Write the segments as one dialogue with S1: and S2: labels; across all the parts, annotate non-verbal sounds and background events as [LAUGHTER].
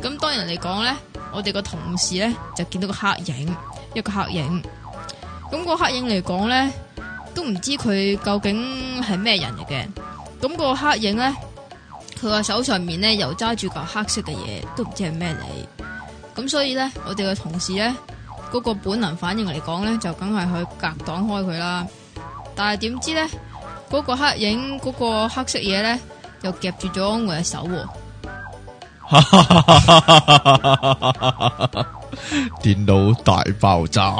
S1: 咁當然嚟講咧，我哋個同事咧就見到個黑影，一個黑影。咁個黑影嚟講咧，都唔知佢究竟係咩人嚟嘅。咁個黑影咧，佢個手上面咧又揸住嚿黑色嘅嘢，都唔知係咩嚟。咁所以咧，我哋嘅同事咧，嗰個本能反應嚟講咧，就梗係去隔擋開佢啦。但係點知咧，嗰個黑影嗰個黑色嘢咧，又夾住咗我隻手喎。
S2: [LAUGHS] 電腦大爆炸，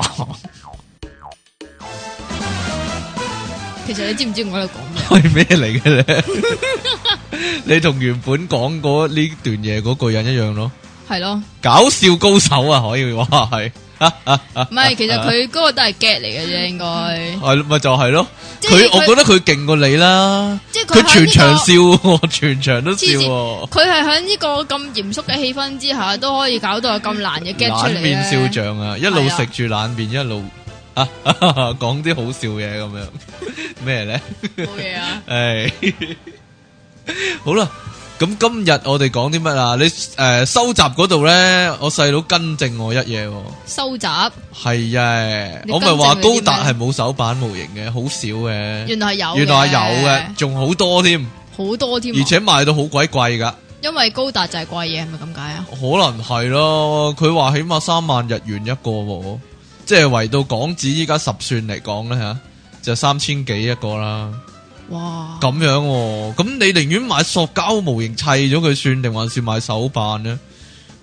S2: [LAUGHS]
S1: 其實你知唔知我喺度講咩？
S2: 係咩嚟
S1: [LAUGHS]
S2: 嘅咧？你同原本講嗰呢段嘢嗰個人一樣咯，
S1: 係咯，
S2: 搞笑高手啊，可以話係，啊
S1: 唔係，其實佢嗰個都係 get 嚟嘅啫，應該。
S2: 係咪就係咯？
S1: 即係
S2: 佢我覺得佢勁過你啦，
S1: 即係佢
S2: 佢全場
S1: 喺
S2: 笑
S1: 呢
S2: 喎， [LAUGHS] 全場都笑
S1: 黐線
S2: 喎，
S1: 個，佢係喺呢個咁嚴肅嘅氣氛之下，都可以搞到有咁難嘅 get 出嚟
S2: 冷
S1: 咧
S2: 面笑匠啊，一路
S1: 係啊
S2: 食住冷面一路啊 [LAUGHS] 講啲好笑嘢咁樣，咩咧？
S1: 冇嘢啊！
S2: 唉，好啦，咁今日我哋講啲乜啊？你诶、呃收集嗰度咧，我細佬更正我一嘢喎，
S1: 收集，
S2: 係啊，
S1: 你
S2: 我咪話
S1: 更正佢
S2: 高
S1: 啲
S2: 達
S1: 咩
S2: 係冇手板模型嘅，好少嘅，
S1: 原來係有，
S2: 原來係有嘅，，仲好多添，
S1: 好多添啊。
S2: 而且賣到好鬼貴噶，
S1: 因為高達就係貴嘢，係咪咁解啊？
S2: 可能係咯，佢話起碼三萬日元一個喎，即係圍到港紙依家十算嚟講咧吓，就三千幾一個啦。
S1: 哇！
S2: 咁樣喎、咁你寧願買塑膠模型砌咗佢算，定還是買手辦呢？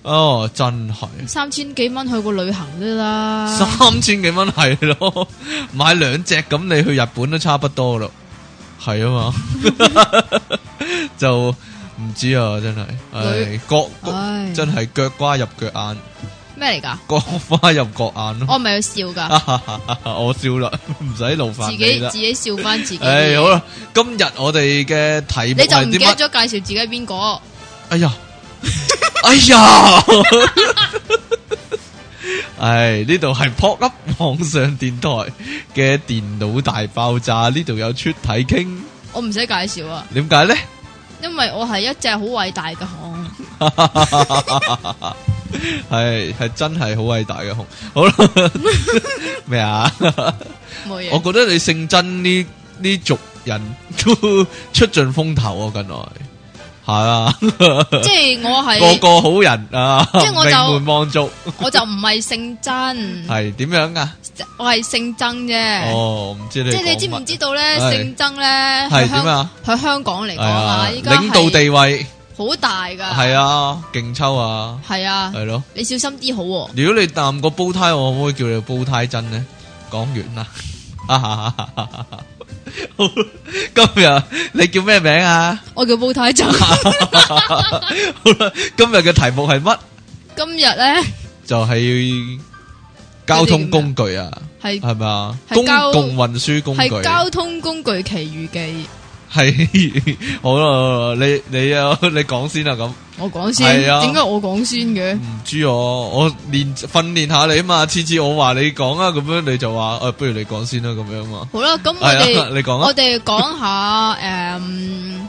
S2: 哦，真係
S1: 三千幾蚊去個旅行都得啦，
S2: 三千幾蚊係咯， [LAUGHS] 買兩隻咁你去日本都差不多咯，係啊嘛， [LAUGHS] 就唔知啊，真係，唉
S1: 女，
S2: 各各
S1: 唉，
S2: 真係腳瓜入腳眼， [LAUGHS]
S1: 咩嚟㗎？
S2: 角花入角眼咯，
S1: 我咪要笑㗎，
S2: [LAUGHS] 我笑啦，唔使勞
S1: 自
S2: 啊煩你
S1: 己
S2: 啦
S1: 哦自。己笑翻自己。
S2: 唉，好啦，今日我哋嘅題目
S1: 你就
S2: 係啊
S1: 唔記得
S2: 啲乜
S1: 咗？介紹自己係邊個？
S2: 哎呀，哎呀，唉，呢度系 pop up 网上电台嘅电脑大爆炸，呢度有出体倾，
S1: 我唔使介紹啊，
S2: 点解咧？
S1: 因為我係一隻好偉大嘅熊。
S2: 系系真系好伟大嘅熊，好 [LAUGHS] 啦，咩啊？
S1: 冇嘢。
S2: [LAUGHS] 我觉得你姓曾呢呢族人都出尽风头啊，近来系啊，
S1: 即系我
S2: 个
S1: 系，
S2: 个好人啊，
S1: 即係我就
S2: 名门望族
S1: 我就唔系姓曾，
S2: 系点样噶？
S1: 我系姓曾啫。
S2: 哦，唔知你
S1: 即系你
S2: 講
S1: 知
S2: 乜
S1: 唔知道咧？
S2: 係
S1: 姓曾咧
S2: 係
S1: 喺香
S2: 點啊？
S1: 喺香港嚟
S2: 系
S1: 讲啊，依家
S2: 领导地位系
S1: 好大噶。，
S2: 啊，勁抽啊，
S1: 系啊
S2: 係，咯。
S1: 你小心啲好喎。
S2: 如果你淡個煲呔，我可唔可以叫你煲呔真呢？講完啦， [LAUGHS] 好，今日你叫咩名啊？ [LAUGHS]
S1: 我叫煲太曾，
S2: 好啦，今日嘅題目係乜？
S1: 今日咧
S2: 就係交通工具啊，
S1: 系
S2: 係咪啊？
S1: 係
S2: 公
S1: 交
S2: 共運輸工
S1: 系
S2: 具啊
S1: 交通工具奇遇记，
S2: 係好啦，你你啊， [LAUGHS] 你講先啦咁。
S1: 我讲先，
S2: 係啊
S1: 点解我讲先嘅？
S2: 唔知我，我练訓練下你啊嘛，次次我話你講啊，咁樣你就話诶、不如你講先啦，咁樣嘛。
S1: 好啦，咁我
S2: 係啊，
S1: 哋
S2: [LAUGHS] 你講啊
S1: 我，哋讲下诶。嗯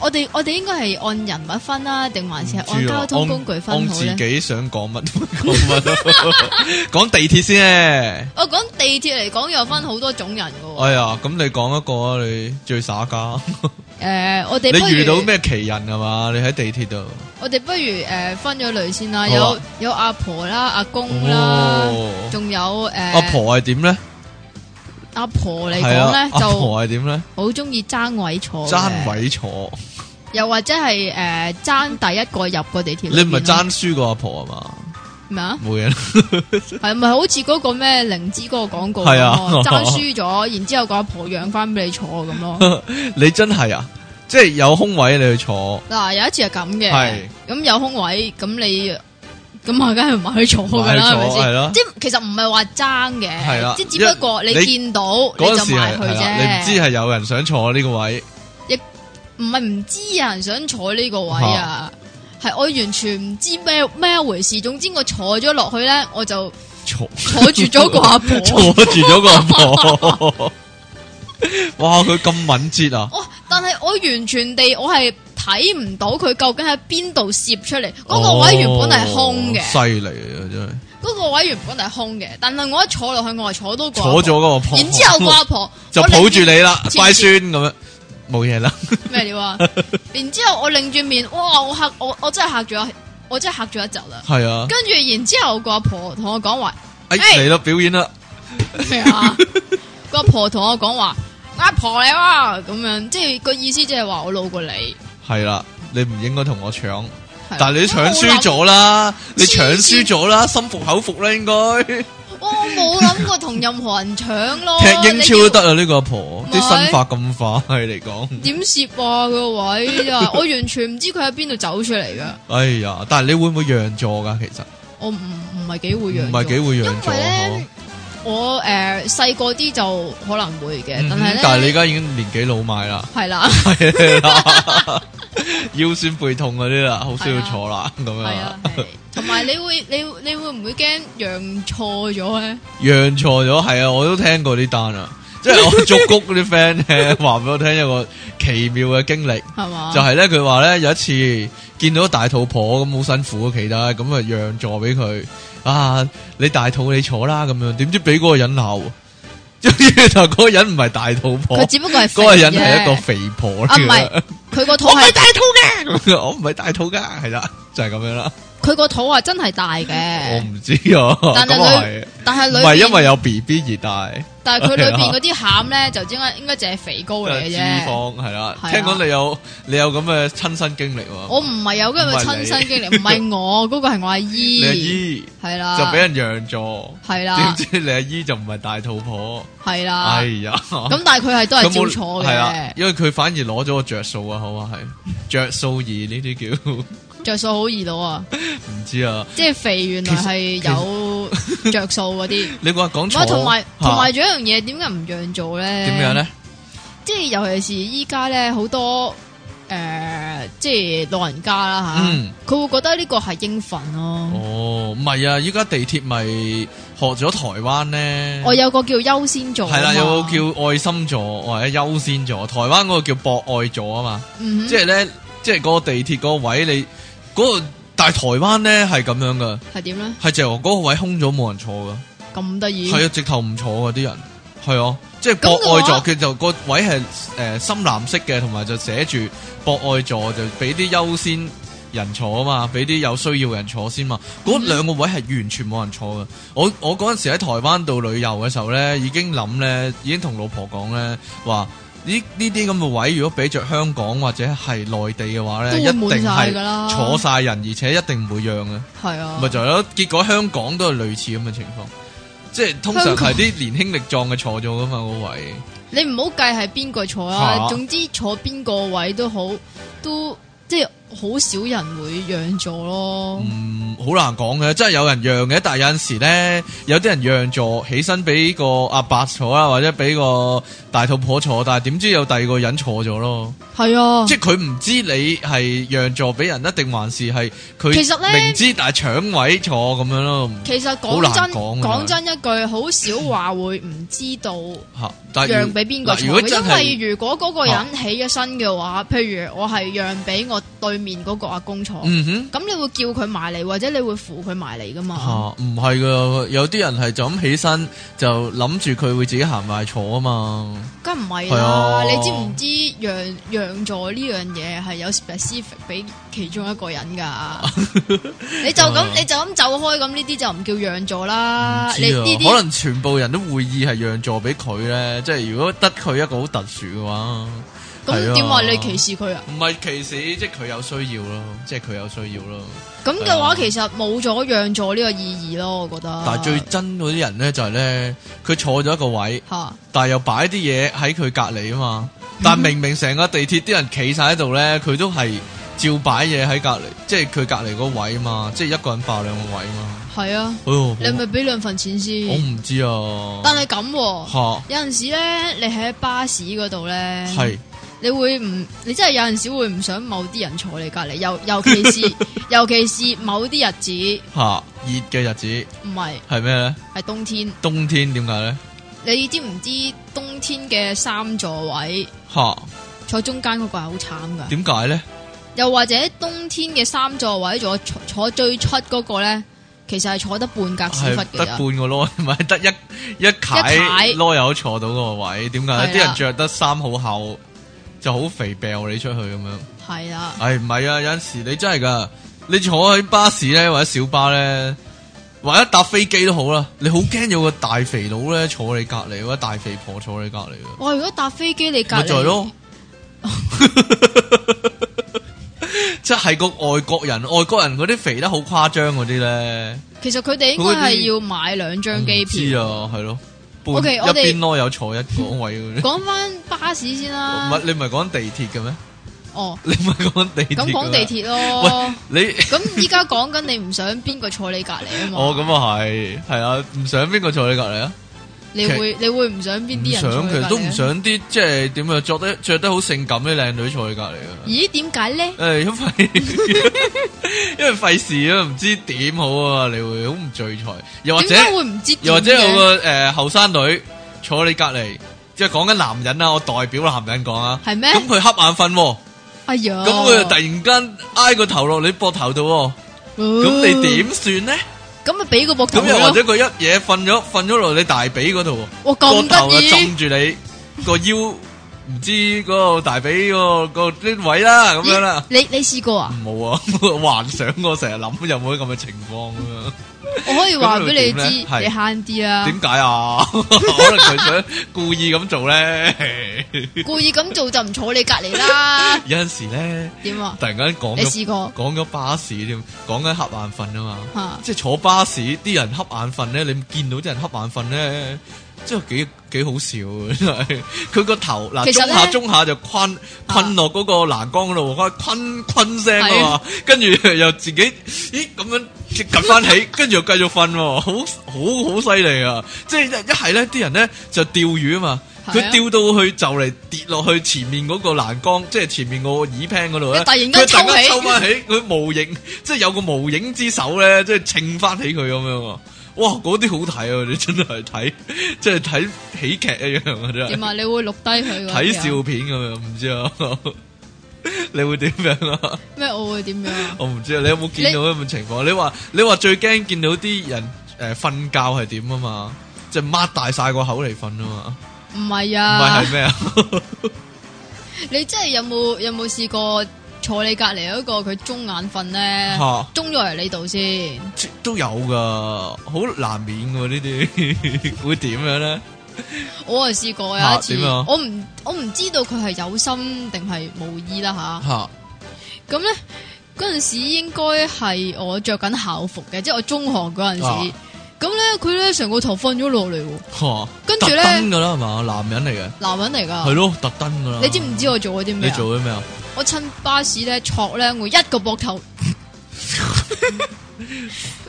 S1: 我哋我哋應該係按人物分啦，定還是係
S2: 唔
S1: 按
S2: 知啊
S1: 交通工具
S2: 按
S1: 分好
S2: 自
S1: 咧？
S2: 己想講乜 [LAUGHS] 講乜，講地鐵先咧。
S1: 我講地鐵嚟講又分好多種人噶喎。
S2: 哎呀，咁你講一個啊，你最耍家，
S1: 诶、我哋不
S2: 你
S1: 如
S2: 遇到？咩奇人係嘛？你喺地鐵度，
S1: 我哋不如诶、誒分咗類先啦，
S2: 好啊
S1: 有有阿婆啦、阿公啦，
S2: 哦，
S1: 仲有诶、
S2: 阿婆係點咧？
S1: 阿婆嚟
S2: 係
S1: 講
S2: 啊，
S1: 咧
S2: 阿
S1: 就
S2: 婆係點咧？
S1: 好中意爭位坐嘅，
S2: 爭位坐，
S1: 又或者係诶争第一個入個地鐵裏
S2: 你
S1: 邊
S2: 唔
S1: 咯。
S2: 係爭輸過阿婆啊嘛？
S1: 咩啊？
S2: 冇嘢啦，
S1: 係咪好似嗰個咩靈芝嗰個廣告
S2: 係啊
S1: 咁咯爭輸咗，然之后個阿婆讓翻俾你坐咁咯。
S2: [LAUGHS] 你真係啊，即係有空位你去坐。
S1: 嗱，有一次係咁
S2: 係
S1: 嘅，咁有空位，咁你咁啊，梗係買去坐噶啦，係咪
S2: 買去坐係咯
S1: 先？即係其實唔係話爭
S2: 係啦
S1: 嘅，即係
S2: 因
S1: 只不過
S2: 你
S1: 你見到你
S2: 嗰陣
S1: 就
S2: 時
S1: 買
S2: 係
S1: 去
S2: 係啦，你唔
S1: 啫。
S2: 知係有人想坐呢個位，
S1: 唔係唔知有人想坐呢個位啊？係我完全唔知咩咩一回事。總之我坐咗落去咧，我就
S2: 坐
S1: 坐住咗個阿婆。
S2: 坐住咗個阿
S1: [LAUGHS]
S2: 婆。哇！佢咁敏捷啊，
S1: 哦哇！但係我完全地，我係睇唔到佢究竟喺邊度攝出嚟。嗰、個位原本係空嘅，
S2: 哦犀利啊真係，
S1: 嗰個位原本係空嘅，但係我一坐落去，我係坐到個阿婆
S2: 坐咗嗰個婆，
S1: 然之後個阿婆
S2: [LAUGHS] 就抱住你啦
S1: 我，擰
S2: 乖孫咁樣，冇嘢啦，
S1: [LAUGHS] 咩料
S2: [LAUGHS]
S1: 啊？然之後我擰住面，哇！我嚇我我真係嚇咗一，我真係嚇咗一窒啦。
S2: 係啊，
S1: 跟住然之後個阿婆同我講話
S2: 哎
S1: 哎
S2: 嚟啦表演啦，
S1: 咩
S2: [LAUGHS]
S1: 啊？個阿婆同我講話阿婆嚟啊，咁樣即係個意思即係話我老過你。
S2: 係啦，你唔應該同我搶，
S1: 係啊
S2: 但係你都搶輸，咗啦，你搶輸咗啦，心服口服啦應該，
S1: 我冇諗我冇諗過同任何人搶咯。
S2: [LAUGHS] 踢英超
S1: 你叫
S2: 都得啊呢個阿婆，啲
S1: 咪
S2: 身法咁快嚟講。
S1: 點攝啊個位
S2: [LAUGHS]
S1: 啊！我完全唔知佢喺邊度走出嚟噶，
S2: 哎呀！但系你會唔會讓座噶？其實
S1: 我唔唔係幾會讓
S2: 唔
S1: 座，
S2: 係幾會讓
S1: 因
S2: 座
S1: 為
S2: 嗬
S1: 咧。我誒細個啲就可能會嘅，
S2: 嗯
S1: 但係咧，
S2: 但係你而家已經年紀老邁啦，
S1: 係
S2: [LAUGHS]
S1: 啦，
S2: 係啦，腰酸背痛嗰啲啦，好需要坐啦咁樣
S1: 啊係
S2: 啦
S1: 啊。，係同埋你會你你會唔會驚讓錯咗咧？
S2: 讓錯咗係啊，我都聽過呢單啊，即
S1: [LAUGHS]
S2: 係我竹谷嗰啲 friend 咧 [LAUGHS] 話俾我聽有個奇妙嘅經歷，
S1: 係嘛？
S2: 就係咧佢話咧有一次見到大肚婆咁好辛苦啊，企得咁啊讓座俾佢啊，你大肚你坐啦咁樣，點知俾嗰個人鬧喎， [LAUGHS] 即係原來嗰個人唔係大肚婆
S1: 佢。只不過係
S2: 哦嗰個人係
S1: 係
S2: 一個肥婆
S1: 啊，唔
S2: 嚟嘅 [LAUGHS]
S1: 係，佢個肚
S2: 我唔係
S1: 係
S2: 大肚 [LAUGHS] 嘅，我唔係大肚噶，係啦，就係咁樣啦。
S1: 佢個肚係真係大
S2: 我
S1: 嘅，
S2: 唔知啊，
S1: 但
S2: 咁啊
S1: 係
S2: 係
S1: 裏，但係
S2: 唔
S1: 裏
S2: 係因
S1: 邊，
S2: 為有 B B 而大
S1: 但係佢裏
S2: 係啊
S1: 邊嗰啲餡咧就應該應該淨係肥膏嚟嘅
S2: 脂
S1: 啫。
S2: 肪係啦
S1: 係。啊
S2: 聽講你有你有咁嘅親身經歷喎，
S1: 我唔係有咁嘅親身經歷，唔係我嗰個係我阿
S2: [LAUGHS] 你阿
S1: 姨，
S2: 姨
S1: 係啦，
S2: 就俾人讓座，
S1: 係啊
S2: 點
S1: 啦，
S2: 知你阿姨就唔係大肚婆，
S1: 係啦
S2: 哎。呀！
S1: 咁但係佢係都係
S2: 咁
S1: 照
S2: 冇
S1: 坐
S2: 係啦
S1: 嘅，
S2: 因為佢反而攞咗個着數啊，好啊，係着數二呢啲叫唔
S1: 着數好易攞
S2: [LAUGHS]
S1: 啊！
S2: 知啊。
S1: 即係肥原來係有 [LAUGHS] 着數嗰
S2: [LAUGHS]
S1: 啲。
S2: 你話講
S1: 唔
S2: 錯
S1: 係，同埋
S2: 嚇
S1: 同埋仲有一樣嘢，點解唔讓座咧？
S2: 點樣？咧？
S1: 即係尤其是依家咧，好多誒，即係老人家啦
S2: 嗯
S1: 吓，佢會覺得呢個係應份咯。
S2: 哦，唔係啊！依家地鐵咪學咗台灣咧，
S1: 我有個叫優先座啊嘛，
S2: 係啦，有個叫愛心座或者優先座，台灣嗰個叫博愛座啊嘛，
S1: 嗯
S2: 即係咧，即係嗰個地鐵嗰個位你嗰、個，但係台灣咧係咁樣噶，
S1: 係點咧？
S2: 係就嗰個位空咗冇人坐噶，
S1: 咁得意
S2: 係啊，直頭唔坐噶啲人，係啊，即係
S1: 咁嘅
S2: 博愛座
S1: 話
S2: 佢就個位係誒、呃深藍色嘅，同埋就寫住博愛座就俾啲優先。人坐啊嘛，俾啲有需要嘅人坐先嘛。嗰
S1: 嗯
S2: 兩個位係完全冇人坐嘅。我我嗰陣時喺台灣度旅遊嘅時候咧，已經諗咧，已經同老婆講咧，話呢呢啲咁嘅位，如果俾着香港或者係內地嘅話咧，
S1: 都
S2: 一
S1: 會滿
S2: 定
S1: 晒㗎
S2: 係
S1: 啦
S2: 坐晒人，而且一定唔會讓嘅。
S1: 係啊，
S2: 咪就係咯，結果香港都係類似咁嘅情況，即係通常
S1: 香港
S2: 係啲年輕力壯嘅坐咗噶嘛嗰位，
S1: 你唔好計係邊個坐
S2: 嚇
S1: 啊，總之坐邊個位都好，都即係好少人會讓座咯。
S2: 嗯，好難講嘅，真係有人讓嘅，但係有陣時咧，有啲人讓座起身俾個阿伯坐啊啦，或者俾個大肚婆坐，但係點知有第二個人坐咗咯，
S1: 係啊，
S2: 即係佢唔知你係讓座俾人，一定還是係佢
S1: 其實呢
S2: 明知但係搶位坐咁樣咯，
S1: 其實
S2: 好
S1: 講
S2: 難
S1: 真
S2: 講㗎啊
S1: 講真一句，好少話會唔知道。
S2: 吓，但係
S1: 讓
S2: 啊如
S1: 俾邊個
S2: 嗱如果
S1: 坐
S2: 真
S1: 嘅？
S2: 係
S1: 因為如果嗰個人起咗身嘅話，譬如我係讓俾我對面嗰個阿公坐，咁、
S2: 嗯哼。
S1: 你會叫佢埋嚟，或者你會扶佢埋嚟噶嘛？
S2: 吓，啊唔係噶，有啲人係就咁起身就諗住佢會自己行埋坐啊嘛。
S1: 梗唔係
S2: 係
S1: 啦，
S2: 啊
S1: 你知唔知讓讓座呢樣嘢係有 specific 俾其中一個人
S2: [LAUGHS]
S1: 噶？你就咁
S2: 啊
S1: 你就咁走開咁呢啲就唔叫讓座
S2: 唔
S1: 啦，
S2: 知
S1: 你
S2: 啊
S1: 呢
S2: 可
S1: 啲
S2: 能全部人都會意係讓座俾佢咧，即係如果得佢一個好特殊嘅話，係啊
S1: 咁點話你歧視佢啊？
S2: 唔係歧視，即係佢有需要咯，即係佢有需要咯。
S1: 咁嘅
S2: 係啊
S1: 話其實冇咗讓座呢個意義咯，我覺得。
S2: 但係最憎嗰啲人咧就係咧，佢坐咗一個位，
S1: 吓
S2: 但係又擺啲嘢喺佢隔離啊嘛。但係明明成個地鐵啲人企晒喺度咧，佢都係照擺嘢喺隔離，即係佢隔離嗰位啊嘛，即係一個人霸兩個位啊嘛。
S1: 係啊。
S2: 哎呦
S1: 你咪俾兩份錢先。
S2: 我唔知啊。
S1: 但係咁喎、
S2: 吓
S1: 有陣時咧，你喺巴士嗰度咧，
S2: 係
S1: 你會唔你真係有陣時會唔想某啲人坐你隔離，尤尤其
S2: [LAUGHS]
S1: 是尤其是某啲日子，
S2: 吓熱嘅日子
S1: 唔係
S2: 係咩咧？
S1: 係冬天。
S2: 冬天點解咧？
S1: 你知唔知冬天嘅三座位
S2: 吓
S1: 坐中間嗰個係好慘㗎？
S2: 點解咧？
S1: 又或者冬天嘅三座位坐坐坐最出嗰個咧，其實係坐得半格屎忽
S2: 系得
S1: 嘅
S2: 半
S1: 咋
S2: 個攞， [LAUGHS] 唔係得一一
S1: 一
S2: 楷
S1: 楷
S2: 攞柚坐到個位，點解
S1: 係啦啊
S2: 啲人着得衫好厚，就好肥掉你出去咁樣？
S1: 係啦，
S2: 唉，唔係啊，有阵时你真係噶，你坐喺巴士咧，或者小巴咧，或者搭飛機都好啦，你好驚有個大肥佬咧坐你隔離，或者大肥婆坐你隔離嘅。
S1: 哇！如果搭飛機你隔
S2: 咪就係
S1: 離
S2: 咯， [LAUGHS] 即係個外國人，外國人嗰啲肥得好誇張嗰啲咧，
S1: 其實佢哋應該係要買兩張機
S2: 知
S1: 票。
S2: 啊，係咯，半
S1: OK，
S2: 一
S1: 我哋
S2: 邊咯有坐一個位嗰啲。
S1: 講翻巴士先
S2: 唔
S1: 啦
S2: 係，你唔係講地鐵嘅咩？ [LAUGHS]
S1: 哦，
S2: 你唔係講地鐵嘅
S1: 咁
S2: 咩？
S1: 講地鐵咯。
S2: 你。
S1: 咁依家講緊你唔想邊個坐你隔離啊嘛？
S2: 哦，咁啊係，係啊，唔想邊個坐你隔離啊？
S1: 你會你會唔想邊
S2: 唔
S1: 啲人坐
S2: 想，
S1: 你隔
S2: 其
S1: 離
S2: 實
S1: 啊
S2: 都唔。想啲即係點啊，着得着得好性感啲靚女坐你隔離啊！
S1: 咦？點解咧？
S2: 诶，因為 [LAUGHS] 因為費事啊，唔知點好啊，你會好唔聚財，又或
S1: 點
S2: 者
S1: 解會唔知點嘅？
S2: 又或者有個诶后生女坐你隔離，即係講緊男人啊，我代表男人講啊，
S1: 係咩？
S2: 咁佢瞌眼瞓喎，
S1: 哎呀！
S2: 咁佢就突然間挨個頭落你膊頭度喎，
S1: 咁
S2: 咁你點算呢？
S1: 咁咪俾個膊頭
S2: 咁又
S1: 佢
S2: 或
S1: 咯
S2: 者。佢一嘢瞓咗瞓咗落你大髀嗰度喎。
S1: 哇！
S2: 个
S1: 咁
S2: 头
S1: 得
S2: 啊
S1: 意
S2: 浸。住你个腰，唔知嗰个大髀嗰個个呢位啦，咁样啦
S1: 咦。你你試過啊？
S2: 冇啊， [LAUGHS] 幻想我成日諗有冇啲咁嘅情況咁
S1: 我可以話俾你知，你
S2: 咁你會點呢係
S1: 慳啲
S2: 樣，
S1: 啦。
S2: 點解啊？ [LAUGHS] 可能佢想故意咁做咧。
S1: 故意咁做就唔坐你隔離啦
S2: [LAUGHS] 。有阵时咧，
S1: 點啊？
S2: 突然間講
S1: 你
S2: 咗
S1: 試過
S2: 講咗巴士添，講緊瞌眼瞓啊嘛。
S1: 吓？
S2: 即係坐巴士啲人瞌眼瞓咧，你見到啲人瞌眼瞓咧，真係幾幾好笑嘅真係。佢個頭嗱
S1: 其實
S2: 中下
S1: 呢啊
S2: 中下就困困落嗰個欄杆嗰度，困困聲啊嘛，跟住又自己咦咁樣夾翻起，跟住又繼續瞓喎，好好好犀利啊！即係一一係咧，啲人咧就釣魚啊嘛。
S1: 係啊
S2: 佢釣到去就嚟跌落去前面嗰個欄杆，即係前面個耳 pan 嗰度啊咧，
S1: 佢突然間
S2: 佢突然
S1: 抽
S2: 間
S1: 起
S2: 抽翻起，佢無影， [LAUGHS] 即係有個無影之手咧，即係稱翻起佢咁樣啊！哇，嗰啲好睇啊！你真係睇， [LAUGHS] 即係睇喜劇一樣啊！真係
S1: 點啊？你會錄低佢㗎
S2: 睇笑片咁樣，唔知啊， [LAUGHS] 你會點樣啊？ [LAUGHS]
S1: 咩？我會點樣啊？
S2: 我唔知啊，你有冇見到咁嘅情況？你話你話最驚見到啲人誒瞓覺係點啊嘛？即係擘大晒個口嚟瞓啊
S1: 唔係
S2: 嘛，唔係
S1: 啊
S2: 係？咩啊？
S1: 你真係有冇有冇試過坐你隔離嗰個佢中眼瞓咧
S2: 嚇？
S1: 中咗嚟你度先，
S2: [LAUGHS] 即都有噶，好難免喎呢啲， [LAUGHS] 會點樣咧？
S1: 我係試過有一次
S2: 嚇點啊，
S1: 我唔我唔知道佢係有心定係無意啦吓。
S2: 吓
S1: 咁咧嗰陣時應該係我着緊校服嘅，即係我中學嗰陣時
S2: 啊。
S1: 咁咧佢咧成個頭瞓咗落嚟喎，
S2: 吓，
S1: 跟住呢
S2: 特登噶啦係嘛，男人嚟嘅，
S1: 男人嚟
S2: 係
S1: 㗎。
S2: 咯，特登噶啦。
S1: 你知唔知我做咗啲咩
S2: 你
S1: 啊？
S2: 做咗咩啊？
S1: 我趁巴士咧戳咧，我一個膊頭， [LAUGHS]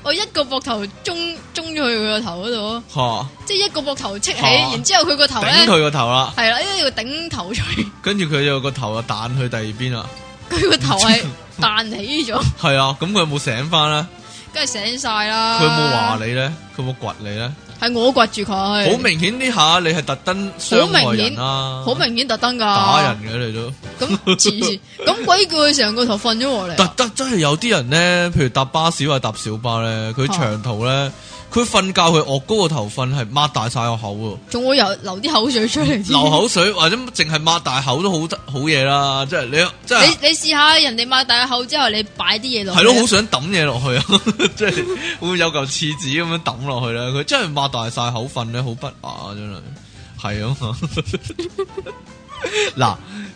S1: 我一個膊頭中中咗去佢個頭嗰度咯，
S2: 吓，
S1: 即係一個膊頭戚起，
S2: 啊
S1: 然之後佢個頭咧
S2: 頂佢個頭啦，
S1: 係啦，因為個頂頭 [LAUGHS] 錘，
S2: 跟住佢有個頭啊彈去第二邊啦。
S1: 佢個頭
S2: [LAUGHS]
S1: 係彈起咗，
S2: 係啊，咁佢有冇醒翻咧？
S1: 梗係醒晒啦。
S2: 佢有冇話你咧？佢有冇掘你咧？
S1: 係我掘住佢，
S2: 好明顯呢下你係特登傷害人啦，
S1: 好明顯特啊登㗎。
S2: 打人嘅你都。
S1: 咁黐
S2: [LAUGHS]
S1: 線，咁鬼叫佢成個頭瞓咗落嚟
S2: 特
S1: 啊，
S2: 特真係有啲人咧，譬如搭巴士或者搭小巴咧，佢
S1: 啊
S2: 長途咧，佢瞓覺佢惡高個頭瞓係擘大晒個口喎，
S1: 仲會有流啲口水出嚟添。
S2: 流口水或者淨係擘大口都好得好嘢啦，即係你即係
S1: 你你試下人哋擘大口之後，你擺啲嘢落去
S2: 啊係咯，好想抌嘢落去啊！ [LAUGHS] 即係會唔會有嚿廁紙咁樣抌落去咧？佢真係擘大晒口瞓咧，好不雅啊真係，係啊嘛。 [LAUGHS] 嗱，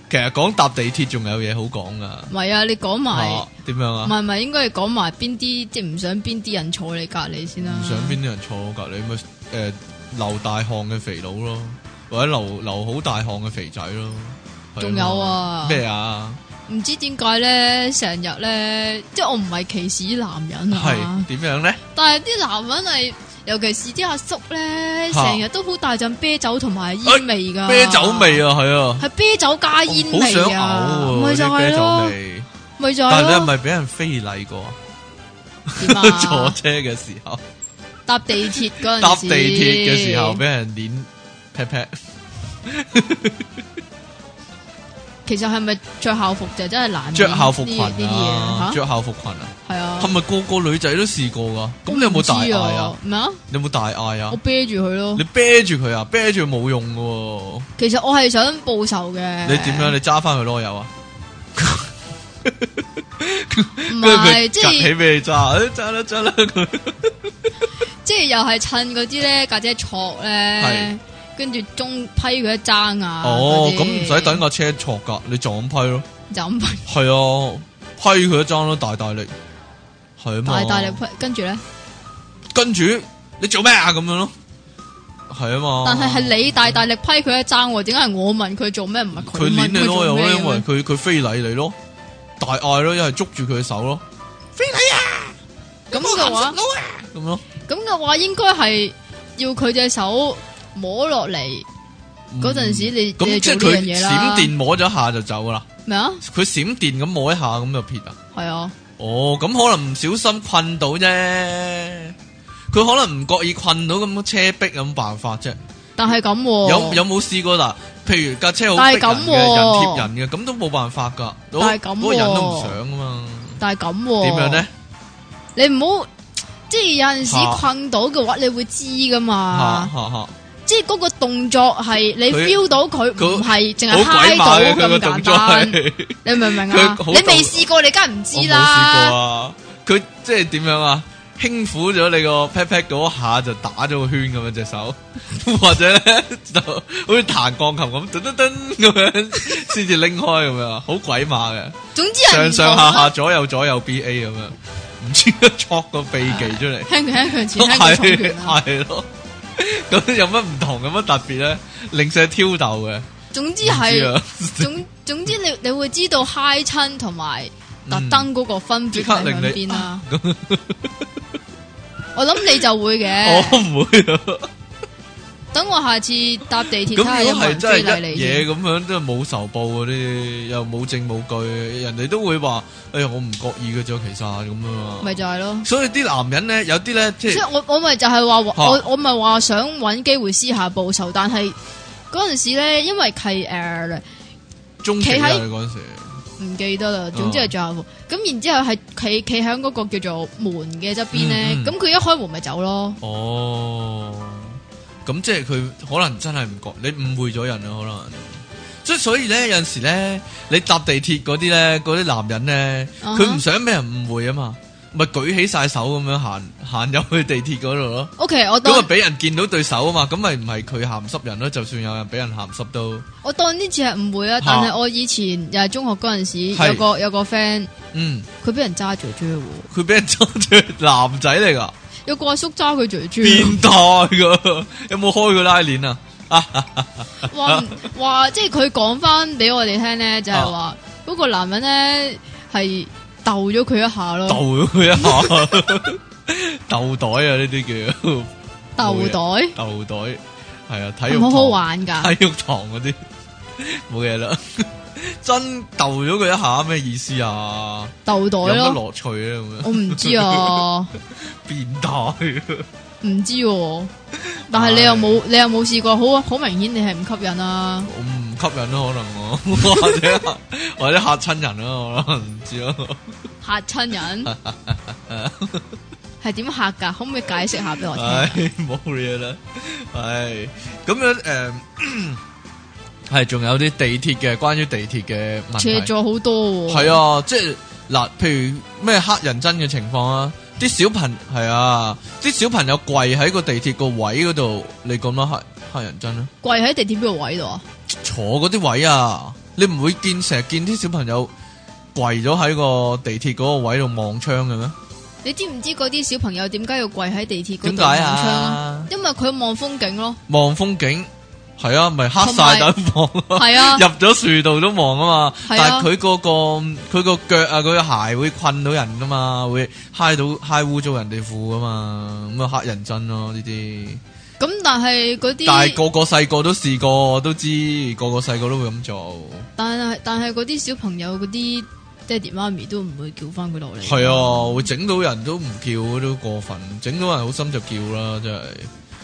S2: 其實講搭地鐵仲有嘢好講噶，
S1: 唔係啊，你講埋
S2: 啊點樣
S1: 唔
S2: 啊？
S1: 係唔係，應該係講埋邊啲即係唔想邊啲人坐你隔離先啦。
S2: 唔想邊啲人坐我隔離咪誒流大汗嘅肥佬咯，或者流流好大汗嘅肥仔咯。係
S1: 仲有啊
S2: 咩啊？
S1: 唔知點解咧，成日咧，即係我唔係歧視男人
S2: 係
S1: 啊，
S2: 點樣咧？
S1: 但係啲男人係，尤其是啲阿叔咧，
S2: 嚇
S1: 成日都好大陣啤酒同埋
S2: 哎
S1: 煙味㗎。
S2: 啤酒味啊，係啊，
S1: 係啤酒加煙
S2: 好想
S1: 味
S2: 嘔
S1: 啊，
S2: 啊！
S1: 咪就
S2: 啲
S1: 係
S2: 啤酒
S1: 咯，
S2: 味。
S1: 咪就係
S2: 但係你係
S1: 咯。
S2: 咪俾人非禮過啊？
S1: 點
S2: [LAUGHS] 坐
S1: 啊？
S2: 車嘅時候，
S1: 搭地鐵嗰陣時
S2: 搭地鐵嘅時
S1: 嗯
S2: 候俾人捏 pat pat，
S1: 其實係咪着校服就真係難免
S2: 着校服裙
S1: 呢呢啲
S2: 啊，
S1: 嘢吓？
S2: 着校服裙啊，
S1: 係啊
S2: 係，咪個個女仔都試過噶？咁你有冇大嗌啊
S1: 我唔？知？咩啊？
S2: 你有冇大嗌啊
S1: 我？啤住佢咯
S2: 你。啤住佢啊，啤住佢冇用噶喎。
S1: 其實我係想報仇嘅。
S2: 你點樣？？你揸翻佢啰柚啊？
S1: 唔係
S2: 跟住佢
S1: 即
S2: 趌起
S1: 係
S2: 俾你揸，哎揸啦
S1: [LAUGHS]
S2: 揸啦佢。
S1: 即係又係趁嗰啲咧架姐挫咧
S2: 係，
S1: 跟住中批佢一爭啊。
S2: 哦，
S1: 嗰
S2: 咁
S1: 啲
S2: 唔使等架車挫噶，你撞批咯。
S1: 就咁批
S2: 係啊，批佢一爭咯，大大力。係啊嘛。
S1: 大大力批，跟住咧，
S2: 跟住你做咩啊？咁樣咯，係啊嘛。
S1: 但係係你大大力批佢一爭喎，點解係我問佢做咩，唔係
S2: 佢
S1: 問
S2: 捻你
S1: 做
S2: 咯，又
S1: 咩
S2: 咯，
S1: 咁
S2: 因為
S1: 樣
S2: 佢佢非禮你咯，大嗌咯，一係捉住佢嘅手咯，
S1: 啊咁嘅話。
S2: 咁咯。
S1: 咁嘅話應該係要佢隻手摸落嚟嗰陣時你，你
S2: 嗯咁
S1: 就
S2: 即係
S1: 做呢
S2: 佢
S1: 樣嘢
S2: 閃
S1: 啦。
S2: 電摸咗一下就走噶啦，
S1: 咩啊？
S2: 佢閃電咁摸一下咁就撇啊。
S1: 係啊，
S2: 哦，咁可能唔小心困到啫，佢可能唔覺意困到咁車逼有冇辦法啫？
S1: 但係咁喎
S2: 有有冇試過嗱？譬如架車
S1: 哦
S2: 好
S1: 但係
S2: 逼人
S1: 咁
S2: 嘅，
S1: 喎
S2: 人貼人嘅，咁都冇辦法噶。
S1: 但係咁
S2: 嗰個人都唔
S1: 喎哦
S2: 想啊嘛。
S1: 但係咁喎
S2: 點樣咧？？
S1: 你唔好即係有陣
S2: 嚇
S1: 時困到嘅話，你會知噶
S2: 吓
S1: 嘛？
S2: 吓吓！
S1: 即係嗰個動作係你
S2: 佢
S1: feel 到佢
S2: 佢
S1: 唔係淨
S2: 好
S1: 係嗨
S2: 鬼馬嘅佢
S1: 到
S2: 個
S1: 咁
S2: 動
S1: 簡
S2: 作
S1: 單，
S2: 係， [LAUGHS]
S1: 你明唔明啊？
S2: 佢好
S1: 你
S2: 動
S1: 未試過，你梗係唔
S2: 我冇
S1: 知
S2: 試
S1: 啦
S2: 過。啊！佢即係點樣啊？輕撫咗你個 pat pat 嗰下就打咗個圈咁樣隻手， [LAUGHS] 或者咧 [LAUGHS] 就好似彈鋼琴咁，噔噔噔咁樣 [LAUGHS] 先至拎開咁樣，啊好鬼馬嘅，
S1: 總之
S2: 上
S1: 人
S2: 上下下左右左右 B A 咁樣，唔知戳個秘技出嚟。
S1: 輕拳輕拳前輕拳重
S2: 哦係
S1: 拳啊
S2: 係咯，咁有乜唔同？有乜特別咧？零舍挑逗嘅，
S1: 總之
S2: 唔知
S1: 係。
S2: 啊
S1: 總总之你你會知道嗨親同埋特登嗰個分別
S2: 嗯即刻
S1: 喺
S2: 令
S1: 兩
S2: 你
S1: 邊啦。 [LAUGHS] 我諗你就會嘅，
S2: 我唔會啊。
S1: 等我下次搭地鐵
S2: 咁
S1: 睇下有冇
S2: 如果係
S1: 人
S2: 真
S1: 非
S2: 係
S1: 禮
S2: 一
S1: 你
S2: 嘢
S1: 先。
S2: 咁樣，都係冇仇報嗰啲，又冇證冇據，人哋都會話：哎呀，我唔覺意嘅啫，其實咁啊嘛。
S1: 咪就係咯。
S2: 所以啲男人咧，有啲咧，即
S1: 所以
S2: 係
S1: 我我咪就係話
S2: 嗯嚇
S1: 我我咪話想揾機會私下報仇，但係嗰阵时咧，因為係诶
S2: 中期啊
S1: 企喺
S2: 嗰陣時，
S1: 唔記得啦，總之
S2: 哦
S1: 係最後服。咁然之后系企企喺嗰個叫做門嘅側邊咧
S2: 嗯嗯，
S1: 咁佢一開門咪走咯。
S2: 哦，咁即係佢可能真係唔覺，你誤會咗人啦，可能。即係所以咧，有陣時咧，你搭地鐵嗰啲咧，嗰啲男人咧，
S1: 啊哈
S2: 佢唔、想俾人誤會啊嘛，咪舉起晒手咁樣行行入去地鐵嗰度咯。
S1: O K，我
S2: 咁
S1: 當
S2: 啊，俾人見到對手啊嘛，咁咪唔係佢鹹濕人咯？就算有人俾人鹹濕都，
S1: 我當呢次係誤會啦
S2: 嚇，
S1: 但係我以前又係中學嗰陣時，
S2: 係
S1: 有個有個 friend，
S2: 嗯，
S1: 佢俾人揸嘴嘴喎，
S2: 佢俾人揸住 [LAUGHS] 男仔嚟噶，
S1: 有個阿叔揸佢嘴嘴，
S2: 變態噶，有冇開佢拉鏈啊？
S1: 話唔話即係佢講翻俾我哋聽咧，
S2: 啊
S1: 就係話嗰個男人咧係鬥咗佢一下
S2: 逗
S1: 咯，
S2: 佢一下， [LAUGHS] 鬥袋啊！呢啲叫
S1: 鬥袋
S2: 鬥袋，係啊，體育堂
S1: 好好，玩啊㗎，
S2: 體育堂嗰啲冇嘢啦， [LAUGHS] 真鬥咗佢一下咩意思啊？
S1: 鬥
S2: 有
S1: 袋
S2: 乜
S1: 咯，
S2: 樂趣啊？咁樣
S1: 我唔知
S2: [LAUGHS]
S1: 啊，
S2: 變態。
S1: 唔知喎，但係你又冇你又冇試過，好好明顯你係唔吸引啊，
S2: 我唔吸引咯，可能我 [LAUGHS] 或者嚇或者吓亲人咯，可能唔知咯。
S1: 嚇親
S2: [LAUGHS]
S1: 人係點嚇㗎？可唔可以解釋下俾我聽啊？
S2: 唉，冇嘢啦。唉，咁樣 [CLEARS THROAT] 诶，系仲有啲地鐵嘅，關於地鐵嘅問
S1: 斜
S2: 題。
S1: 咗好多喎。
S2: 係啊，即係嗱，譬如咩黑人憎嘅情況啊，啲小朋係啊，啲小朋友跪喺個地鐵個位嗰度，你覺得黑黑人憎啊？
S1: 跪喺地鐵邊個位度啊？
S2: 坐嗰啲位啊，你唔會見成日見啲小朋友跪咗喺個地鐵嗰個位度望窗嘅咩？
S1: 你知唔知嗰啲小朋友點解要跪喺地鐵嗰
S2: 點
S1: 度
S2: 解
S1: 望窗啊？
S2: 啊？
S1: 因為佢望風景
S2: [LAUGHS]
S1: 咯，
S2: 望風景係啊，咪黑晒
S1: 同埋
S2: 等望咯，
S1: 係啊
S2: [LAUGHS] 入，咗樹度都望啊嘛。
S1: 係啊
S2: 但係佢嗰個佢個腳啊，佢個鞋會困到人噶嘛，會揩到揩污糟人哋褲噶嘛，咁啊黑人憎咯呢啲。
S1: 咁但係嗰
S2: 但
S1: 啲，
S2: 係個個細個都試過，我都知個個細個都會咁做。
S1: 但係但係嗰啲小朋友嗰啲爹哋媽咪都唔會叫翻佢落嚟。
S2: 係啊，會整到人都唔叫都過分，整到人好心就叫啦，真係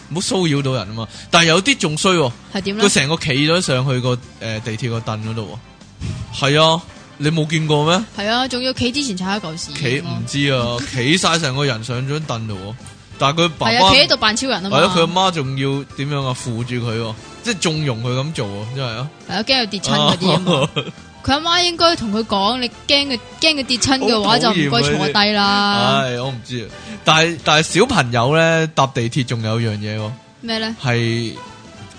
S2: 唔好騷擾到人啊嘛。但係有啲仲衰喎。
S1: 係點咧
S2: 佢？成個企咗上去個誒、呃地鐵個凳嗰度喎，系啊，你冇見過咩？
S1: 系啊，仲要企之前踩一嚿屎
S2: 企
S1: 咁咯，
S2: 唔知啊，企晒成個人上張凳度喎，但係佢爸
S1: 系
S2: 爸
S1: 啊，企喺度扮超人啊
S2: 係
S1: 嘛，
S2: 咯，佢阿媽仲要點樣啊？扶住佢喎，即係縱容佢咁做啊，真係啊！
S1: 系啊，惊佢跌亲嗰啲啊嘛。佢阿媽應該同佢講，你驚佢惊佢跌親嘅
S2: 好
S1: 話
S2: 討厭啊
S1: 就唔該坐低啦。
S2: [LAUGHS] 唉，我唔知啊，但係但係小朋友咧搭地鐵仲有樣嘢喎，
S1: 咩咧？
S2: 係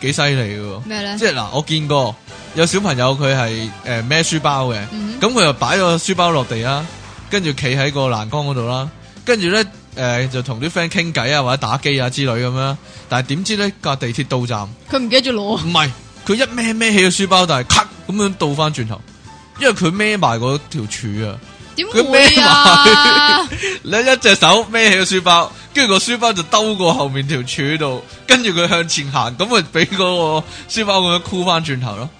S2: 幾犀利嘅喎。
S1: 咩咧？
S2: 即係嗱，我見過有小朋友佢係诶孭書包嘅，
S1: 嗯
S2: 咁佢就擺咗書包落地啦，跟住企喺個欄杆嗰度啦，跟住咧诶就同啲 friend 傾偈啊，或者打機啊之類咁樣啦。但係點知咧架地鐵到站，唔
S1: 佢唔記得咗攞，
S2: 係佢一孭孭起個書包，但係咔咁樣倒翻轉頭，因為佢孭埋嗰條柱啊，
S1: 點
S2: 佢孭
S1: 會啊？
S2: 你一隻手孭起個書包，跟住個書包就兜過後面條柱度，跟住佢向前行，咁咪俾嗰個書包咁樣箍翻轉頭咯。
S1: [LAUGHS]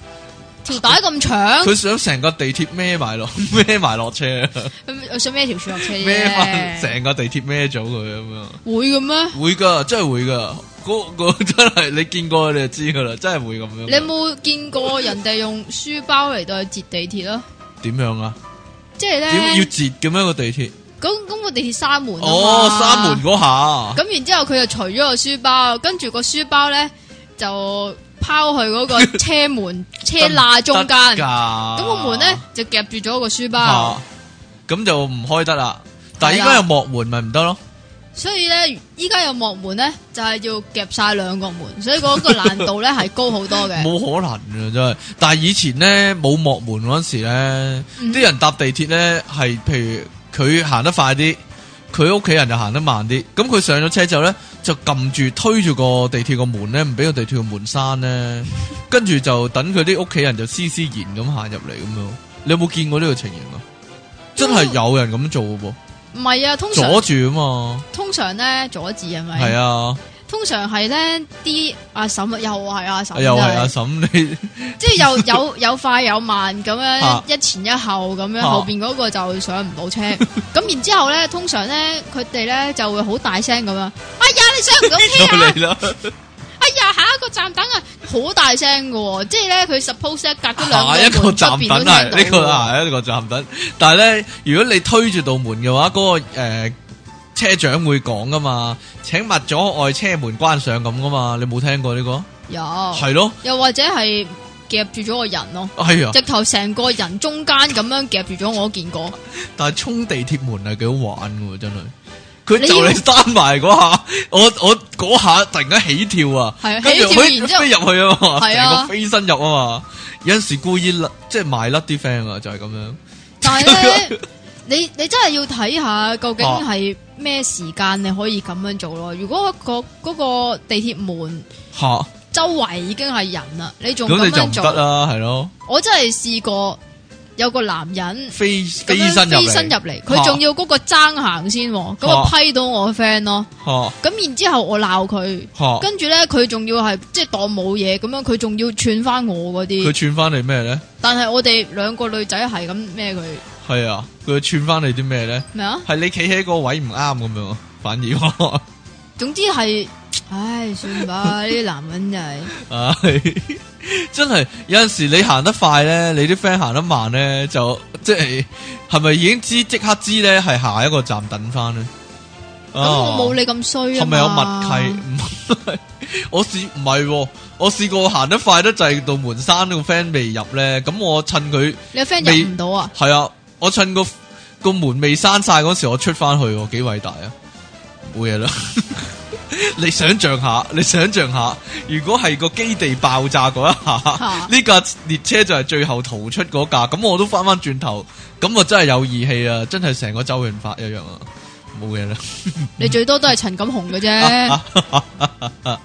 S1: 條帶咁長，
S2: 佢想成個地鐵孭埋落 [LAUGHS] 孭埋落車，
S1: 我想孭條樹落車
S2: 孭翻
S1: 啫。
S2: 成個地鐵孭咗佢咁樣。
S1: 會嘅咩？
S2: 會噶，真係會噶，嗰、嗰 [LAUGHS] 真係你見過你就知噶啦，真係會咁樣。
S1: 你有冇見過人哋用書包嚟到去截地鐵咯？
S2: 點樣啊？
S1: 即係咧，
S2: 點要截嘅咩個地鐵？
S1: 咁咁個地鐵閂門啊嘛
S2: 哦，閂門。嗰下，
S1: 咁然之後佢就除咗個書包，跟住個書包咧就拋去嗰
S2: [LAUGHS]
S1: 個車門車罅中間。
S2: 得㗎
S1: 咁個門咧就夾住咗個書包
S2: 啊，咁就唔開得啦。但係依
S1: 係啊
S2: 家
S1: 啦
S2: 有幕門咪唔得咯，
S1: 所以咧依家有幕門咧就係要夾晒兩個門，所以嗰個難度咧係高好多嘅。
S2: [LAUGHS] 冇可能啊真係。但係以前咧冇幕門嗰陣時咧，
S1: 嗯
S2: 啲人搭地鐵咧係，譬如佢行得快啲，佢屋企人就行得慢啲。咁佢上咗車之後咧，就撳住推住個地鐵個門咧，唔俾個地鐵個門閂咧，跟住就等佢啲屋企人就斯斯然咁行入嚟咁樣。你有冇見過呢個情形啊？真係有人咁做嘅喎，
S1: 唔係啊，通常
S2: 阻住啊嘛，
S1: 通常咧阻止係咪？
S2: 係啊，
S1: 通常係咧啲阿嬸啊又係阿嬸，
S2: 又係阿
S1: 真係
S2: 嬸你 [LAUGHS]
S1: 即係又有有快有慢咁
S2: 啊
S1: 樣，一前一後咁樣，
S2: 啊
S1: 後邊嗰個就上唔到車。咁然之後咧，通常咧佢哋咧就會好大聲咁樣，哎呀你上唔
S2: [LAUGHS]
S1: 到車啊！
S2: 到你啦，
S1: 哎呀，下一個站等啊，好大聲噶、喎！即係咧佢 suppose 咧隔咗兩
S2: 下啊一
S1: 個
S2: 個
S1: 門出
S2: 站
S1: 邊都
S2: 等
S1: 聽到喎。
S2: 係呢個啊係一個站等，但係咧，如果你推住道門嘅話，嗰、個誒、呃、車長會講噶嘛，請勿阻礙車門關上咁噶嘛，你冇聽過呢、
S1: 哦
S2: 個？
S1: 有，
S2: 係咯，
S1: 又或者係夾住咗個人咯，
S2: 係啊，
S1: 直頭成個人中間咁樣夾住咗，我都見過。
S2: 但係衝地鐵門係幾好玩嘅喎，真係。佢
S1: 你
S2: 就
S1: 要
S2: 你閂埋嗰下，我我嗰下突然間起跳啊，
S1: 係啊
S2: 跟住
S1: 起跳
S2: 可以
S1: 然之後
S2: 飛入去啊嘛，
S1: 係
S2: 成
S1: 啊
S2: 個飛身入啊嘛，有陣時故意甩即係賣甩啲 friend 啊，就係咁樣。
S1: 但係
S2: [LAUGHS]
S1: 咧，你你真係要睇下究竟
S2: 哦
S1: 係咩時間你可以咁樣做咯。如果嗰、嗰個地鐵門
S2: 吓，
S1: 周圍已經係人啦，你仲
S2: 咁
S1: 咁
S2: 你就唔
S1: 樣做，
S2: 得啦，係咯。
S1: 我真係試過有個男人。
S2: 飛
S1: 咁
S2: 飛
S1: 樣
S2: 身入
S1: 飛身入
S2: 嚟，哦
S1: 嚟，
S2: 嚇
S1: 佢仲要嗰個爭行先喎，咁啊
S2: 嚇
S1: 批到我 friend 咯，
S2: 吓
S1: 咁然之後我鬧佢，
S2: 吓，
S1: 跟住咧佢仲要係即係當冇嘢咁樣，佢仲要串翻我嗰
S2: 佢
S1: 啲，
S2: 串翻你咩咧？
S1: 但係我哋兩個女仔係咁咩佢
S2: 係啊，佢串翻你啲咩咧？
S1: 咩啊？
S2: 係你企喺個位唔啱咁樣，反而
S1: 總之係，唉，算吧，呢啲男人就係
S2: [LAUGHS] 唉，真係有阵时你行得快咧，你啲 friend 行得慢咧，就即係係咪已經知即刻知咧係下一個站等翻咧？
S1: 咁我冇你咁衰啊
S2: 係咪有默
S1: 契？
S2: 契？唔係我試唔係喎，我試過行得快得滯，到門山個 friend 未入咧，咁我趁佢。
S1: 你個 friend
S2: 未
S1: 入唔到啊？
S2: 系啊，我趁个个门未闩晒嗰时，我出翻去喎，几伟大啊！冇嘢啦， [LAUGHS] 你想象下，你想象下，如果系个基地爆炸嗰一下
S1: 嚇，
S2: 呢架列车就系最后逃出嗰架，咁我都翻翻转头，咁啊真系有义气啊！真系成个周润发一样啊！冇嘢
S1: 你最多都係陳錦雄嘅
S2: 啊
S1: 啫，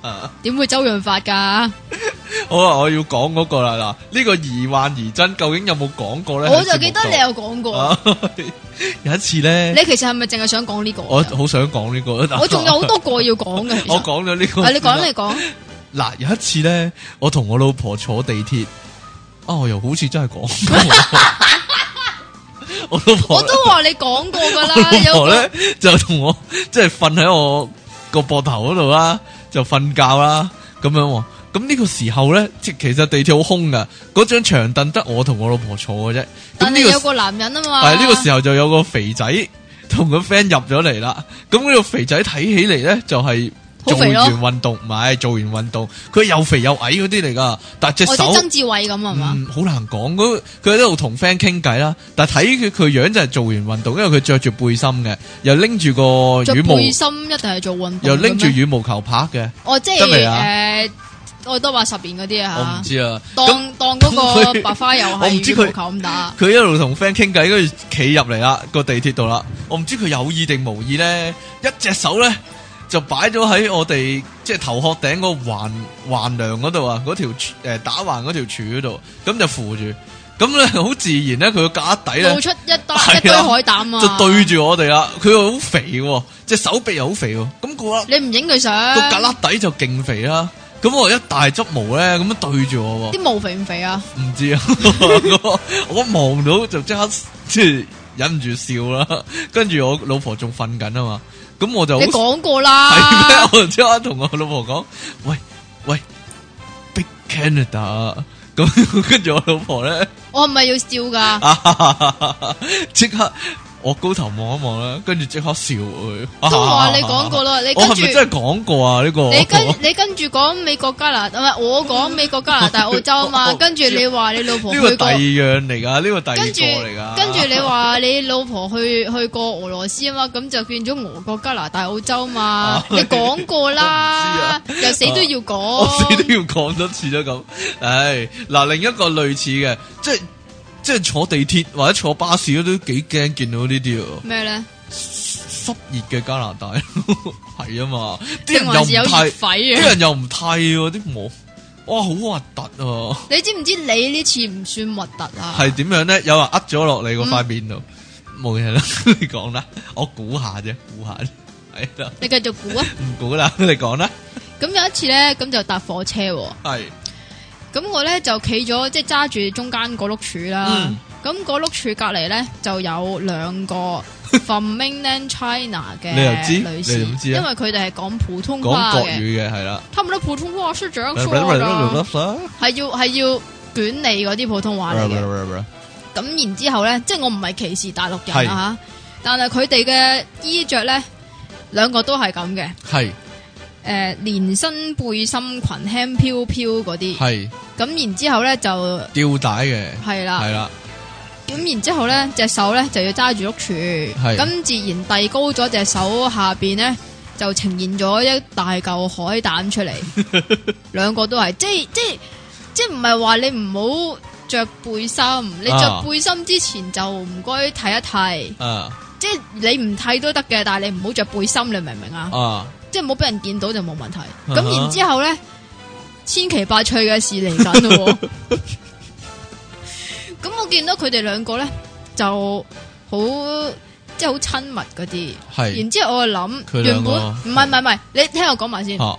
S2: 啦。
S1: 點會周潤發㗎？
S2: [LAUGHS] 好啊，我要讲嗰个啦嗱，呢、个疑幻疑真究竟有冇讲过咧？
S1: 我就記得你
S2: 喺節目
S1: 有講
S2: 度啊
S1: 過，
S2: [LAUGHS] 有一次咧
S1: 你。其實係咪淨係想講呢個㗎？
S2: 我好想講呢、個，但
S1: 我仲有好多個要講嘅。其實
S2: 我講咗呢個。
S1: 啊，你講你講，
S2: 嗱，有一次咧，我同我老婆坐地鐵，啊，我又好似真係講過。
S1: [LAUGHS]
S2: 我老婆， [LAUGHS]
S1: 我都話你講過噶
S2: 我
S1: 啦，
S2: 老
S1: 有
S2: 婆
S1: 個
S2: 咧就同我即係瞓喺我個膊頭嗰度啦，就瞓覺啦，咁樣喎。咁呢個時候咧，即其實地鐵好空噶，嗰張長凳得我同我老婆坐嘅啫。咁
S1: 但
S2: 呢
S1: 系有
S2: 個
S1: 個男人啊嘛，
S2: 哎係呢個時候就有個肥仔同個 friend 入咗嚟啦。咁呢個肥仔睇起嚟咧就係
S1: 好
S2: 做
S1: 肥
S2: 完
S1: 咯
S2: 運動，唔係做完運動，佢又肥又矮嗰啲嚟噶，但隻
S1: 我
S2: 手
S1: 知。曾志偉咁啊嘛，
S2: 嗯，好難講。嗰佢喺度同 friend 傾偈啦，但睇佢佢樣就係做完運動，因為佢着住背心嘅，又拎住個
S1: 着
S2: 羽毛，
S1: 背心一定係做運動，
S2: 又拎住，羽毛球拍嘅，
S1: 我即
S2: 得未
S1: 係
S2: 啊
S1: 诶，愛多八十年嗰啲
S2: 我
S1: 啊
S2: 唔知啊。
S1: 吓，
S2: 咁
S1: 當當嗰個
S2: 佢
S1: 白花又
S2: [LAUGHS] 我唔
S1: 係
S2: 知
S1: 羽
S2: 佢
S1: 毛球咁打，
S2: 佢一路同 friend 傾偈，跟住企入嚟啦個地鐵度啦。我唔知佢有意定無意咧，一隻手咧就擺咗喺我哋即係頭殼頂嗰個橫橫梁嗰度啊，嗰條柱誒打橫嗰條柱嗰度，咁就扶住。咁咧 [LAUGHS] 好自然咧，佢個架底咧
S1: 露。出一
S2: [LAUGHS] 係啊
S1: 堆一堆海膽啊，
S2: 就對住我哋啦。佢又好肥喎，隻手臂又好肥喎。咁個粒
S1: 你唔影佢相，
S2: 個格粒底就勁肥啦。咁我一大執毛咧，咁樣對住我喎，
S1: 啲毛肥唔肥啊？
S2: 唔知啊。 [LAUGHS] 我一望到就即刻即係忍唔住笑啦。跟住我老婆仲瞓緊啊嘛，咁我就好
S1: 你講啊過
S2: 係咩 [LAUGHS]
S1: 啦？，
S2: 我就即刻同我老婆講：喂喂，Big Canada。咁 [LAUGHS] 跟住我老婆咧，
S1: 我係咪要笑噶？
S2: 即刻我高頭望一望啦，跟住即刻笑佢。
S1: 都
S2: [LAUGHS]
S1: 話你講過啦，你
S2: 我
S1: 跟
S2: 係
S1: 住
S2: 咪真係講過 [LAUGHS] 啊？呢、個
S1: 你跟你跟住講美國加拿大，唔係我講美國加拿
S2: [LAUGHS]
S1: 大澳洲啊嘛，
S2: 我
S1: 跟住你話你老婆
S2: 呢
S1: 去
S2: 個
S1: 過，
S2: 第二樣嚟㗎，呢、個第二
S1: 跟住
S2: 個嚟㗎。
S1: 跟住你話你老婆去 [LAUGHS] 去過俄羅斯啊嘛，咁就變咗俄國加拿大澳洲嘛
S2: [LAUGHS] 啊，
S1: 你講過啦，又死都要
S2: [LAUGHS] 我死
S1: 講，
S2: 都要講多次啦咁。唉，嗱，另一個類似嘅，即係即係坐地鐵或者坐巴士都幾驚見到呢啲啊，
S1: 咩咧？
S2: 濕熱嘅加拿大 [LAUGHS] 係啊嘛，啲
S1: 定
S2: 人
S1: 還是
S2: 又
S1: 有熱
S2: 唔剃，
S1: 痱
S2: 啲
S1: 啊？
S2: 人又唔剃喎啲毛，哇，好核突啊！
S1: 你知唔知你呢次唔算核突啊？
S2: 系点样咧？有人呃咗落你個
S1: 嗯
S2: 塊面度，冇嘢啦， [LAUGHS] 你講啦，我估下啫，估下啫，係啦，
S1: 你繼續估啊！
S2: 唔估啦，你講啦，
S1: 咁有一次咧，咁就搭火車喎。
S2: 係
S1: 咁我咧就企咗，即係揸住中間嗰碌柱啦
S2: 嗯。
S1: 咁嗰碌柱隔離咧就有兩
S2: [LAUGHS]
S1: 個 from mainland China 嘅
S2: 你又知
S1: 女
S2: 你
S1: 士
S2: 點，知啊
S1: 因為佢哋係講普通
S2: 講
S1: 話
S2: 國
S1: 嘅，
S2: 語嘅係啦，
S1: 他們的普通話是這樣說的，係要係要捲你嗰啲普通話嚟嘅。咁然之後咧，即係我唔係歧視大陸人啊嚇，但係佢哋嘅衣着咧兩個都係咁嘅，
S2: 係
S1: 誒連身背心裙輕飄飄嗰啲。
S2: 係
S1: 咁然之後咧就
S2: 吊帶嘅，
S1: 係啦。
S2: 係啦，
S1: 咁然之後咧，隻手咧就要揸住碌柱，咁自然遞高咗隻手下邊咧，就呈現咗一大嚿海膽出嚟，兩個都係，即係即係即係唔係話你唔好着背心，你着
S2: 啊
S1: 背心之前就唔該睇一睇，
S2: 啊
S1: 即係你唔睇都得嘅，但係你唔好着背心，你明唔明啊？
S2: 啊，
S1: 即係冇俾人見到就冇問題。
S2: 哈
S1: 咁然之後咧，千奇百趣嘅事嚟緊咯喎。 [LAUGHS] 咁我見到佢哋兩個咧就好即係好親密嗰啲。
S2: 係
S1: 然之後我就諗，
S2: 佢
S1: 原
S2: 兩個
S1: 本唔係唔係唔係，你聽我講埋先。
S2: 啊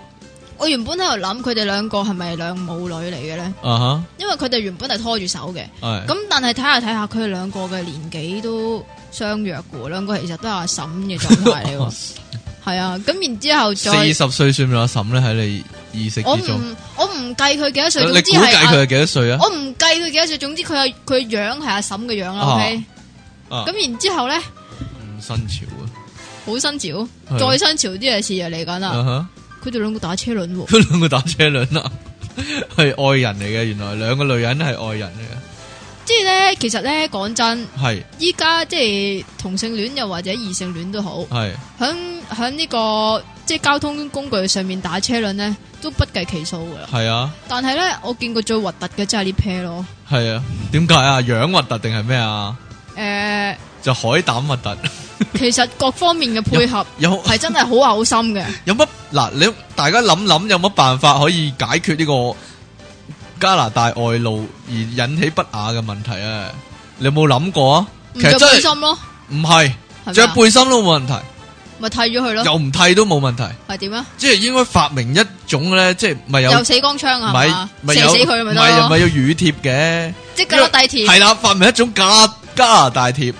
S1: 我原本喺度諗佢哋兩個係咪兩母女嚟嘅咧？
S2: 啊
S1: 因為佢哋原本係拖住手嘅。
S2: 哈，係
S1: 咁但係睇下睇下，佢哋兩個嘅年紀都相若嘅喎，兩個其實都係阿嬸嘅狀態嚟喎。係啊，咁然之後再
S2: [LAUGHS] 四十歲算唔算阿嬸咧？喺你意識
S1: 我
S2: 之中，
S1: 唔我唔計佢幾多歲，總
S2: 你估
S1: 之係
S2: 計
S1: 阿
S2: 佢係幾多歲啊？
S1: 我唔計佢幾多歲，總之佢係佢樣係阿嬸嘅樣啦。
S2: 啊
S1: OK，
S2: 啊
S1: 咁然之後咧，
S2: 唔新潮
S1: 好新潮，
S2: 啊，
S1: 再新潮啲嘅事就嚟緊
S2: 再
S1: 啦。佢哋兩個打車輪喎，
S2: 啊 [LAUGHS] 佢兩個打車輪啦，係愛人嚟嘅。原來兩個女人係愛人嚟
S1: 即係咧，其實咧講真，
S2: 嘅，
S1: 依家即係同性戀又或者異性戀都好，
S2: 係
S1: 響響呢個即係交通工具上面打車輪咧，都不計其數噶啦
S2: 係。係啊
S1: 但係咧，我見過最核突嘅真係呢 pair 咯。
S2: 係啊，點解啊？樣核突定係咩啊？
S1: 誒，
S2: 就海膽核突，
S1: 其實各方面嘅配合
S2: [LAUGHS] 有
S1: 係真係好嘔心嘅。
S2: 有乜嗱？你大家諗諗有乜辦法可以解決呢個加拿大外露而引起不雅嘅問題啊？你有冇諗過啊？
S1: 唔
S2: 其
S1: 着
S2: 實真
S1: 背
S2: 係
S1: 心咯，
S2: 唔係
S1: 係
S2: 着
S1: 咪啊
S2: 背心都冇問題，
S1: 咪剃咗佢咯，
S2: 又唔剃都冇問題，
S1: 係點啊？
S2: 即係應該發明一種咧，即係咪有
S1: 又死光槍啊？係嘛
S2: 咪咪
S1: 射
S2: 有
S1: 死佢咪
S2: 咪
S1: 得咯，
S2: 咪有乳貼嘅，
S1: 即刻甩底貼，
S2: 係啦，發明一種加加拿大貼，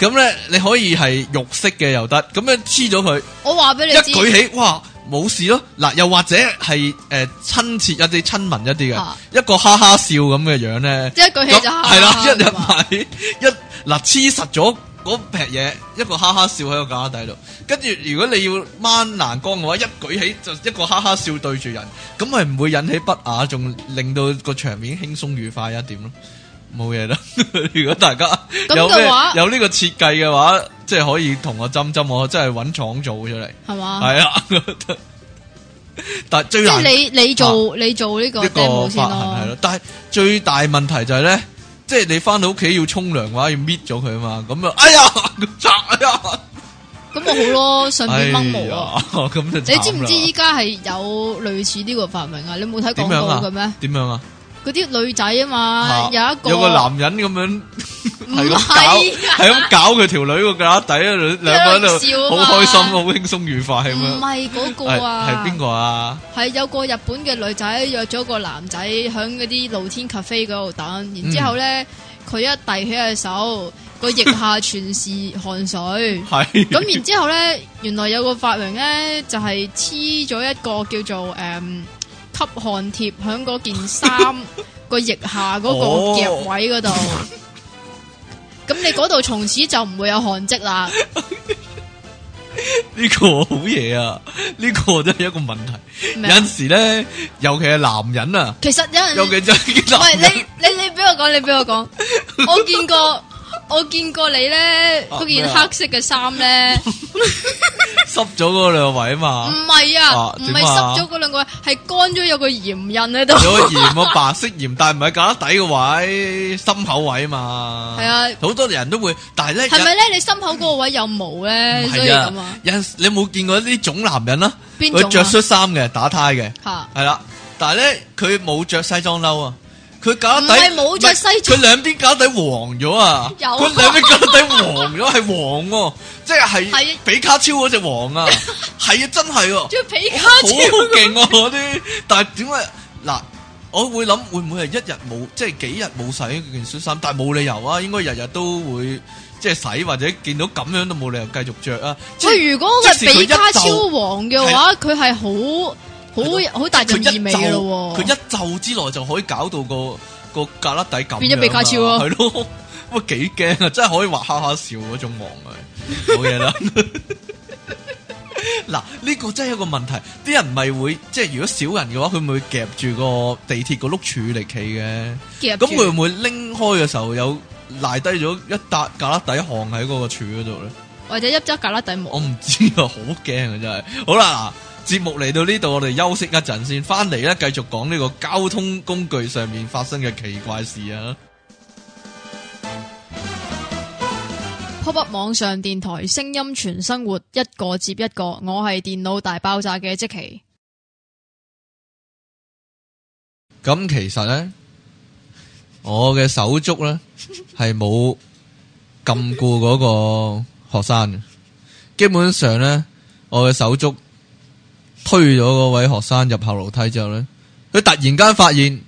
S2: 咁咧你可以係肉色嘅又得，咁樣黐咗佢
S1: 我話俾你
S2: 一舉
S1: 知，
S2: 起，哇冇事咯。嗱，又或者係诶亲切一啲、親民一啲嘅，
S1: 啊
S2: 一個哈哈笑咁嘅樣咧，
S1: 即系一句
S2: 咁
S1: 起就
S2: 係啦， [LAUGHS] 一
S1: 日
S2: 日買一嗱黐實咗嗰劈嘢，一個哈哈笑喺個架底度，跟住如果你要掹欄杆嘅話，一舉起就一個哈哈笑對住人，咁咪唔會引起不雅，仲令到個場面輕鬆愉快一點咯。冇嘢啦， [LAUGHS] 如果大家
S1: 咁
S2: 有
S1: 嘅
S2: 咩
S1: 話
S2: 有呢個設計嘅話，即係可以同我針針，我真係揾廠做出嚟。
S1: 系嘛？
S2: 系啊，但系最
S1: 即
S2: 难呢
S1: 系你你
S2: 啊
S1: 做你做呢个
S2: 个
S1: demo 先
S2: 发痕系
S1: 咯
S2: 咯，，但系最大问题就系咧，即系你翻到屋企要冲凉嘅话，要搣咗佢啊嘛，咁啊，哎呀，拆哎呀，
S1: 咁咪好咯，顺便掹毛啊！
S2: 哎呀，咁就
S1: 你知唔知
S2: 慘
S1: 依
S2: 啦
S1: 家係有類似呢個發明啊？你冇睇廣
S2: 點樣啊
S1: 告嘅咩？
S2: 点样啊？
S1: 嗰啲女仔啊嘛，
S2: 嚇
S1: 有一個
S2: 有个男人咁样
S1: 唔
S2: 系咁搞，
S1: 係啊
S2: 系咁搞佢条女个架底啊，两两个
S1: 兩
S2: 喺
S1: 個笑啊
S2: 度
S1: 嘛
S2: 好开心，好轻松愉快咁
S1: 唔
S2: 样。
S1: 係嗰個啊，
S2: 系边？个啊？
S1: 係有個日本嘅女仔約咗個男仔喺嗰啲露天 cafe 嗰度等，然之後咧佢一遞起隻手，個腋下全是汗水。
S2: 系
S1: 咁然之後咧，原來有個發明咧，就係黐咗一個叫做诶、嗯吸汗貼喺嗰件衫個腋下嗰個夾位嗰度。咁你嗰度從此就唔會有汗跡啦。
S2: 呢个好嘢啊！呢个真系一个问题。有
S1: 咩啊
S2: 阵时咧，尤其系男人啊，
S1: 其實有人
S2: 尤其真係 [LAUGHS]
S1: 唔係
S2: 男人
S1: 你你你俾我講，你俾我
S2: [LAUGHS]
S1: 講，我見過我見過你咧
S2: 啊
S1: 嗰
S2: 咩
S1: 件
S2: 啊
S1: 黑色嘅衫
S2: [LAUGHS]
S1: 咧，
S2: 濕咗嗰兩位啊
S1: 唔
S2: 嘛，
S1: 係啊
S2: 啊，
S1: 唔
S2: 點
S1: 係
S2: 啊
S1: 濕咗嗰兩個，係乾咗有個鹽印喺度。
S2: [LAUGHS] 有個鹽啊，白色鹽，但係唔係架底嘅位，心口位啊嘛。
S1: 係啊
S2: 好多人都會，但係咧，
S1: 係咪咧？你心口嗰個位有毛咧，
S2: 有
S1: 所以咁啊？
S2: 有陣時你冇見過呢種男人啦，
S1: 邊種啊
S2: 佢着恤衫嘅，打呔嘅，
S1: 吓，
S2: 係啦，但係咧佢冇着西裝褸啊。佢架底
S1: 唔係冇着西裝
S2: 佢兩邊架底黃咗啊！
S1: 有啊
S2: 佢兩邊架底黃咗，係黃喎，即係
S1: 係啊
S2: 係比卡超嗰只
S1: [LAUGHS]
S2: 黃啊！係啊，真係喎。
S1: 仲要皮卡
S2: 好
S1: 超，
S2: 勁啊！嗰啲，但係點解嗱？我會諗會唔會係一日冇，即係幾日冇洗嗰件恤衫，但係冇理由啊！應該日日都會即係洗，或者見到咁樣都冇理由繼續着啊！即係
S1: 喂，如果佢
S2: 即使佢
S1: 比
S2: 一
S1: 卡
S2: 皺
S1: 超黃嘅話，佢係好
S2: 係
S1: 好好大陣
S2: 佢一
S1: 異味嘅
S2: 袖
S1: 咯
S2: 佢
S1: 喎。
S2: 一袖之內就可以搞到個個格粒底咁樣啊，
S1: 變咗比卡超啊
S2: 係咯， [LAUGHS] 哇幾驚啊！真係可以畫哈哈笑嗰種望啊，冇嘢啦。 [LAUGHS] 嗱，呢個真係一個問題，啲人咪會即係如果少人嘅話，佢咪會夾住個地鐵個碌柱嚟企
S1: 夾
S2: 嘅。咁會
S1: 住
S2: 唔會拎開嘅時候有賴低咗一笪格粒底汗喺嗰個柱嗰度咧？
S1: 或者一執格拉底毛
S2: 我，唔知啊，好驚啊真係。好啦，節目嚟到呢度，我哋休息一陣先，翻嚟咧繼續講呢個交通工具上面發生嘅奇怪事啊！
S1: pop up 網上電台，聲音全生活，一個接一個。我係電腦大爆炸嘅即 [LAUGHS] 奇，
S2: 咁其實咧，我嘅手足咧係冇禁固嗰個學生嘅，基本上咧，我嘅手足推咗嗰位學生入後樓梯之後咧，佢突然間發現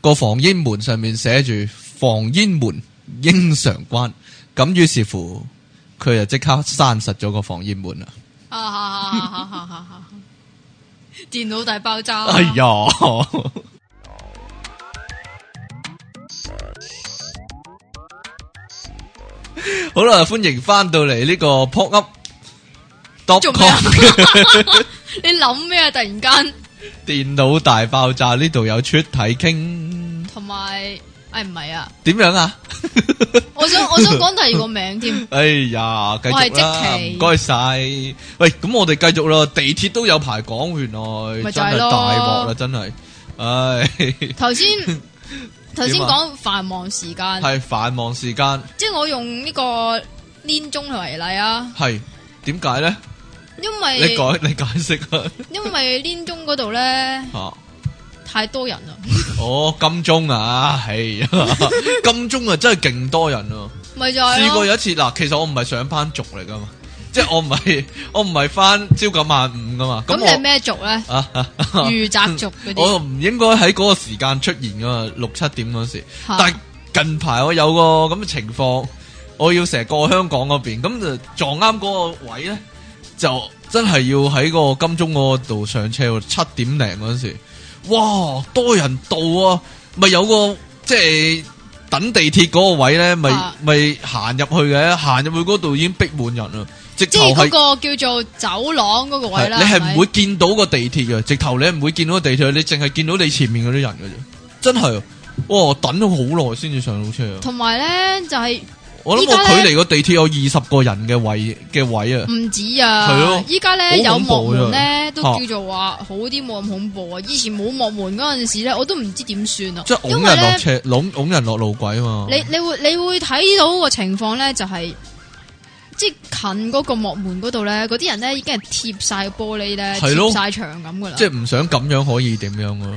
S2: 個防煙門上面寫住防煙門應常關，咁於是乎佢就即刻閂實咗個防煙門啦。
S1: 啊哈哈哈哈哈哈！電腦大爆炸，
S2: 哎呀！好啦，欢迎翻到嚟呢个 pop up dot
S1: 做咩
S2: com
S1: 啊
S2: [LAUGHS]
S1: 你諗咩啊？突然間
S2: 电脑大爆炸呢度有出體傾，
S1: 同埋，哎唔係啊，
S2: 點樣啊？
S1: 我想 [LAUGHS] 我想講第二個名添，
S2: 哎呀，繼
S1: 我係
S2: 續啦，
S1: 即期
S2: 唔該晒。喂，咁我哋繼續啦，地鐵都有排講，原來
S1: 咪就
S2: 真
S1: 係
S2: 係
S1: 咯
S2: 大鑊啦，真係， [LAUGHS] 唉，
S1: 頭先頭先
S2: 點啊
S1: 講繁忙時間。
S2: 係繁忙時間，
S1: 即系我用呢个年中嚟為例啊，
S2: 係點解咧？
S1: 因
S2: 你
S1: 为
S2: 解你解釋啊！
S1: 因为年中嗰度咧
S2: 啊！
S1: 太多人啦，
S2: 哦，金鐘啊，係啊， [LAUGHS] 金鐘啊，真係勁多人啊！
S1: 咪就系
S2: 試過
S1: 咯，
S2: 有一次嗱，其實我唔係上班族嚟噶嘛，即係我唔係我唔係翻朝九晚五噶嘛，
S1: 咁
S2: 咁
S1: 你係
S2: 我
S1: 咩族咧？
S2: 啊啊啊
S1: 御宅族嗰啲
S2: 我唔應該喺嗰個時間出現噶嘛，六七點嗰時。
S1: 嚇
S2: 但係近排我有個咁嘅情況，我要成日過香港嗰邊，咁就撞啱嗰個位咧，就真係要喺個金鐘嗰度上車喎，七點零嗰陣時，哇，多人到啊！咪有個即係等地鐵嗰個位咧，咪
S1: 啊
S2: 咪行入去嘅，行入去嗰度已經逼滿人啦，直
S1: 即
S2: 頭
S1: 係
S2: 係
S1: 嗰。個叫做走廊嗰個位啦，
S2: 係你係
S1: 咪
S2: 唔會見到個地鐵嘅，直頭你係唔會見到個地鐵，你淨係見到你前面嗰啲人嘅啫，真係啊，哇！等咗好耐先至上到車啊！
S1: 同埋咧就係
S2: 我諗
S1: 依家
S2: 我
S1: 呢
S2: 距離個地鐵有二十個人嘅位嘅位啊！
S1: 唔止啊！
S2: 係咯
S1: 依家咧有
S2: 好恐怖啊
S1: 幕門咧，都
S2: 真係
S1: 叫做話好啲，冇咁恐怖啊！以前冇幕門嗰陣時咧，我都唔知點算啊
S2: 即係！
S1: 因
S2: 拱
S1: 為
S2: 人落
S1: 咧，
S2: 車，拱拱人落路軌啊嘛！
S1: 你你會你會睇到個情況咧，就係即係近嗰個幕門嗰度咧，嗰啲人咧已經係貼晒個玻璃咧，
S2: 係咯
S1: 貼晒牆咁噶啦
S2: 即。係唔想咁樣可以點樣啊？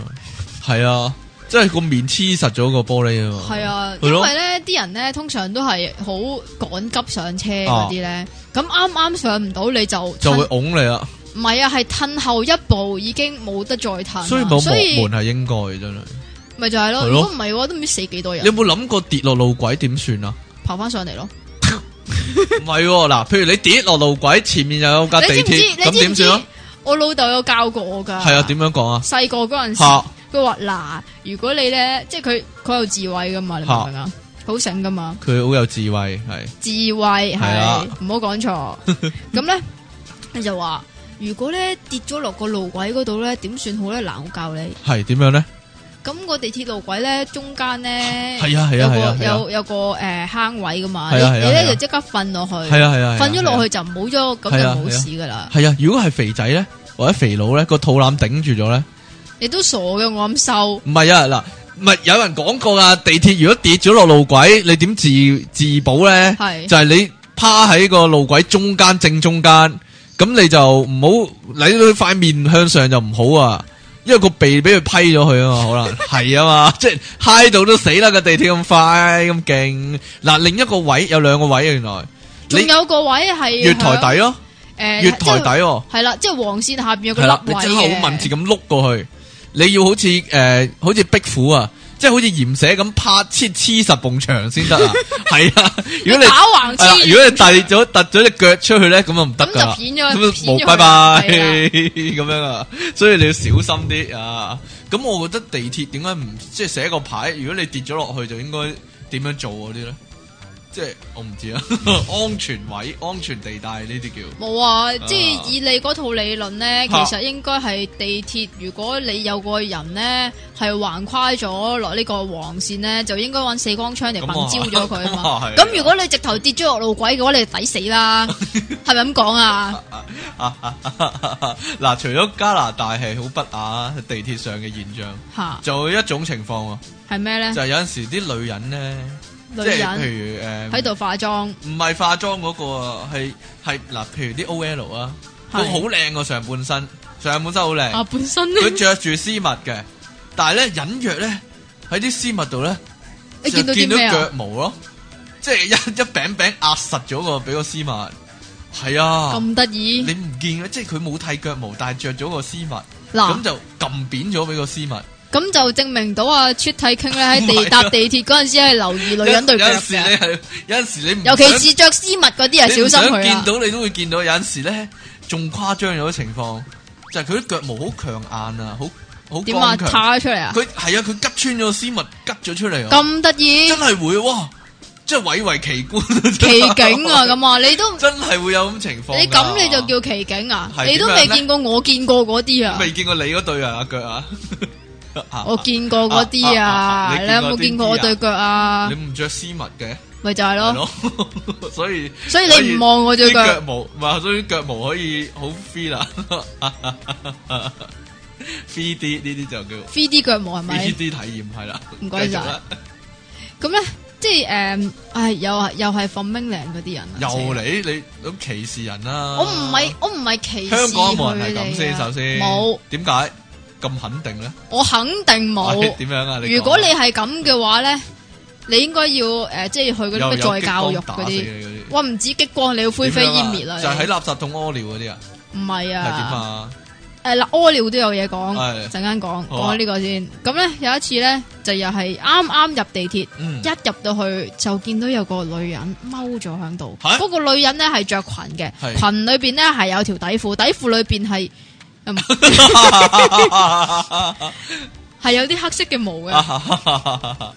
S2: 係啊，即係個面黐實咗個玻璃啊嘛！
S1: 係啊，
S2: 係
S1: 因
S2: 咯
S1: 為咧啲人咧通常都係好趕急上車嗰啲咧，咁啱啱上唔到你就
S2: 就會
S1: 褪
S2: 拱你啊！
S1: 唔係啊，係褪後一步已經冇得再褪啦，
S2: 所以冇幕門係應該嘅，真係。
S1: 咪就係咯，
S2: 係
S1: 如
S2: 咯
S1: 果唔係嘅話，都唔知死幾多
S2: 你有
S1: 人
S2: 冇諗過跌落路軌點算啊？
S1: 爬翻上嚟咯。
S2: 唔係喎，嗱，譬如你跌落路軌，前面又有架
S1: 你知
S2: 地
S1: 唔
S2: 鐵，
S1: 知？
S2: 咁
S1: 你知唔
S2: 點
S1: 知
S2: 算啊？？
S1: 我老豆有教過我噶。
S2: 係啊，點樣講啊？
S1: 細個嗰陣時，
S2: 嚇
S1: 佢話嗱，如果你咧，即係佢佢有智慧噶嘛，你明唔明啊？好醒噶嘛，
S2: 佢好有智慧，係
S1: 智慧
S2: 係
S1: 係
S2: 啊
S1: 唔好講
S2: [LAUGHS]
S1: 錯。咁咧，你就話如果咧跌咗落個路軌嗰度咧，點算好咧？嗱，我教你。
S2: 係點樣咧？
S1: 咁個地鐵路軌咧，中間咧
S2: [LAUGHS] 係啊係
S1: 有
S2: 啊係
S1: 個
S2: 啊係啊
S1: 有有個誒坑位噶嘛，
S2: 係
S1: 你
S2: 啊係啊
S1: 你咧
S2: 係啊
S1: 就即刻瞓落去。
S2: 係啊係啊，
S1: 瞓咗落
S2: 去。
S1: 去就唔好喐，咁
S2: 係
S1: 就
S2: 啊
S1: 冇事噶啦。
S2: 係啊，如果係肥仔咧，或者肥佬咧，個肚腩頂住咗咧，
S1: 你都傻嘅，我咁瘦，
S2: 唔係啊嗱。唔係有人講過啊，地鐵如果跌咗落路軌，你點自自保咧？
S1: 係
S2: 就係你趴喺個路軌中間正中間，咁你就唔好你到塊面向上就唔好啊，因為個鼻俾佢批咗佢啊嘛，可能 [LAUGHS] 係啊嘛，即係嗨到都死啦個地鐵咁快咁勁。嗱，另一個位有兩個位啊，原來
S1: 仲
S2: 你
S1: 有個位係
S2: 月台底咯，
S1: 誒
S2: 月台底喎。
S1: 係啦，即係黃線下邊有個
S2: 係啦，
S1: 凹
S2: 你
S1: 位
S2: 真係好敏捷
S1: 嘅。
S2: 咁碌過去，你要好似誒、呃好似壁虎啊，即係好似鹽蛇咁拍黐黐實埲牆先得啊！
S1: [LAUGHS]
S2: 係啊，如果
S1: 你
S2: 你
S1: 打橫
S2: 係啦，
S1: 黐，
S2: 如果你遞咗突咗只腳出去咧，咁啊就唔得噶啦，
S1: 咁就片咗
S2: 咁啊
S1: 片咗
S2: 冇
S1: 佢
S2: 拜拜
S1: 係
S2: [LAUGHS] 咁樣啊！所以你要小心啲啊！咁我覺得地鐵點解唔即係寫個牌？如果你跌咗落去，就應該點樣做嗰啲咧？即係我唔知啊， [LAUGHS] 安全位、安全地帶呢啲叫。
S1: 冇啊，即
S2: 啊
S1: 係以你嗰套理論咧，其
S2: 嚇
S1: 實應該係地鐵。如果你有個人咧係橫跨咗落呢個黃線咧，就應該揾四光槍嚟
S2: 咁
S1: 掹
S2: 啊
S1: 焦咗佢啊
S2: 咁啊
S1: 嘛。
S2: [LAUGHS] 係
S1: 咁如果你直頭跌咗落路軌嘅話，你就抵死
S2: [LAUGHS]
S1: 啦，係咪咁講啊？
S2: 啊 [LAUGHS] 嗱，除咗加拿大係好不雅地鐵上嘅現象，
S1: 嚇，
S2: 仲有一種情況
S1: 係咩咧
S2: 喎，就？係有陣時啲女人咧，
S1: 啊女
S2: 即係
S1: 人。
S2: 譬如誒
S1: 喺度化妝，
S2: 唔係化妝嗰個啊，係係嗱，譬如啲 O L 啊，
S1: 係
S2: 佢好靚個上半身，上半身好靚，
S1: 啊本身咧，
S2: 佢着住絲襪嘅，但係咧隱約咧喺啲絲襪度咧，
S1: [LAUGHS] 你
S2: 就
S1: 見到
S2: 見
S1: 啲
S2: 到
S1: 咩啊
S2: 腳？毛咯，即係一一餅餅壓實咗個俾個絲襪，係啊。
S1: 咁得意
S2: 你唔見嘅，即係佢冇剃腳毛，但係着咗個絲襪，咁
S1: 嗱，
S2: 就撳扁咗俾個絲襪。
S1: 咁就證明到啊，出體傾咧喺
S2: 唔係
S1: 地
S2: [LAUGHS] 啊
S1: 搭地鐵嗰陣時係留意女人對腳
S2: 有有陣時你
S1: 嘅，
S2: 係，有陣時你唔
S1: 尤
S2: 想
S1: 其是着絲襪嗰啲啊，
S2: 你
S1: 小
S2: 唔
S1: 心
S2: 想
S1: 佢
S2: 見
S1: 啊！
S2: 到你都會見到，有陣時咧仲誇張有啲情況，就係佢啲腳毛好強硬啊，好好
S1: 點啊，
S2: 剛強。
S1: 塌咗出嚟啊，
S2: 佢係啊，佢吉穿咗個絲襪，吉咗出嚟啊，
S1: 咁得意
S2: 真係會哇！即係蔚為奇觀，
S1: 奇景啊！咁啊，你都
S2: 真係會有咁情況㗎。
S1: 你咁你就叫奇景啊？
S2: 係
S1: 你都
S2: 點樣
S1: 未
S2: 咧
S1: 見過我見過嗰啲啊？
S2: 未見過你嗰對啊腳啊！
S1: 我見過嗰啲
S2: 啊啊
S1: 啊
S2: 啊！
S1: 你
S2: 你
S1: 有冇見
S2: 見
S1: 過
S2: 過
S1: 我
S2: 邊啲啊
S1: 對腳啊
S2: [LAUGHS] 你？唔着絲襪嘅，
S1: 咪就係
S2: 係
S1: 咯，
S2: 咯， [LAUGHS] 所以
S1: 所以你唔望我對
S2: 啲
S1: 腳
S2: 腳，毛，唔係，所以啲腳毛可以好 free 啦 [LAUGHS] ，free 啲呢啲就叫
S1: three D 腳毛係咪
S2: free？啲體驗係啦。
S1: 唔該
S2: 繼
S1: 晒
S2: 續啦
S1: 咁咧，即係诶，誒唉，又係又係放冰涼嗰啲人啊！
S2: 又
S1: 死啦
S2: 嚟你咁歧視人啦！
S1: 我唔係我唔係歧視
S2: 香港冇
S1: 佢
S2: 人係
S1: 哋啊
S2: 咁先，首先
S1: 冇，
S2: 點解咁肯定咧？
S1: 我肯定
S2: 係
S1: 冇。
S2: 點樣啊？講
S1: 如果你係咁嘅話咧，你應該要诶，即係去嗰啲
S2: 又
S1: 咩
S2: 有
S1: 再教育
S2: 激
S1: 嗰
S2: 光打
S1: 啲。
S2: 死你嗰啲，
S1: 哇，唔止激光，你要灰飛煙滅
S2: 點樣啊就
S1: 啦！
S2: 喺垃圾桶屙尿嗰啲啊，
S1: [LAUGHS] 你唔係
S2: 係點
S1: 啊？
S2: 啊？
S1: 诶嗱，屙尿都有嘢講，
S2: 係
S1: 陣間講
S2: 好啊
S1: 講呢個先。咁咧有一次咧，就又係啱啱入地鐵， [LAUGHS]
S2: 嗯， [LAUGHS]
S1: 一入到去就見到有個女人踎咗喺度。
S2: 係
S1: 嗰個女人咧係着裙嘅，
S2: 係
S1: 裙裏边咧係有條底褲，底褲裏边係
S2: [LAUGHS]
S1: 嗯 [LAUGHS] 係有啲黑色嘅毛
S2: 啊
S1: 嘅。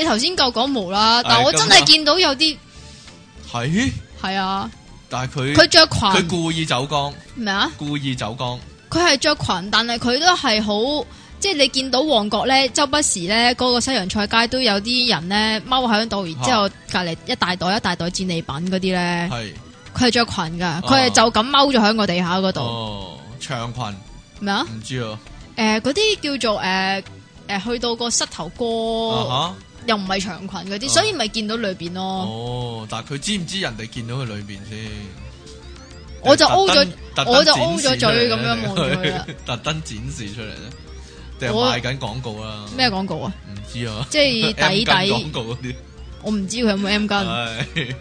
S1: 你頭先夠講毛啦，但
S2: 係
S1: 我真
S2: 咁啊
S1: 係見到有啲
S2: 系，
S1: 係啊，
S2: 但系佢
S1: 佢着
S2: 佢
S1: 裙
S2: 故意走光，
S1: 咩啊？
S2: 故意走光，
S1: 佢係着裙，但係佢都係好，即係你見到旺角咧，周不時咧嗰、個西洋菜街都有啲人咧踎喺度，然
S2: 啊
S1: 之後隔離一大袋一大袋戰利品嗰啲咧，
S2: 系
S1: 佢係着裙噶，佢
S2: 啊
S1: 係就咁踎咗喺個地下嗰度，
S2: 哦，長裙
S1: 咩啊？
S2: 唔知啊，
S1: 誒嗰啲叫做誒誒、去到個膝頭哥，
S2: 啊
S1: 又唔係長裙嗰啲，
S2: 哦
S1: 所以咪見到裏邊
S2: 哈
S1: 咯。
S2: 哦，但系佢知唔知人哋見到佢裏边先？
S1: 我就
S2: 特
S1: O 咗
S2: 登，特登
S1: 我就
S2: 展
S1: O 咗
S2: 示出嚟
S1: 嘴
S2: 咧
S1: 咁樣望住佢啦。
S2: [LAUGHS] 特登展示出嚟咧，定係
S1: 我
S2: 賣緊廣告啦？
S1: 咩廣告啊？
S2: 唔知啊，
S1: 即係底嗯
S2: [LAUGHS] M 啊巾廣
S1: 底，
S2: 告嗰啲
S1: 我唔知佢有冇 M 巾。
S2: 係。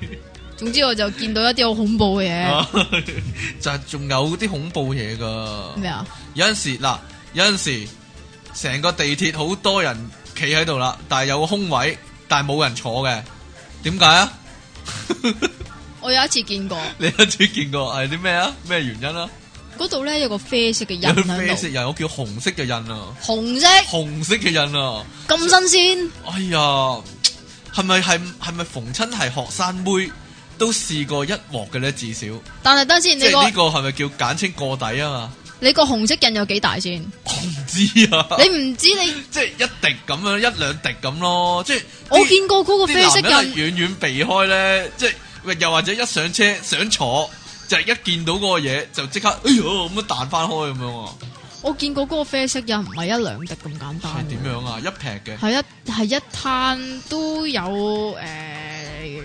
S1: 總之我就見到一啲好恐怖嘅
S2: 啊
S1: 嘢，
S2: [LAUGHS] 就係仲有啲恐怖嘢噶。
S1: 咩啊？
S2: 有阵时嗱，有阵时成個地鐵好多人企喺度啦，但係有個空位，但係冇人坐嘅。點解啊？ [LAUGHS]
S1: 我有一次見過，
S2: 你有次見過係啲咩啊？咩原因啊？
S1: 嗰度咧有個啡色嘅印
S2: 有啲 [LAUGHS] 啡
S1: 喺
S2: 色
S1: 度，
S2: 人，我叫紅色嘅印啊，
S1: 紅色
S2: 紅色嘅印啊。
S1: 咁新鮮，
S2: 哎呀，係咪係系咪逢親係學生妹都試過一鑊嘅咧？至少
S1: 但係等陣先，
S2: 即
S1: 你
S2: 係呢
S1: 個
S2: 個係咪叫簡稱過底啊嘛？
S1: 你個紅色印有幾大先？
S2: 我唔知啊，
S1: 你唔知你，
S2: 即係一滴咁樣一兩滴咁咯，即係
S1: 我
S2: 啲
S1: 見過嗰個啡色
S2: 啲男人係
S1: 印，
S2: 遠遠避開咧，即係喂又或者一上車想坐，就係一見到嗰個嘢就即刻哎呦咁樣彈翻開咁樣喎，
S1: 我見過嗰個啡色印唔係一兩滴咁簡單
S2: 係
S1: 嘅，
S2: 點樣啊？一劈嘅。
S1: 係一係一攤都有誒、呃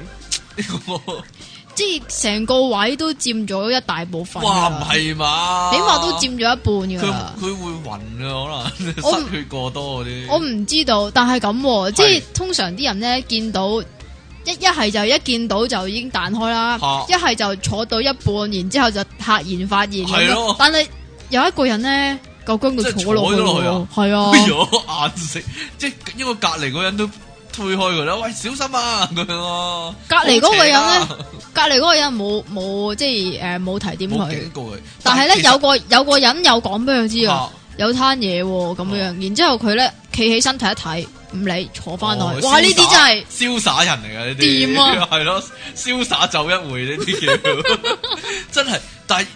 S1: [LAUGHS] 即係成個位都佔咗一大部分㗎
S2: 哇，
S1: 啦，
S2: 唔係嘛？
S1: 起碼都佔咗一
S2: 佢
S1: 半㗎啦
S2: 佢。會暈啊，可
S1: 我
S2: 能
S1: 唔
S2: 失血過多嗰啲。
S1: 我唔知道，但係咁喎，即係
S2: 係
S1: 通常啲人咧見到一一係就一見到就已經彈開啦
S2: 嚇，
S1: 一係就坐到一半，然之後就嚇然發現咁
S2: 係
S1: 樣
S2: 咯。
S1: 但係有一個人咧，夠姜
S2: 即
S1: 到
S2: 係
S1: 坐落去
S2: 坐
S1: 喎
S2: 咗落，
S1: 係
S2: [LAUGHS] [LAUGHS] 哎
S1: 啊，
S2: 呦，眼色，即系因為隔離嗰人都推開佢啦，喂，小心啊，咁樣咯。
S1: 隔離嗰個人
S2: 好邪啊
S1: 呢隔離嗰個人冇冇即係誒冇提點
S2: 啊冇
S1: 佢
S2: 警，告佢。
S1: 但係咧
S2: 其實
S1: 有個有個人有講俾佢知啊，
S2: 啊
S1: 有攤嘢喎咁樣，然之後佢咧企起身睇一睇，唔理坐翻落去，
S2: 哦
S1: 哇！呢啲真係〜
S2: 瀟灑瀟灑人嚟噶呢啲，
S1: 掂啊，
S2: [LAUGHS] 係咯，瀟灑走一回呢啲叫， [LAUGHS] 真係，但係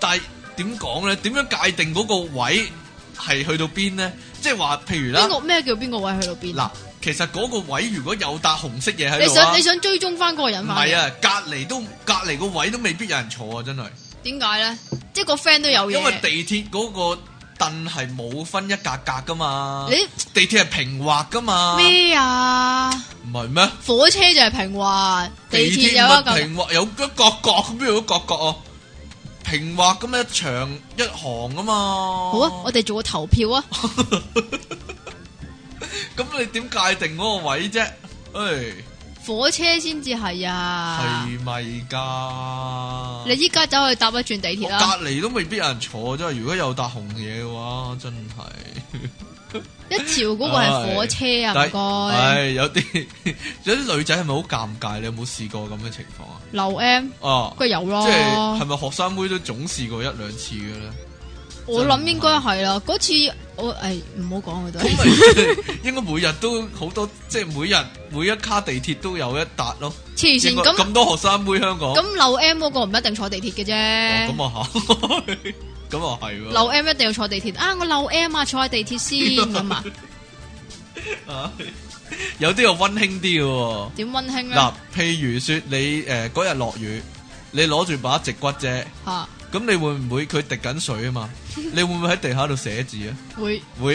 S2: 但係點講咧？點樣界定嗰個位係去到邊咧？即係話譬如啦
S1: 邊，個咩叫邊個位去到邊？
S2: 嗱，其實嗰個位如果有笪紅色嘢喺
S1: 你
S2: 度啊
S1: 想你想追蹤翻嗰個人
S2: 唔
S1: 翻？
S2: 係，啊，隔離都隔離個位都未必有人坐啊，真係，
S1: 點解咧？即係個 friend 都有嘢。
S2: 因為地鐵嗰個凳係冇分一格格噶嘛，
S1: 你
S2: 地鐵係平滑噶嘛，
S1: 咩啊？
S2: 唔係咩？
S1: 火車就係平滑，地鐵有啊
S2: 唔係
S1: 一嚿
S2: 平滑，有一角角咁，邊度有一角角啊？平滑咁一長一行啊嘛。
S1: 好啊！我哋做個投票啊！
S2: 咁你點界定嗰個位啫？诶、
S1: 火車先至係啊！
S2: 係咪噶？
S1: 你依家走去搭一轉地鐵啊
S2: 我
S1: 啦，
S2: 隔離都未必有人坐啫。如果有搭紅嘢嘅話，真係。
S1: 一朝嗰個係火車啊！
S2: 但
S1: 唔
S2: 係
S1: 該，
S2: 唉，有啲 [LAUGHS] 有啲女仔係咪好尷尬？你有冇試過咁嘅情況啊？
S1: 留 M
S2: 哦、
S1: 佢有
S2: 即係係
S1: 咯。
S2: 咪學生妹都總試過一兩次嘅咧？
S1: 我諗應該係啦。嗰次我誒唔好講佢都 [LAUGHS]
S2: 咁。咪應該每日都好多，即係每日每一卡地鐵都有一笪咯。
S1: 黐線
S2: 應該
S1: 咁
S2: 咁多學生妹香港，
S1: 咁留 M 嗰個唔一定坐地鐵嘅啫。
S2: 咁啊嚇，咁啊 [LAUGHS] 係喎。
S1: 漏 M 一定要坐地鐵啊！我漏 M 啊，坐喺地鐵先咁
S2: [LAUGHS]
S1: 啊，
S2: 啊有啲又温馨啲嘅喎。
S1: 點温馨咧？
S2: 嗱，譬如說你誒嗰日落雨，你攞住把直骨啫，
S1: 吓
S2: 咁你會唔會佢滴緊水啊嘛？你會唔會喺地下度寫字啊？
S1: 會
S2: 會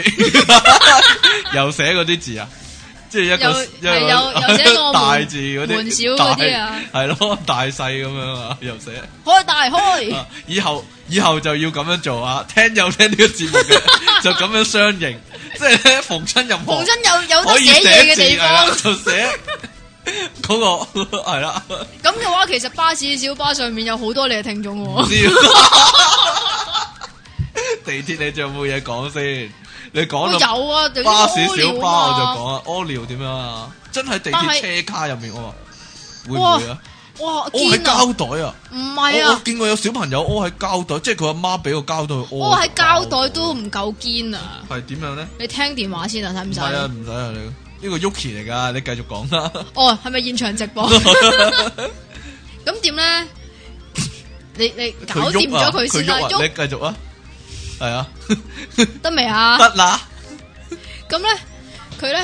S2: [LAUGHS] 又寫嗰啲字啊？即係一
S1: 有
S2: 個
S1: 係
S2: 一
S1: 有有寫個門
S2: [LAUGHS] 大字嗰啲
S1: 門小嗰啲啊，
S2: 大係咯大細咁樣啊，又寫。
S1: 開大開
S2: 啊以後以後就要咁樣做啊！聽有聽呢個節目
S1: [LAUGHS]
S2: 嘅，就咁樣相應，即係咧逢親任何
S1: 逢真有有
S2: 可
S1: 得
S2: 以
S1: 寫嘢
S2: 寫
S1: 嘅
S2: 字
S1: 地
S2: 係
S1: 方
S2: 啦，，就寫嗰個係啦，
S1: 咁嘅話其哦 [LAUGHS] 實巴士小巴上面有好多你嘅聽眾
S2: 唔
S1: 喎，
S2: 知地鐵你仲有冇嘢講先？你
S1: 我
S2: 講到
S1: 有啊，就
S2: 巴士小
S1: 屙尿
S2: 巴
S1: 啊
S2: 我就講啦，屙尿點樣啊？真喺地
S1: 但係
S2: 鐵車卡入面屙啊，會唔會啊？
S1: 哇
S2: 屙喺
S1: 堅啊，
S2: 膠袋啊！
S1: 唔係
S2: 我我
S1: 啊，
S2: 見過有小朋友屙喺膠袋，即係佢阿媽俾個膠袋佢屙。
S1: 屙喺膠袋都唔夠堅啊！
S2: 係點樣咧？
S1: 你聽電話先啊，使
S2: 唔
S1: 唔
S2: 使
S1: 使？
S2: 啊，唔使啊，你呢個 Yuki 嚟噶，你繼續講啊啦。
S1: 哦，係咪現場
S2: [LAUGHS]
S1: 直播？咁點咧？你你搞
S2: 佢
S1: 掂
S2: 喐啊
S1: 咗佢先啦，
S2: 喐啊，
S1: 喐
S2: 你繼續啊，係啊，
S1: 得未啊？
S2: 得啦，
S1: 咁咧，佢咧，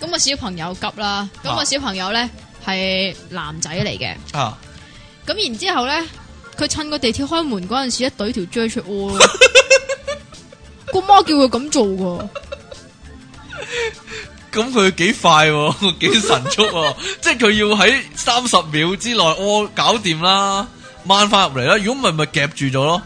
S1: 咁個小朋友急啦，咁
S2: 啊
S1: 個小朋友咧係男仔嚟嘅，
S2: 啊，
S1: 咁然之後咧，佢趁個地鐵開門嗰陣時，一懟條 J 出
S2: [LAUGHS]
S1: 屙咯，個媽叫佢咁做噶，
S2: 咁佢幾快喎， [LAUGHS] 幾神速喎，即係佢要喺三十秒之內屙搞掂啦，掹翻入嚟啦，如果唔係咪夾住咗咯，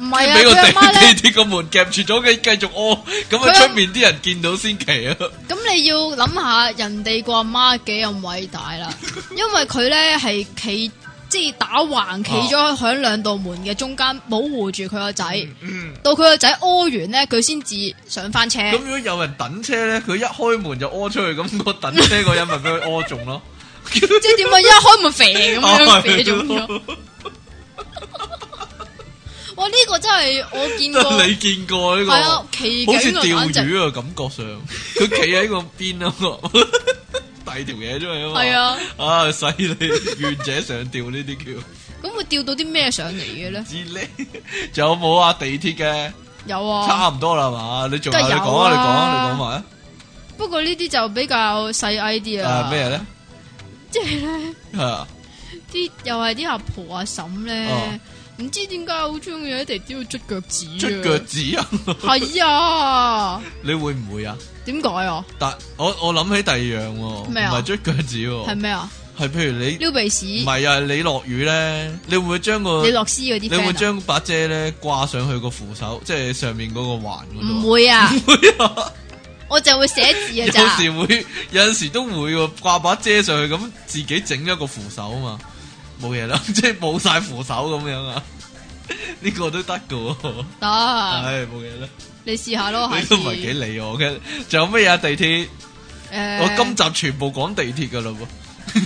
S1: 唔係啊，
S2: 俾個
S1: 佢
S2: 地
S1: 阿媽咧，
S2: 地鐵個門夾住咗，佢繼續屙，咁
S1: 佢
S2: 啊
S1: 阿
S2: 出面啲人見到先奇啊，
S1: 咁你要諗下人哋個阿媽幾咁偉大
S2: [LAUGHS]
S1: 啦，因為佢咧係企。即係打
S2: 啊
S1: 橫企咗響兩道門嘅中間，保護住佢個仔。
S2: 嗯。
S1: 到佢個仔屙完咧，佢先至上翻車。
S2: 咁如果有人等車咧，佢一開門就屙出去，咁個等車嗰人咪俾佢屙中咯。
S1: 即係點啊？一開門肥咁
S2: 哦
S1: 樣肥咗咗。哇！呢、個真係我見過，
S2: 你見過呢個？
S1: 係啊，奇景
S2: 好似
S1: 啊，
S2: 釣
S1: 簡直
S2: 魚啊，感覺上佢企喺個邊啊 [LAUGHS] 嘛，遞條嘢出去啊嘛。
S1: 係，啊！
S2: 啊犀利，願者上釣呢啲叫
S1: 咁會釣到啲咩上嚟嘅咧？
S2: 知叻。仲有冇啊？地鐵嘅
S1: 有啊，
S2: 差唔多啦嘛，你仲有
S1: 梗係
S2: 你
S1: 有
S2: 講啊，你講啊，
S1: 啊
S2: 你講埋
S1: 不過呢啲就比較細 I 啲
S2: 啊。
S1: 啊。
S2: 啊咩？咧？
S1: 即係咧，
S2: 啊
S1: 啲又係啲阿婆阿嬸
S2: 哦
S1: 咧，唔知點解好中意喺地都要捽腳趾啊。
S2: 捽腳趾啊？
S1: 係啊？
S2: 你會唔會啊？
S1: 點解啊？
S2: 但我我諗起第二樣喎，唔
S1: 咩啊
S2: 係捽腳趾
S1: 係
S2: 喎，
S1: 咩啊？
S2: 係譬如你。
S1: 撩鼻
S2: 哦唔
S1: 屎，
S2: 係啊，你落雨咧，你會唔會將個
S1: 你落絲嗰啲
S2: 你會唔會
S1: friend 啊
S2: 將把遮咧掛上去個扶手，即係上面嗰個環嗰度啊？
S1: 唔會
S2: [LAUGHS]
S1: 啊，
S2: 會
S1: [LAUGHS]
S2: 啊，
S1: 我就會寫字啊
S2: 有
S1: 咋。
S2: 時會，有陣時都會喎，掛把遮上去，咁自己整咗個扶手啊嘛，冇嘢啦， [LAUGHS] 即係冇晒扶手咁樣啊，呢個都得噶喎，
S1: 得。
S2: 唉，冇嘢啦，
S1: 啊你試下咯，下
S2: [LAUGHS] 你
S1: 次
S2: 都唔係幾理我嘅，仲有咩啊？地鐵，
S1: 哦誒，
S2: 我今集全部講地鐵噶啦喎，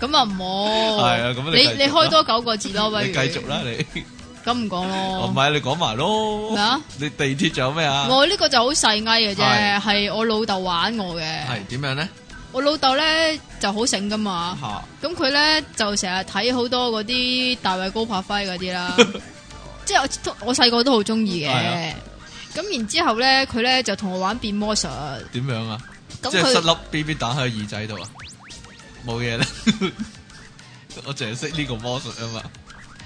S1: 咁啊唔好，
S2: 係啊咁你繼續啦
S1: 你你開多九個字咯，不如
S2: 你繼續，啦，你，
S1: 咁唔講
S2: 哦唔
S1: 咯。
S2: 係你講埋咯
S1: 咩啊，
S2: 你地鐵仲有咩啊？
S1: 我呢個就好細埃嘅
S2: 係
S1: 啫，係我老豆玩我嘅
S2: 係。點樣咧？
S1: 我老豆咧就好醒噶
S2: [LAUGHS]
S1: 嘛，
S2: 吓。
S1: 咁佢咧就成日睇好多嗰啲大衛高柏輝嗰啲
S2: [LAUGHS]
S1: 啦，即係我我細個都好中意
S2: 係啊
S1: 嘅。咁然之後咧，佢咧就同我玩變魔術，
S2: 點樣啊？
S1: 咁
S2: 即係塞
S1: 佢
S2: 粒 B B 蛋喺個耳仔度啊？冇嘢啦， [LAUGHS] 我淨係識呢個魔術啊嘛。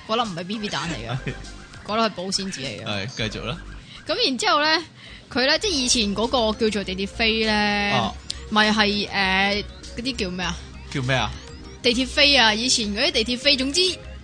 S1: 嗰粒唔係 B B 蛋嚟
S2: [LAUGHS]
S1: 嘅，嗰粒係保鮮紙嚟嘅。
S2: 係繼續啦。
S1: 咁然之後咧，佢咧即係以前嗰個叫做地鐵飛咧
S2: 啊，，
S1: 咪係誒嗰啲叫咩啊？
S2: 叫咩啊？
S1: 地鐵飛啊！以前嗰啲地鐵飛，總之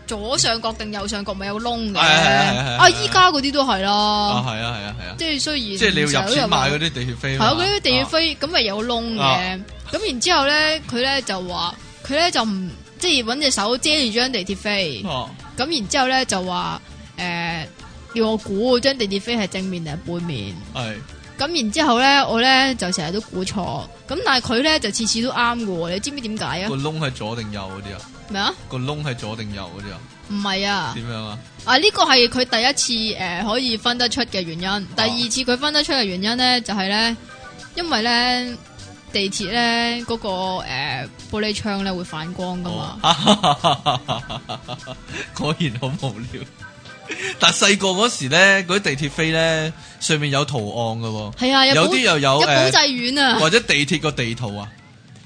S1: 左上角定右上角咪有窿嘅。
S2: 係係係係係
S1: 啊，依家嗰啲都係
S2: 啊
S1: 啦，
S2: 係啊係啊係啊，
S1: 即係雖然
S2: 即係你要入錢買嗰
S1: 啲，
S2: 啲地鐵飛
S1: 係
S2: 嘛。
S1: 啊，嗰啲地鐵
S2: 啊
S1: 飛咁咪有窿
S2: 啊
S1: 嘅。咁然之後咧，佢咧就話佢咧就唔即係揾隻手遮住張地鐵飛，
S2: 哦
S1: 咁然之後咧就話誒要我估張地鐵飛係正面定係背面。
S2: 係
S1: 咁然之後咧，我咧就成日都估錯，咁但係佢咧就次次都啱嘅喎，你知唔知點解啊
S2: 個？窿係左定右嗰啲啊？
S1: 咩啊？
S2: 個窿係左定右嗰啲啊？
S1: 唔係啊，
S2: 點樣啊？
S1: 啊呢個係佢第一次誒、呃可以分得出嘅原因，第二次佢分得出嘅原因咧就係、咧，因為咧地鐵咧嗰、個、呃、玻璃窗咧會反光噶嘛，
S2: 哦 [LAUGHS] 果然好無聊。但細個嗰時咧，嗰啲地鐵飛咧上面有圖案噶喎。
S1: 係、啊，
S2: 有
S1: 有
S2: 啲又有
S1: 有
S2: 誒
S1: 保濟院啊，
S2: 或者地鐵個地圖啊，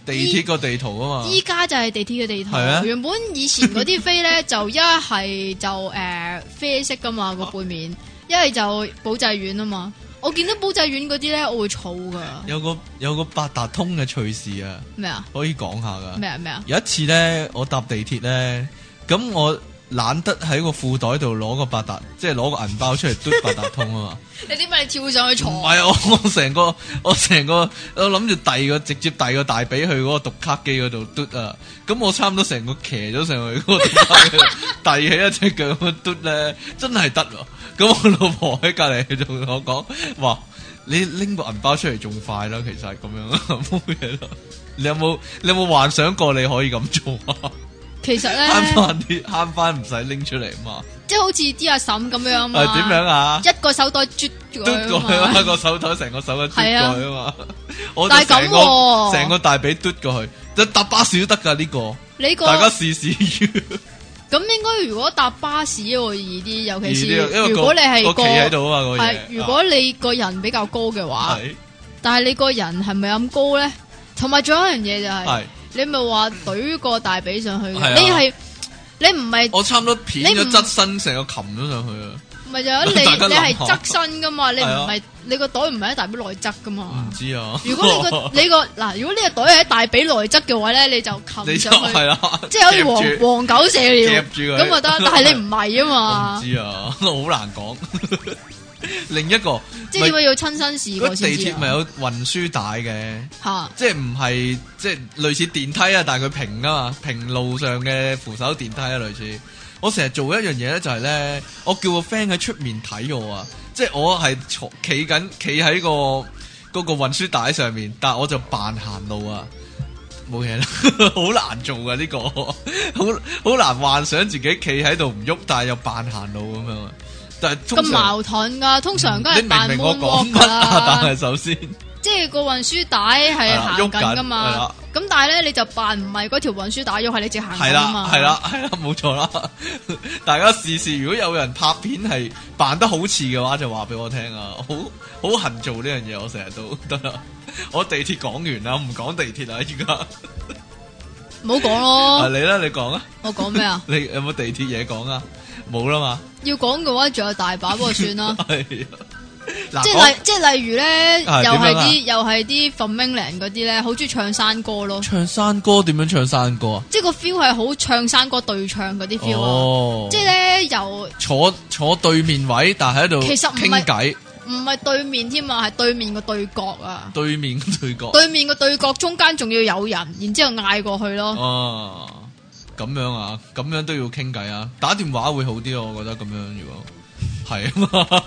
S2: 地鐵個地圖啊嘛，
S1: 依家就係地鐵嘅地圖
S2: 係，咩啊
S1: 原本以前嗰啲飛咧就一係就誒、呃啡色噶
S2: 啊
S1: 嘛個背面，一係就保濟丸啊嘛。我見到保濟丸嗰啲咧，我會儲噶
S2: 有個有個八達通嘅趣事啊，
S1: 咩啊
S2: 可以講下噶。
S1: 咩啊咩啊
S2: 有一次咧，我搭地鐵咧，咁我懶得喺個褲袋度攞個八達，即係攞個銀包出嚟嘟八達通啊嘛。
S1: 你點解你跳上去
S2: 唔
S1: 床？
S2: 係啊，我 [LAUGHS] 我成個我成個我諗住遞個直接遞個大髀去嗰個讀卡機嗰度嘟啊，咁我差唔多成個騎咗上去嗰個讀卡機度， [LAUGHS] 遞起一隻腳咁樣嘟咧，真係得喎。咁我老婆喺隔離仲同我講話：你拎個銀包出嚟仲快啦，其實咁樣冇嘢啦。你有冇你有冇幻想過你可以咁做啊？
S1: 其實
S2: 慳
S1: 咧，
S2: 翻啲，慳翻唔使拎出嚟嘛。
S1: 即係好似啲阿嬸咁樣啊嘛。
S2: 係點樣啊？
S1: 一個手袋啜住
S2: 嘟
S1: 佢
S2: 過
S1: 啊
S2: 去
S1: 嘛
S2: 啊！個手袋成個手都嘟過去啊
S1: [LAUGHS]
S2: 嘛，我就
S1: 但係咁
S2: 成個
S1: 喎
S2: 成個大髀嘟過去，就搭巴士都得噶呢個，
S1: 你個
S2: 大家試試。
S1: 咁應該如果搭巴士會易啲，尤其
S2: 而 [LAUGHS] 呢個因為
S1: 是
S2: 個
S1: 如果你係
S2: 個企喺度啊嘛，個
S1: 係
S2: 嘢。
S1: 如果你個人比較高嘅話，
S2: 係
S1: 但係你個人係咪咁高咧？同埋仲有一樣嘢就係，
S2: 係，
S1: 你咪話懟個大髀上去
S2: 係
S1: 嘅，
S2: 啊
S1: 你係你唔係
S2: 我差唔多片
S1: 你
S2: 咗
S1: 唔
S2: 側身，成個擒咗上去啊！
S1: 唔係就
S2: [LAUGHS]
S1: 係你
S2: 大家諗
S1: 你
S2: 下啊
S1: 係側身噶嘛？你唔係你個袋唔係喺大髀內側噶
S2: 唔 [LAUGHS]
S1: 嘛？
S2: 知啊，
S1: 如果你
S2: [LAUGHS]
S1: 個你個嗱，如果你個袋係喺大髀內側嘅話咧，你就
S2: 你
S1: 擒
S2: 就
S1: 上去
S2: 係，啦，
S1: 即係好似
S2: 夾
S1: 黃
S2: 住
S1: 黃狗射
S2: 夾
S1: 尿
S2: 住佢
S1: 咁就得，
S2: [LAUGHS]
S1: 但係你唔係啊
S2: 我唔
S1: 嘛。
S2: 知啊， [LAUGHS] 我好難講。另一個
S1: 即係點解要親身試
S2: 嗰
S1: 過
S2: 地
S1: 先知
S2: 鐵咪
S1: 啊？
S2: 有運輸帶嘅。
S1: 嚇，
S2: 即係唔係即係類似電梯啊，但係佢平啊嘛，平路上嘅扶手電梯啊，類似。我成日做一樣嘢咧，就係咧，我叫個 friend 喺出面睇我啊，即係我係坐企緊，企喺個嗰個運輸帶上面，但係我就扮行路啊，冇嘢啦， [LAUGHS] 好難做噶呢、個， [LAUGHS] 好好難幻想自己企喺度唔喐，但係又扮行路咁樣啊。但係
S1: 咁
S2: 通常嗯
S1: 矛盾噶，通常都
S2: 你
S1: 係
S2: 明唔
S1: 扮
S2: 明我
S1: moon
S2: 講
S1: walk
S2: 乜
S1: 噶
S2: 啊？ [LAUGHS] 但
S1: 啦，
S2: 係首先。
S1: 即係個運輸帶
S2: 係
S1: 係
S2: 啦
S1: 行緊噶
S2: 喐緊係啦
S1: 嘛。咁但係咧，你就扮唔係嗰條運輸帶喐，係你直行
S2: 系
S1: 緊啊
S2: 啦
S1: 嘛。，
S2: 系啦，系啦，冇錯啦！ [LAUGHS] 大家試試，如果有人拍片係扮得好似嘅話，就話俾我聽啊！好好恨做呢樣嘢，我成日都 [LAUGHS] 得啦。我地鐵講完啦，唔講地鐵啦，而家
S1: 唔好講咯。
S2: 啊你啦，你講啊，
S1: 我講咩
S2: [LAUGHS]
S1: 啊？
S2: 你有冇地鐵嘢講啊？冇啦嘛，。
S1: 要講嘅話，仲有大把，不過算啦
S2: [LAUGHS] 係啊嗱，
S1: 哦即係
S2: 講
S1: 例即係例如咧，又
S2: 啊點
S1: 係
S2: 樣啊
S1: 啲又係啲 f r o m i n g l a n d 嗰啲咧，好中意唱山歌咯。
S2: 唱山歌點樣唱山歌啊？
S1: 即係個 feel 係好唱山歌對唱嗰啲 feel 啊。
S2: 哦，
S1: 即係咧，由
S2: 坐坐對面位，但係喺度
S1: 其實唔係
S2: 傾偈，
S1: 唔係對面添啊，係對面個對角啊。
S2: 對面對角。
S1: 對面個對角中間仲要有人，然之後嗌過去咯。
S2: 哦，咁樣啊，咁樣都要傾偈啊，打電話會好啲咯，我覺得咁樣如果係啊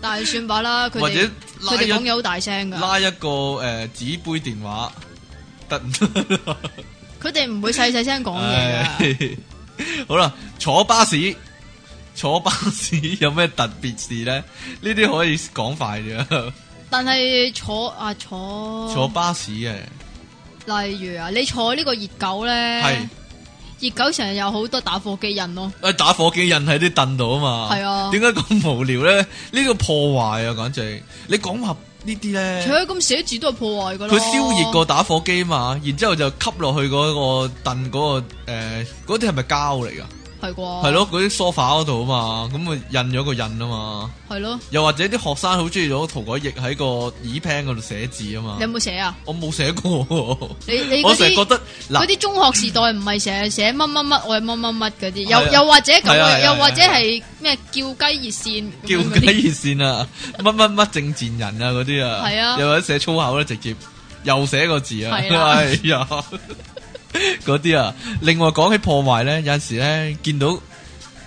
S1: 但係算吧啦，佢
S2: 嘛，或者
S1: 哋佢
S2: 拉
S1: 哋講
S2: 一
S1: 嘢啊好大聲噶，
S2: 拉一個誒紙杯電話得唔得？
S1: 佢哋唔會細細聲講嘢啊
S2: 唉
S1: 噶。
S2: 好啦，坐巴士。坐巴士 [LAUGHS] 有咩特別事咧？呢啲可以講快啲
S1: 哦
S2: 啊！
S1: 但係坐啊坐，
S2: 坐巴士嘅
S1: 例如啊，你坐呢個熱狗
S2: 係
S1: 咧，熱狗成日有好多打火機印咯。
S2: 誒打火機印喺啲凳度啊嘛，
S1: 係啊
S2: 點解咁無聊咧？呢個破壞啊，簡直！你講話呢啲咧，
S1: 除咗咁寫字都係破壞噶啦。
S2: 佢燒熱個打火機嘛，然之後就吸落去嗰個凳嗰、個誒嗰啲係咪膠嚟噶？
S1: 係啩？
S2: 係，咯，嗰啲 sofa 嗰度啊嘛，咁啊印咗個印啊嘛。
S1: 係咯。
S2: 又或者啲學生好中意攞塗改液喺個椅 p 嗰度寫字啊嘛
S1: 你。有冇寫啊？
S2: 我冇寫過喎，
S1: 你你
S2: 我
S1: 嗰
S2: 成日覺
S1: 啲
S2: 得
S1: 嗰
S2: 嗱
S1: 啲中學時代唔係成日寫乜乜乜，我係乜乜乜嗰啲，
S2: 係啊
S1: 又又或者咁
S2: 係啊係啊
S1: 樣，又
S2: 係啊
S1: 或者係咩叫雞熱線咁樣嗰
S2: 叫
S1: 啲
S2: 雞熱線啊，乜乜乜政戰人啊嗰啲啊，
S1: 係啊
S2: 又或者寫粗口咧，直接又寫個字啊，
S1: 係啊
S2: 哎呀，嗰啲啊。另外講起破壞咧，有陣時咧見到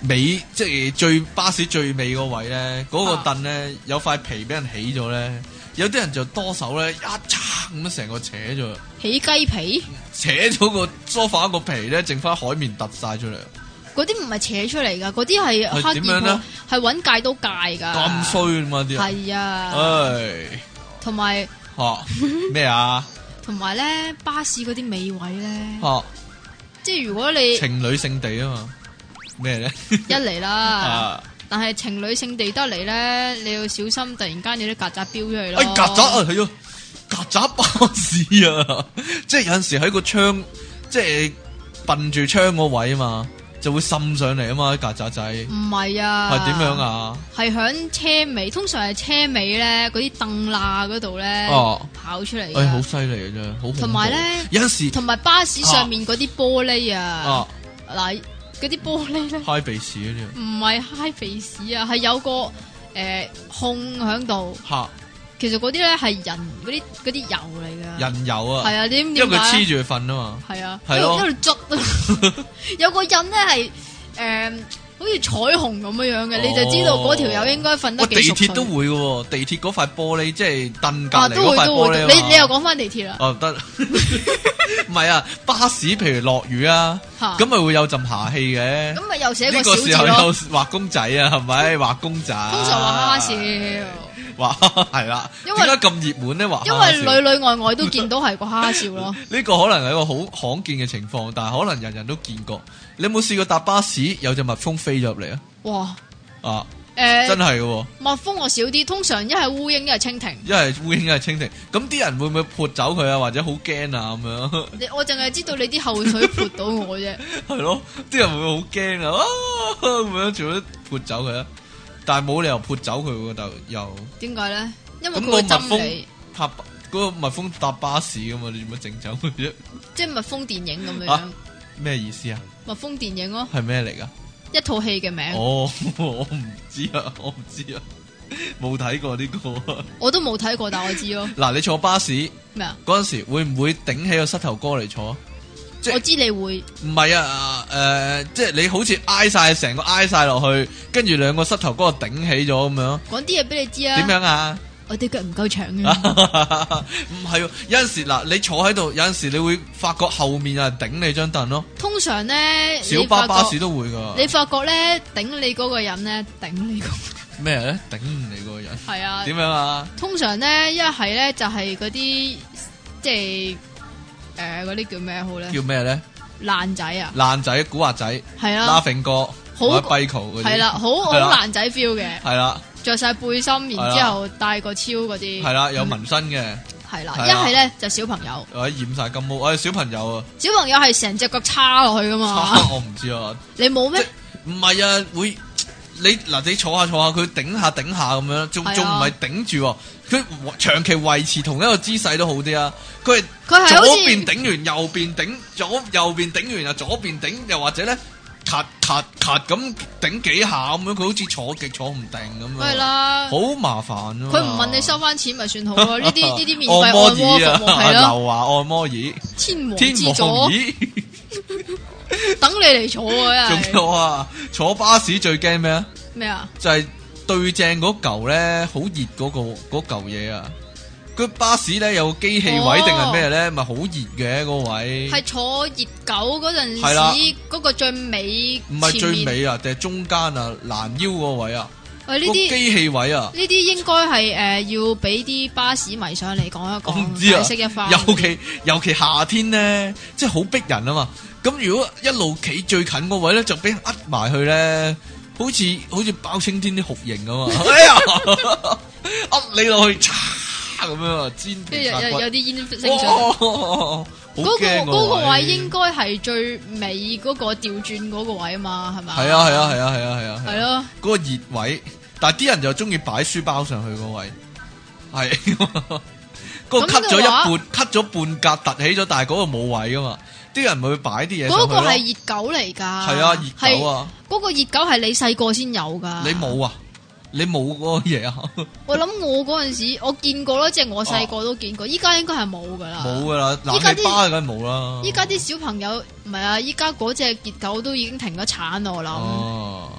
S2: 尾即係最巴士最尾嗰位咧，嗰、個
S1: 啊
S2: 凳咧有塊皮俾人起咗咧，有啲人就多手咧一叉咁樣成個扯咗，
S1: 起雞皮
S2: 扯咗個梳化個皮咧，剩翻海綿突晒出嚟，
S1: 嗰啲唔係扯出嚟噶，嗰啲係
S2: 係
S1: 刻
S2: 點
S1: 意
S2: 樣咧
S1: 破，係揾戒刀戒噶。
S2: 咁衰啊嘛啲人，
S1: 係啊，
S2: 唉
S1: 同埋
S2: 吓咩啊
S1: 同埋咧，巴士嗰啲尾位咧，
S2: 吓。
S1: 即係如果你一
S2: 情侶聖地啊嘛，咩咧？
S1: 嚟啦，
S2: [LAUGHS] 啊，
S1: 但係情侶聖地得嚟咧，你要小心，突然間有啲曱甴飆出嚟咯。
S2: 哎曱甴啊，係啊，曱甴巴士啊， [LAUGHS] 即係有陣時喺個窗，即係笨住窗嗰位啊嘛，就會滲上嚟啊嘛，啲曱甴仔係
S1: 唔係啊，
S2: 點樣？啊？
S1: 係響車尾，通常係車尾咧，嗰啲凳罅嗰度咧
S2: 哦
S1: 跑出嚟
S2: 哎，好
S1: 㗎。
S2: 犀利啊，真係好恐怖
S1: 同埋咧
S2: 有陣時
S1: 同埋巴士上面嗰啲玻璃啊
S2: 啊，，
S1: 嗱，嗰啲玻璃咧，
S2: 揩鼻屎嗰啲
S1: 唔係揩鼻屎啊，係有個诶、控喺度。
S2: 啊，
S1: 其實嗰啲咧係人嗰啲嗰啲油嚟噶。
S2: 吓人油啊，
S1: 係啊，點
S2: 因
S1: 點
S2: 為佢
S1: 解
S2: 黐
S1: 咧？
S2: 住佢瞓啊嘛，
S1: 係啊，
S2: 係
S1: 喺
S2: 咯
S1: 度喺度
S2: [LAUGHS]
S1: 捽啊！ [LAUGHS] 有個印咧係诶，好似彩虹咁樣樣嘅，你就知道嗰條友應該瞓
S2: 喂
S1: 得
S2: 地
S1: 幾熟
S2: 鐵
S1: 佢
S2: 都會嘅喎，地鐵嗰塊玻璃即係凳隔
S1: 啊，
S2: 離
S1: 都
S2: 嗰
S1: 會
S2: 塊
S1: 都
S2: 玻
S1: 會。
S2: 璃啊
S1: 你
S2: 嘛
S1: 你又講翻地鐵啦，
S2: 哦得， [LAUGHS] 唔係啊，巴士譬如落雨啊，
S1: 吓
S2: 咁咪會有陣霞氣嘅。
S1: 咁咪又寫
S2: 呢
S1: 個
S2: 個
S1: 小
S2: 時
S1: 字
S2: 候
S1: 咯
S2: 有。畫公仔啊，係
S1: [LAUGHS]
S2: 咪畫公仔？
S1: 通常話哈哈笑，
S2: 畫 [LAUGHS] 係啦。
S1: 因
S2: 點
S1: 為
S2: 解咁熱門咧？畫
S1: 因
S2: 哈哈
S1: 為
S2: 笑
S1: 裏裏外外都見到係個哈哈笑
S2: [LAUGHS]
S1: 咯。
S2: 呢個可能係一個好罕見嘅情況，但係可能人人都見過。你有冇試過搭巴士有隻蜜蜂飛咗入嚟啊？
S1: 哇！
S2: 啊，
S1: 诶、
S2: 真係嘅喎，
S1: 蜜蜂我少啲，通常一係烏蠅一係蜻蜓。
S2: 一係烏蠅，一係蜻蜓。咁啲人會唔會潑走佢啊？或者好驚啊咁樣？
S1: 你我淨係知道你啲後腿撥到我啫，
S2: 係咯，啲人會好驚啊！啊咁樣做咗潑走佢啊！但係冇理由潑走佢喎，但又
S1: 點解咧？因為
S2: 咁
S1: 佢
S2: 個
S1: 會
S2: 蜜
S1: 針
S2: 蜂
S1: 你，
S2: 搭嗰個蜜蜂搭巴士噶嘛，你做乜整走佢啫？
S1: 即係蜜蜂電影咁樣樣。
S2: 啊咩意思啊？
S1: 蜜蜂電影咯，
S2: 係咩嚟噶？
S1: 一套戲嘅名，
S2: 哦， [LAUGHS] 我唔知啊， [LAUGHS] 我唔知啊，冇睇過呢個啊。
S1: 我都冇睇過，但我知
S2: [LAUGHS]
S1: 咯。
S2: 嗱，你坐巴士。
S1: 咩啊？
S2: 嗰阵时会唔會頂起個膝頭哥嚟坐？即係
S1: 我知你會
S2: 唔係啊，诶、即係你好似挨晒成個挨晒落去，跟住兩個膝頭哥頂起咗咁樣，
S1: 講啲嘢俾你知
S2: 點
S1: 啊。
S2: 樣啊？
S1: 我啲腳唔夠長啊。
S2: [LAUGHS] 唔係喎，有阵时嗱，你坐喺度，有阵时你會發覺後面有人頂你張凳咯，
S1: 通常咧，
S2: 小
S1: 你
S2: 巴
S1: 發
S2: 巴士
S1: 覺
S2: 都會噶。
S1: 你發覺咧，頂你嗰個人咧，頂你嗰
S2: 咩咧？頂你嗰個人
S1: [LAUGHS] 係啊。
S2: 點樣啊？
S1: 通常咧，一系咧就係嗰啲即係诶嗰啲叫咩好咧？
S2: 叫咩咧？
S1: 爛仔啊，
S2: 爛仔、古惑仔、
S1: 係
S2: 拉
S1: 啦，
S2: 揈哥、
S1: 啊好
S2: 或者跛球嗰啲，
S1: 係啦，好好
S2: 係啦
S1: 爛仔 feel 嘅，
S2: 係啦，
S1: 着晒背心，
S2: 係啦
S1: 然之后戴個超嗰啲，嗯
S2: 係啦，有紋身嘅，
S1: 係啦，
S2: 係啦
S1: 一係咧就小朋友，
S2: 或者染晒金毛，我係小朋友啊。
S1: 小朋友係成隻腳叉落去噶嘛，
S2: [LAUGHS] 我唔知啊，
S1: 你冇咩？
S2: 唔係啊，會你嗱你坐下坐下，佢頂下頂下咁樣，仲
S1: 係啊
S2: 仲唔係頂住喎？佢長期維持同一個姿勢都好啲啊！佢係
S1: 佢係好
S2: 左邊
S1: 似
S2: 頂啊完，右邊頂，左右邊頂完又左邊頂，又或者咧咔咔咔咁頂幾下咁樣，佢好似坐極坐唔定咁
S1: 係
S2: 樣，
S1: 啦，
S2: 好麻煩啊！
S1: 佢唔問你
S2: [LAUGHS]
S1: 收翻錢咪算好啊咯？呢啲呢啲免費
S2: 按
S1: 按
S2: 摩
S1: 摩
S2: 椅
S1: 服務
S2: [LAUGHS]
S1: 係
S2: 啊，
S1: 咯，
S2: 劉華按摩椅、
S1: 天王
S2: 天
S1: 之
S2: 王
S1: 座，
S2: 椅，
S1: 等你嚟坐
S2: [LAUGHS]
S1: 啊！真係
S2: 仲有啊！坐巴士最驚咩啊？
S1: 咩啊？
S2: 就係對正嗰嚿咧，好熱嗰、個嗰嚿嘢啊！佢巴士咧有個機器位
S1: 哦
S2: 定係咩咧？咪好熱嘅嗰位，
S1: 系坐熱狗嗰陣
S2: 係啦
S1: 時，嗰個最尾
S2: 唔係
S1: 前
S2: 最
S1: 面
S2: 尾啊，定係中間啊，攔腰嗰個位啊，
S1: 喂，呢
S2: 個
S1: 啲
S2: 機器位啊，
S1: 呢啲應該係诶要俾啲巴士迷上嚟講一
S2: 我唔
S1: 講，
S2: 知啊
S1: 解釋一番。
S2: 尤其尤其夏天咧，即係好逼人啊嘛。咁如果一路企最近嗰位咧，就俾人呃埋去咧，好似好似包青天啲酷刑啊嘛，哎呀，呃你落去，嚓咁樣啊，煎
S1: 跟
S2: 皮
S1: 住
S2: 殺
S1: 有有。
S2: 骨
S1: 有啲煙升上，
S2: 哦，好
S1: 嗰個
S2: 驚
S1: 嗰個位應
S2: 應
S1: 該係最尾嗰個調轉嗰個位啊嘛，係咪？
S2: 係啊係啊係啊係啊係啊，
S1: 係咯，
S2: 嗰個熱位，但係啲人就中意擺書包上去嗰位，係 [LAUGHS] 嗰個
S1: 咁
S2: cut 咗
S1: 嘅話
S2: 一半，cut 咗半格凸起咗，但係嗰個冇位噶嘛，啲人咪會擺啲嘢上
S1: 嗰
S2: 去
S1: 個係
S2: 咯。
S1: 熱狗嚟㗎。
S2: 係啊，熱狗啊，
S1: 係！嗰個熱狗係你細個先有㗎。
S2: 你？冇啊，你冇嗰個
S1: [LAUGHS]
S2: 嘢啊，
S1: 我諗我嗰陣時我見過啦，即係我細個都見過，依家應該係冇㗎啦。
S2: 冇噶啦，冷
S1: 依家
S2: 氣
S1: 啲
S2: 巴梗係冇啦。
S1: 依家啲小朋友唔係啊，依家嗰只熱狗都已經停咗產咯，我諗。
S2: 哦，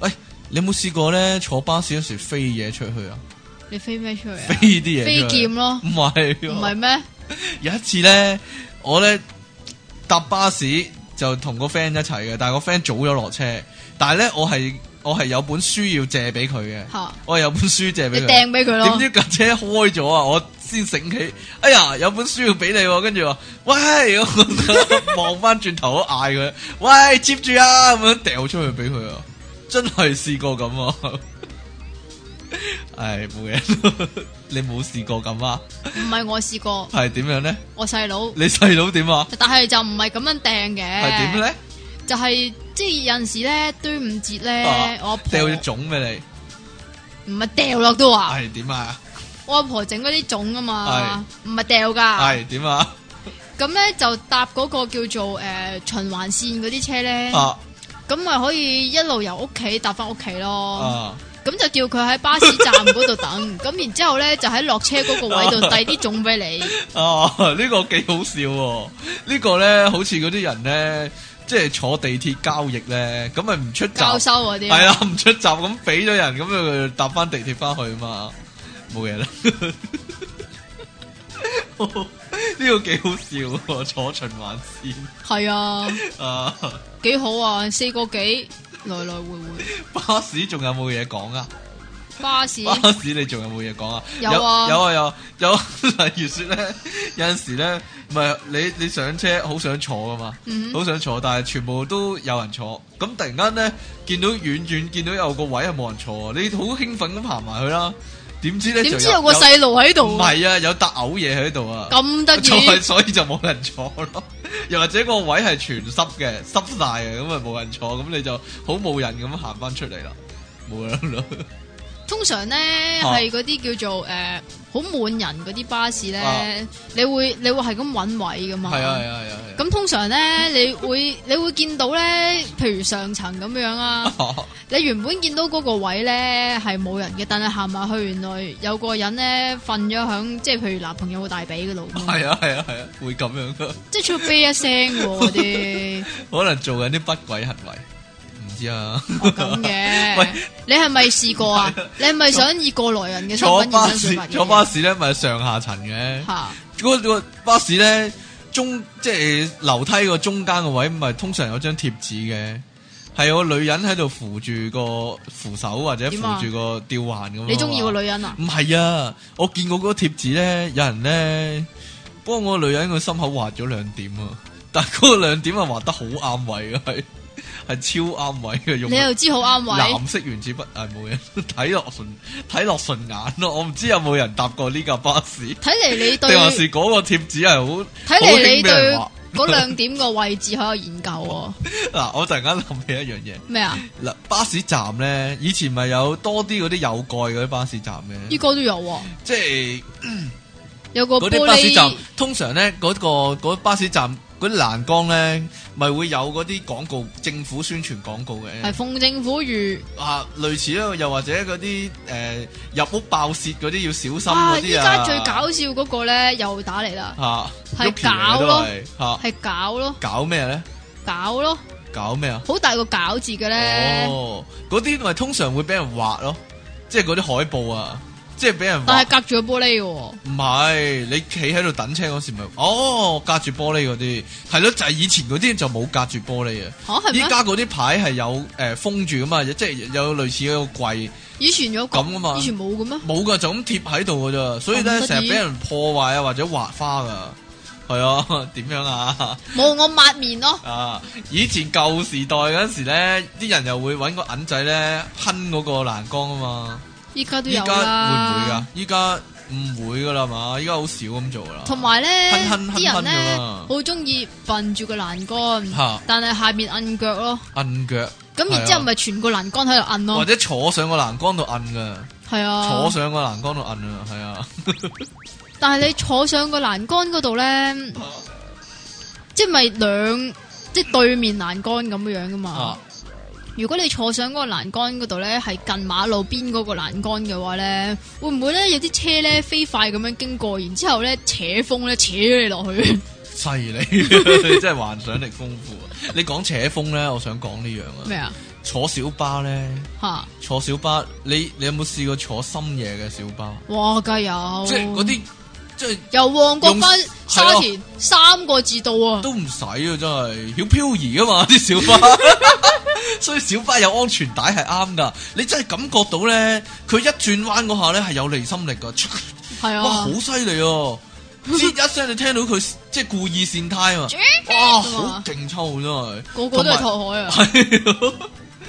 S2: 喂，你有冇試過咧坐巴士嗰時飛嘢出去啊？
S1: 你飛咩出嚟
S2: 飛
S1: 啊？
S2: 啲嘢
S1: 飛
S2: 出去
S1: 劍咯，
S2: 唔係喎
S1: 唔係咩？
S2: 有一次咧，我咧搭巴士就同個 friend 一齊嘅，但係個 friend 早咗落車，但係咧我係我係有本書要借俾佢嘅，
S1: 吓，
S2: 我係有本書借
S1: 你
S2: 俾佢。
S1: 掟俾佢
S2: 點
S1: 咯。
S2: 知架車開咗啊！我先醒起，哎呀，有本書要俾你喎，跟住話，喂，我望翻轉頭嗌佢，喂，接住啊，咁樣掉出去俾佢啊，真係試過咁啊！ [LAUGHS] 唉，冇嘢， [LAUGHS] 你冇試過咁啊？
S1: 唔係我試過，
S2: 係點樣咧？
S1: 我細佬，
S2: 你細佬點啊？
S1: 但係就唔係咁樣掟嘅。
S2: 系点？咧？
S1: 就係即係有陣時咧，端午節咧
S2: 啊，
S1: 我阿婆
S2: 掉只粽俾
S1: 唔係掉落都
S2: 你，
S1: 話，
S2: 系點啊？
S1: 我阿婆整嗰啲粽啊嘛，唔係掉㗎。
S2: 係點啊？
S1: 咁咧就搭嗰個叫做诶循環線嗰啲車咧，
S2: 啊，
S1: 咁咪可以一路由屋企搭翻屋企咯。
S2: 啊，
S1: 咁就叫佢喺巴士站嗰度等，咁然之後咧就喺落車嗰個位度遞啲粽俾你。
S2: 啊， [LAUGHS] 呢個幾好笑喎！呢個咧好似嗰啲人咧，即係坐地鐵交易咧，咁咪唔出
S1: 交
S2: 閘，
S1: 收嗰啲
S2: 係啦， [LAUGHS] 唔出閘咁俾咗人，咁佢搭翻地鐵翻去嘛，冇嘢啦。 [LAUGHS] 呢個幾好笑喎，坐循環線
S1: 係啊，
S2: 啊！
S1: 幾好啊，四個幾來來回回
S2: 巴士仲有冇嘢講啊？
S1: 巴士
S2: 巴士你仲有冇嘢講啊？
S1: 有啊
S2: 有啊有有， [LAUGHS] 例如說咧，有陣時咧，唔係你你上車好想坐噶嘛，好、
S1: 嗯
S2: 想坐，但係全部都有人坐，咁突然間咧見到遠遠見到有個位係冇人坐，你好興奮咁行埋去啦，點知咧
S1: 點知
S2: 就
S1: 有個細路喺
S2: 唔
S1: 度啊，
S2: 係啊，有搭嘔嘢喺度啊，
S1: 咁
S2: [LAUGHS]
S1: 得
S2: 就係
S1: 意，
S2: 所以就冇人坐咯， [LAUGHS] 又或者個位係全濕嘅，濕晒嘅，咁啊冇人坐，咁你就好冇人咁行翻出嚟啦，冇人咯。
S1: 通常咧
S2: 啊
S1: 係嗰啲叫做誒好滿人嗰啲巴士咧
S2: 啊，
S1: 你會你會係咁揾位噶嘛？
S2: 係啊係啊係啊係
S1: 咁通常咧，你會你會見到咧，譬如上層咁樣啊，
S2: 啊。
S1: 你原本見到嗰個位咧係冇人嘅，但係行埋去原來有個人咧瞓咗響，即係譬如男朋友個大髀嗰度咁，
S2: 系啊系啊系啊，會咁樣噶，
S1: 即係出啤一聲喎嗰
S2: [LAUGHS]
S1: 啲，
S2: 可能做緊啲不軌行為，唔知啊。
S1: 哦咁嘅
S2: 喂。
S1: 你係咪試過啊？你係咪想以過來人嘅身
S2: 坐
S1: 份
S2: 巴
S1: 現身
S2: 士
S1: 說法嘅？
S2: 坐巴士咧，咪上下層嘅。
S1: 嚇
S2: 嗰個巴士咧中即係樓梯個中間個位，咪通常有張貼紙嘅，係有個女人喺度扶住個扶手或者扶
S1: 點啊
S2: 住個吊環咁。
S1: 你中意個？女人啊？
S2: 唔係啊，我見過嗰個貼紙咧，有人咧幫個女人個心口畫咗兩點啊， [LAUGHS] 但係嗰個兩點啊畫得好啱位啊，係 [LAUGHS] 係超啱位嘅用
S1: 你。又知好啱位，
S2: 藍色原子筆係冇嘢， [LAUGHS] 睇落順睇落順眼咯。我唔知有冇人搭過呢架巴士，
S1: 睇嚟你對
S2: [LAUGHS] 定還是嗰個貼紙係好
S1: 睇嚟你
S2: 好興俾人
S1: 對
S2: [LAUGHS] 畫
S1: 嗰兩點個位置好有研究喎。
S2: 嗱？我突然間諗起一樣嘢，
S1: 咩啊？
S2: 嗱，巴士站咧，以前咪有多啲嗰啲有蓋嗰啲巴士站
S1: 依
S2: 嘅，
S1: 個都有喎，
S2: 即係
S1: 有個
S2: 嗰啲
S1: 玻
S2: 巴士站
S1: 璃。
S2: 通常咧嗰、個嗰巴士站嗰啲欄杆咧，咪會有嗰啲廣告，政府宣傳廣告嘅。
S1: 係奉政府御
S2: 啊，類似啦，又或者嗰啲誒入屋爆竊嗰啲要小心
S1: 啊！
S2: 嗰
S1: 依
S2: 啲啊。啊
S1: 家最搞笑嗰個咧又打嚟啦，
S2: 嚇，
S1: 係
S2: 喐完
S1: 搞
S2: 嘢都
S1: 咯
S2: 係嚇，
S1: 係搞咯，
S2: 搞咩咧？
S1: 搞咯，
S2: 搞咩啊？
S1: 好大個搞字嘅咧，
S2: 哦，嗰啲咪通常會俾人畫咯，即係嗰啲海報啊，即係俾人畫
S1: 但。係隔住個玻璃嘅喎，
S2: 唔係，你企喺度等車嗰時咪，哦，隔住玻璃嗰啲，係咯，就係以前嗰啲就冇隔住玻璃嘅。
S1: 嚇係
S2: 依
S1: 咩？
S2: 家嗰啲牌係有誒、呃封住噶嘛，即係有類似一個櫃
S1: 以前有個
S2: 咁啊噶嘛
S1: 以前冇嘅咩？
S2: 冇噶，就咁貼喺度噶咋，所以
S1: 咁得
S2: 咧
S1: 意
S2: 成日俾人破壞啊或者畫花噶，係啊， [LAUGHS] 點樣啊？
S1: 冇我抹面咯，
S2: 啊！以前舊時代嗰陣時咧，啲人又會揾個銀仔咧哼嗰個欄杆啊嘛，
S1: 依家都
S2: 依家
S1: 有
S2: 會唔
S1: 啦
S2: 會噶。？依家唔會噶啦嘛，依家好少咁做噶啦。
S1: 同埋咧，
S2: 哼哼哼
S1: 啲人
S2: 哼
S1: 咧
S2: 㗎嘛
S1: 好中意笨住個欄杆，
S2: 嚇
S1: 但係下面摁腳咯，
S2: 摁腳，
S1: 咁然之後咪全個欄杆喺度摁
S2: 啊或
S1: 咯，
S2: 者坐上個欄杆度摁噶，
S1: 係啊，
S2: 坐上個欄杆度摁啊，係啊。
S1: 但係你坐上個欄杆嗰度咧，即係咪兩即係對面欄杆咁樣樣噶嘛？
S2: 啊
S1: 如果你坐上嗰個欄杆嗰度咧，係近馬路邊嗰個欄杆嘅話咧，會唔會咧有啲車咧飛快咁樣經過，然之後咧扯風咧扯咗你落去？
S2: 犀利， [LAUGHS] 你真係幻想力豐富啊！你講扯風咧，我想講呢樣啊。
S1: 咩啊？
S2: 坐小巴咧，
S1: 吓，
S2: 坐小巴，你你有冇試過坐深夜嘅小巴？
S1: 哇，梗係有，
S2: 即係嗰啲，即係
S1: 由旺角翻
S2: 用啊
S1: 沙田三個字到啊！
S2: 都唔使啊！真係要漂移啊嘛， [LAUGHS] 啲小巴。所以小巴有安全帶係啱噶，你真係感覺到咧，佢一轉彎嗰下咧係有離心力噶，
S1: 係
S2: 哇，
S1: 啊
S2: 好，犀
S1: [LAUGHS]
S2: 利哦！吱一聲你聽到佢即係故意跣胎
S1: [LAUGHS]
S2: 啊嘛，哇，
S1: 啊
S2: 好勁抽真係。
S1: 個個都係
S2: 同
S1: 拓海啊！
S2: 係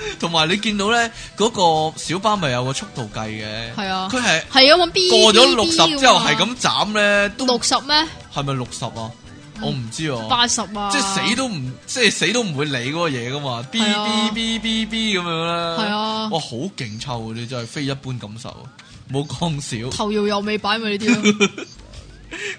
S2: [LAUGHS] 同埋你見到咧嗰、個小巴咪有個速度計嘅，
S1: 係啊
S2: 佢係
S1: 係咁樣 B
S2: 過咗六十之後係咁斬咧，都
S1: 啊六十咩？
S2: 係咪六十啊？我唔知啊，
S1: 八十啊！
S2: 即係死都唔即係死都唔會理嗰個嘢噶嘛，B
S1: 係啊
S2: B B B B 咁樣啦，
S1: 係啊
S2: 哇好勁抽啊！你啊真係非一般感受，冇講少。 [LAUGHS]
S1: 頭搖又尾擺咪呢啲咯，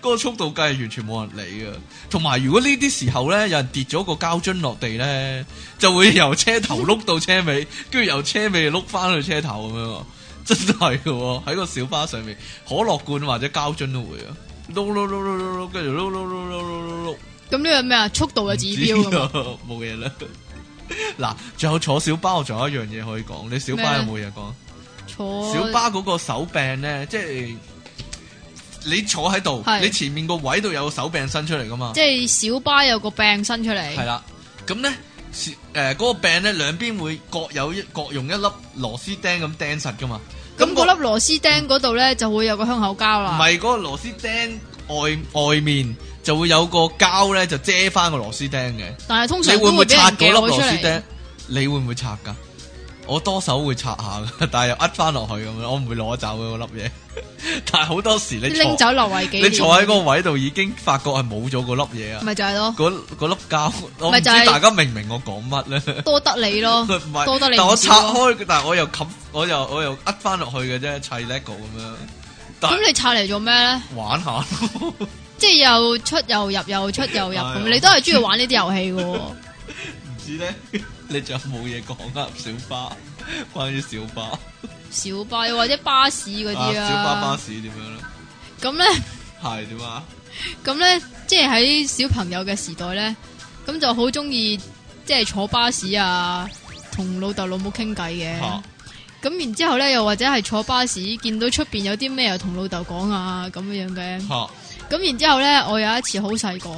S2: 嗰個速度計係完全冇人理嘅。同埋如果呢啲時候咧，有人跌咗個膠樽落地咧，就會由車頭碌到車尾，跟住由車尾碌翻去車頭咁樣喎，真係嘅喎。喺個小巴上面，可樂罐或者膠樽都會啊，碌碌碌碌碌碌，跟住碌碌碌碌碌碌碌。
S1: 咁呢個咩啊？速度嘅指標
S2: [LAUGHS]
S1: 咁啊。
S2: 唔知啊冇嘢啦。嗱，仲有坐小巴，我仲有一樣嘢可以講。你小巴有冇嘢講？
S1: 坐
S2: 小巴嗰個手柄咧，即係你坐喺度，
S1: 係
S2: 你前面個位度有個手柄伸出嚟噶嘛？
S1: 即係小巴有個柄伸出
S2: 係
S1: 嚟，
S2: 啦，咁咧，誒嗰個柄咧兩邊會各有一各用一粒螺絲釘咁釘實噶嘛？
S1: 咁
S2: 個
S1: 嗰粒啊螺絲釘嗰度咧就會有個香口膠
S2: 唔
S1: 啦。
S2: 係嗰個螺絲釘外外面就會有個膠咧，就遮翻個螺絲釘嘅。
S1: 但係通
S2: 你
S1: 常
S2: 會
S1: 都
S2: 唔
S1: 會
S2: 會
S1: 俾人
S2: 拆嗰粒
S1: 夾咗
S2: 螺
S1: 出
S2: 絲
S1: 嚟
S2: 釘？？你會唔會拆噶？我多手會拆下噶，但係又呃翻落去咁樣，我唔會攞走嘅嗰粒嘢。 [LAUGHS] 但係好多時你
S1: 拎
S2: 坐
S1: 走留為紀
S2: 你
S1: 念。
S2: 坐喺嗰個位度已經發覺係冇咗嗰粒嘢啊！
S1: 咪就係咯，
S2: 嗰嗰粒膠，我唔知
S1: 咪就係
S2: 大家明唔明我講乜咧？，
S1: 多得你咯
S2: [LAUGHS] 唔係，
S1: 多得你唔
S2: 但我
S1: 少
S2: 拆
S1: 咯
S2: 開，但係我又冚，我又我又呃翻落去嘅啫，砌 lego 咁樣，但
S1: 咁你拆嚟做咩咧？
S2: 玩下咯。 [LAUGHS]
S1: 即係又出又入又出又入
S2: 哎呀
S1: 咁，你都係中意玩呢啲遊戲嘅喎。
S2: 唔知咧，你仲有冇嘢講啊？小巴， [LAUGHS] 關於小巴。
S1: 小巴又或者巴士嗰啲
S2: 小巴巴
S1: 啊，
S2: 士點樣咧？
S1: 咁咧
S2: 係點啊？
S1: 咁咧，即係喺小朋友嘅時代咧，咁就好中意即係坐巴士啊，同老豆老母傾偈嘅
S2: 嚇。
S1: 咁然之後咧，又或者係坐巴士見到出邊有啲咩又同老豆講啊咁樣樣嘅。
S2: 嚇
S1: 咁然之後咧，我有一次好細個，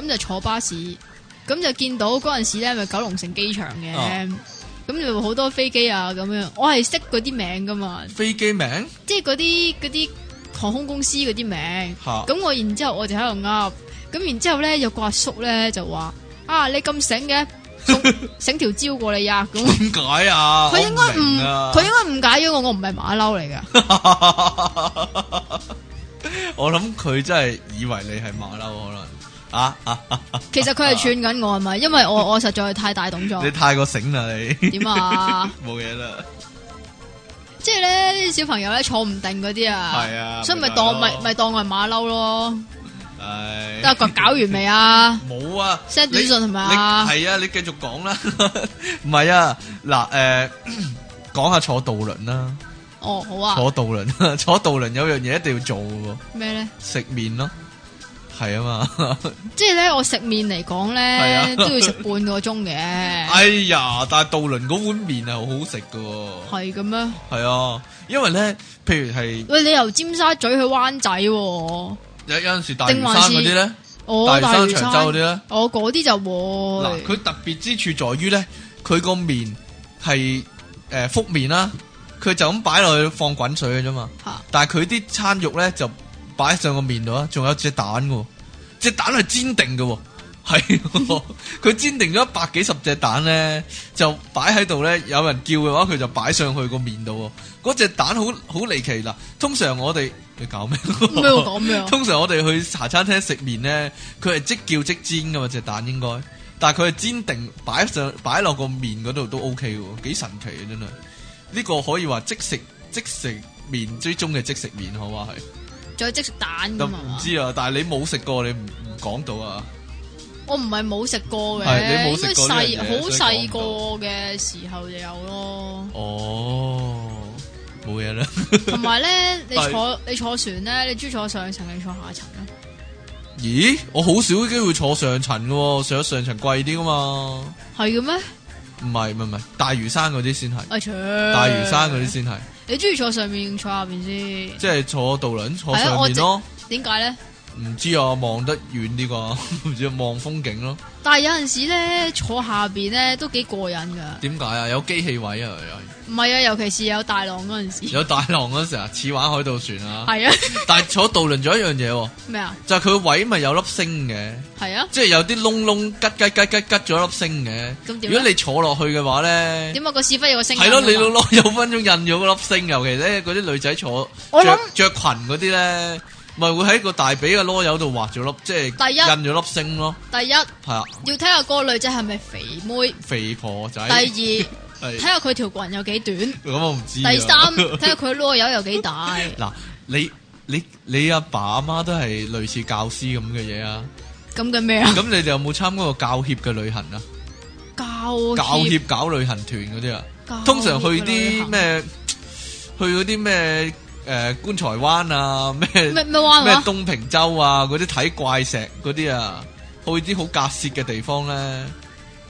S1: 咁就坐巴士，咁就見到嗰陣時咧，咪九龍城機場嘅，
S2: 啊
S1: 咁就好多飛機啊咁樣。我係識嗰啲名噶嘛，
S2: 飛機名
S1: 即係嗰啲嗰啲航空公司嗰啲名。
S2: 嚇
S1: 咁我然之後我就喺度噏，咁然之後咧有個阿叔咧就話：啊，你咁醒
S2: [LAUGHS]
S1: 嘅，送醒條蕉過你啊！咁
S2: 點解啊？
S1: 佢應該
S2: 我
S1: 唔
S2: 明啊
S1: 佢應該誤解咗我，我唔係馬騮嚟
S2: [LAUGHS]
S1: 噶。
S2: 我諗佢真係以為你係馬騮可能啊啊！
S1: 其實佢係串緊我係咪？因為
S2: [LAUGHS]
S1: 我我實在太大動作
S2: 你。太過醒啦你，
S1: 哦點啊？
S2: [LAUGHS] 冇嘢啦。
S1: 即係咧，小朋友咧坐唔定嗰啲啊，
S2: 係啊
S1: 所以咪
S2: 咪就係
S1: 當
S2: 咯
S1: 咪咪當我係馬騮咯。
S2: [LAUGHS] 唉，
S1: 得個搞完未啊？
S2: 冇啊
S1: send
S2: 你
S1: 短信係咪啊
S2: 你係啊，你繼續講啦。 [LAUGHS] 唔係啊，嗱誒， [CLEARS THROAT] 講下坐渡輪啦，
S1: 哦，好啊。
S2: 坐渡輪， [LAUGHS] 坐渡輪有樣嘢一定要做嘅喎，
S1: 咩咧？
S2: 食麵咯，係啊
S1: [LAUGHS]
S2: 嘛。
S1: 即係咧，我食麵嚟講
S2: 係啊
S1: 咧，都要食半個鐘嘅，
S2: [LAUGHS] 哎呀！但係渡輪嗰碗麵係好好食噶，
S1: 係咁咩？
S2: 係啊，因為咧，譬如係
S1: 喂，你由尖沙咀去灣仔喎，哦
S2: 有有陣時大嶼山嗰啲咧，大
S1: 我
S2: 嶼山、長洲嗰啲
S1: 啲，
S2: 咧，
S1: 我哦嗰啲就
S2: 嗱，
S1: 會
S2: 佢特別之處在於咧，佢個麵係誒覆麵啦，佢就咁擺落去放滾水嘅啫嘛，
S1: 嚇
S2: 但係佢啲餐肉咧就擺上個麵度啊，仲有隻蛋嘅，隻蛋係煎定嘅喎。係
S1: [LAUGHS]
S2: 喎，佢煎定咗一百幾十隻蛋咧，就擺喺度咧。有人叫嘅話，佢就擺上去個面度喎。嗰隻蛋好好離奇啦。通常我哋你搞咩？
S1: 咩會咁
S2: [LAUGHS]
S1: 樣？
S2: 通常我哋去茶餐廳食麵咧，佢係即叫即煎噶嘛，隻蛋應該，但係佢係煎定擺上擺落個麵嗰度都 O K 喎，幾神奇啊真係！呢個可以話即食即食麵最終嘅即食麵，好話係，
S1: 仲有即食蛋
S2: 就
S1: 㗎
S2: 唔
S1: 嗯嘛？
S2: 知啊，但係你冇食過，你唔唔講到啊，
S1: 我唔係冇食過嘅，
S2: 係你冇
S1: 應該
S2: 食過呢樣嘢
S1: 細好
S2: 所以
S1: 細個
S2: 講。
S1: 嘅時候就有咯
S2: 哦，冇嘢啦， [LAUGHS]
S1: 同埋咧，你
S2: 但係
S1: 坐你坐船咧，你中意坐上層定坐下層啊？
S2: 咦，我好少機會坐上層嘅喎，上上層貴啲噶嘛，
S1: 係嘅咩？
S2: 唔係唔係唔係，大嶼山嗰啲先係，
S1: 啊切
S2: 大嶼山嗰啲先係，
S1: 你中意坐上面定坐下邊先？
S2: 即係坐渡輪坐
S1: 係啊
S2: 上
S1: 我
S2: 面
S1: 直
S2: 咯。
S1: 點解咧？
S2: 唔知啊，望得遠啲啩， [LAUGHS] 唔知啊望風景咯。
S1: 但係有陣時咧，坐下邊咧都幾過癮噶。
S2: 點解啊？有機器位啊，又
S1: 唔係啊，尤其是有大浪嗰陣
S2: [LAUGHS]
S1: 時。
S2: 有大浪嗰時啊，似玩海盜船啊。
S1: [LAUGHS] 係啊，
S2: 但係坐渡輪仲有一樣嘢喎，
S1: 咩啊？
S2: 就係佢個位咪有粒星嘅，
S1: 係啊？
S2: 即係有啲窿窿吉吉吉吉吉咗粒星嘅。
S1: 咁點
S2: 如果
S1: 咧？
S2: 你坐落去嘅話咧，
S1: 點啊？個屎忽有個聲音
S2: 係咯，
S1: 㗎
S2: 你
S1: 嘛
S2: 老攞 [LAUGHS] 有分鐘印咗嗰粒星，尤其咧嗰啲女仔坐
S1: 我
S2: 着
S1: 諗
S2: 着裙嗰啲咧，咪會喺個大髀嘅籮柚度畫咗粒，即係
S1: 第一
S2: 印咗粒星咯。
S1: 第一要
S2: 係啊，
S1: 睇下嗰個女仔係咪肥妹，
S2: 肥婆仔。
S1: 第二睇
S2: 係
S1: 下佢條裙有幾短，
S2: 咁我唔知啊。
S1: 第三睇下佢攞柚有幾大。
S2: [LAUGHS] 嗱，你你你阿爸阿媽都係類似教師咁嘅嘢啊？
S1: 咁嘅咩啊？
S2: 咁你哋有冇參加過教協嘅旅行啊？
S1: 教
S2: 教
S1: 協
S2: 協搞旅行團嗰啲啊？通常去
S1: 啊
S2: 啲咩？去嗰啲咩？誒棺材灣 [LAUGHS] 啊，咩
S1: 咩咩灣
S2: 咩
S1: 話？
S2: 東平洲啊，嗰啲睇怪石嗰啲啊，去啲好隔涉嘅地方咧，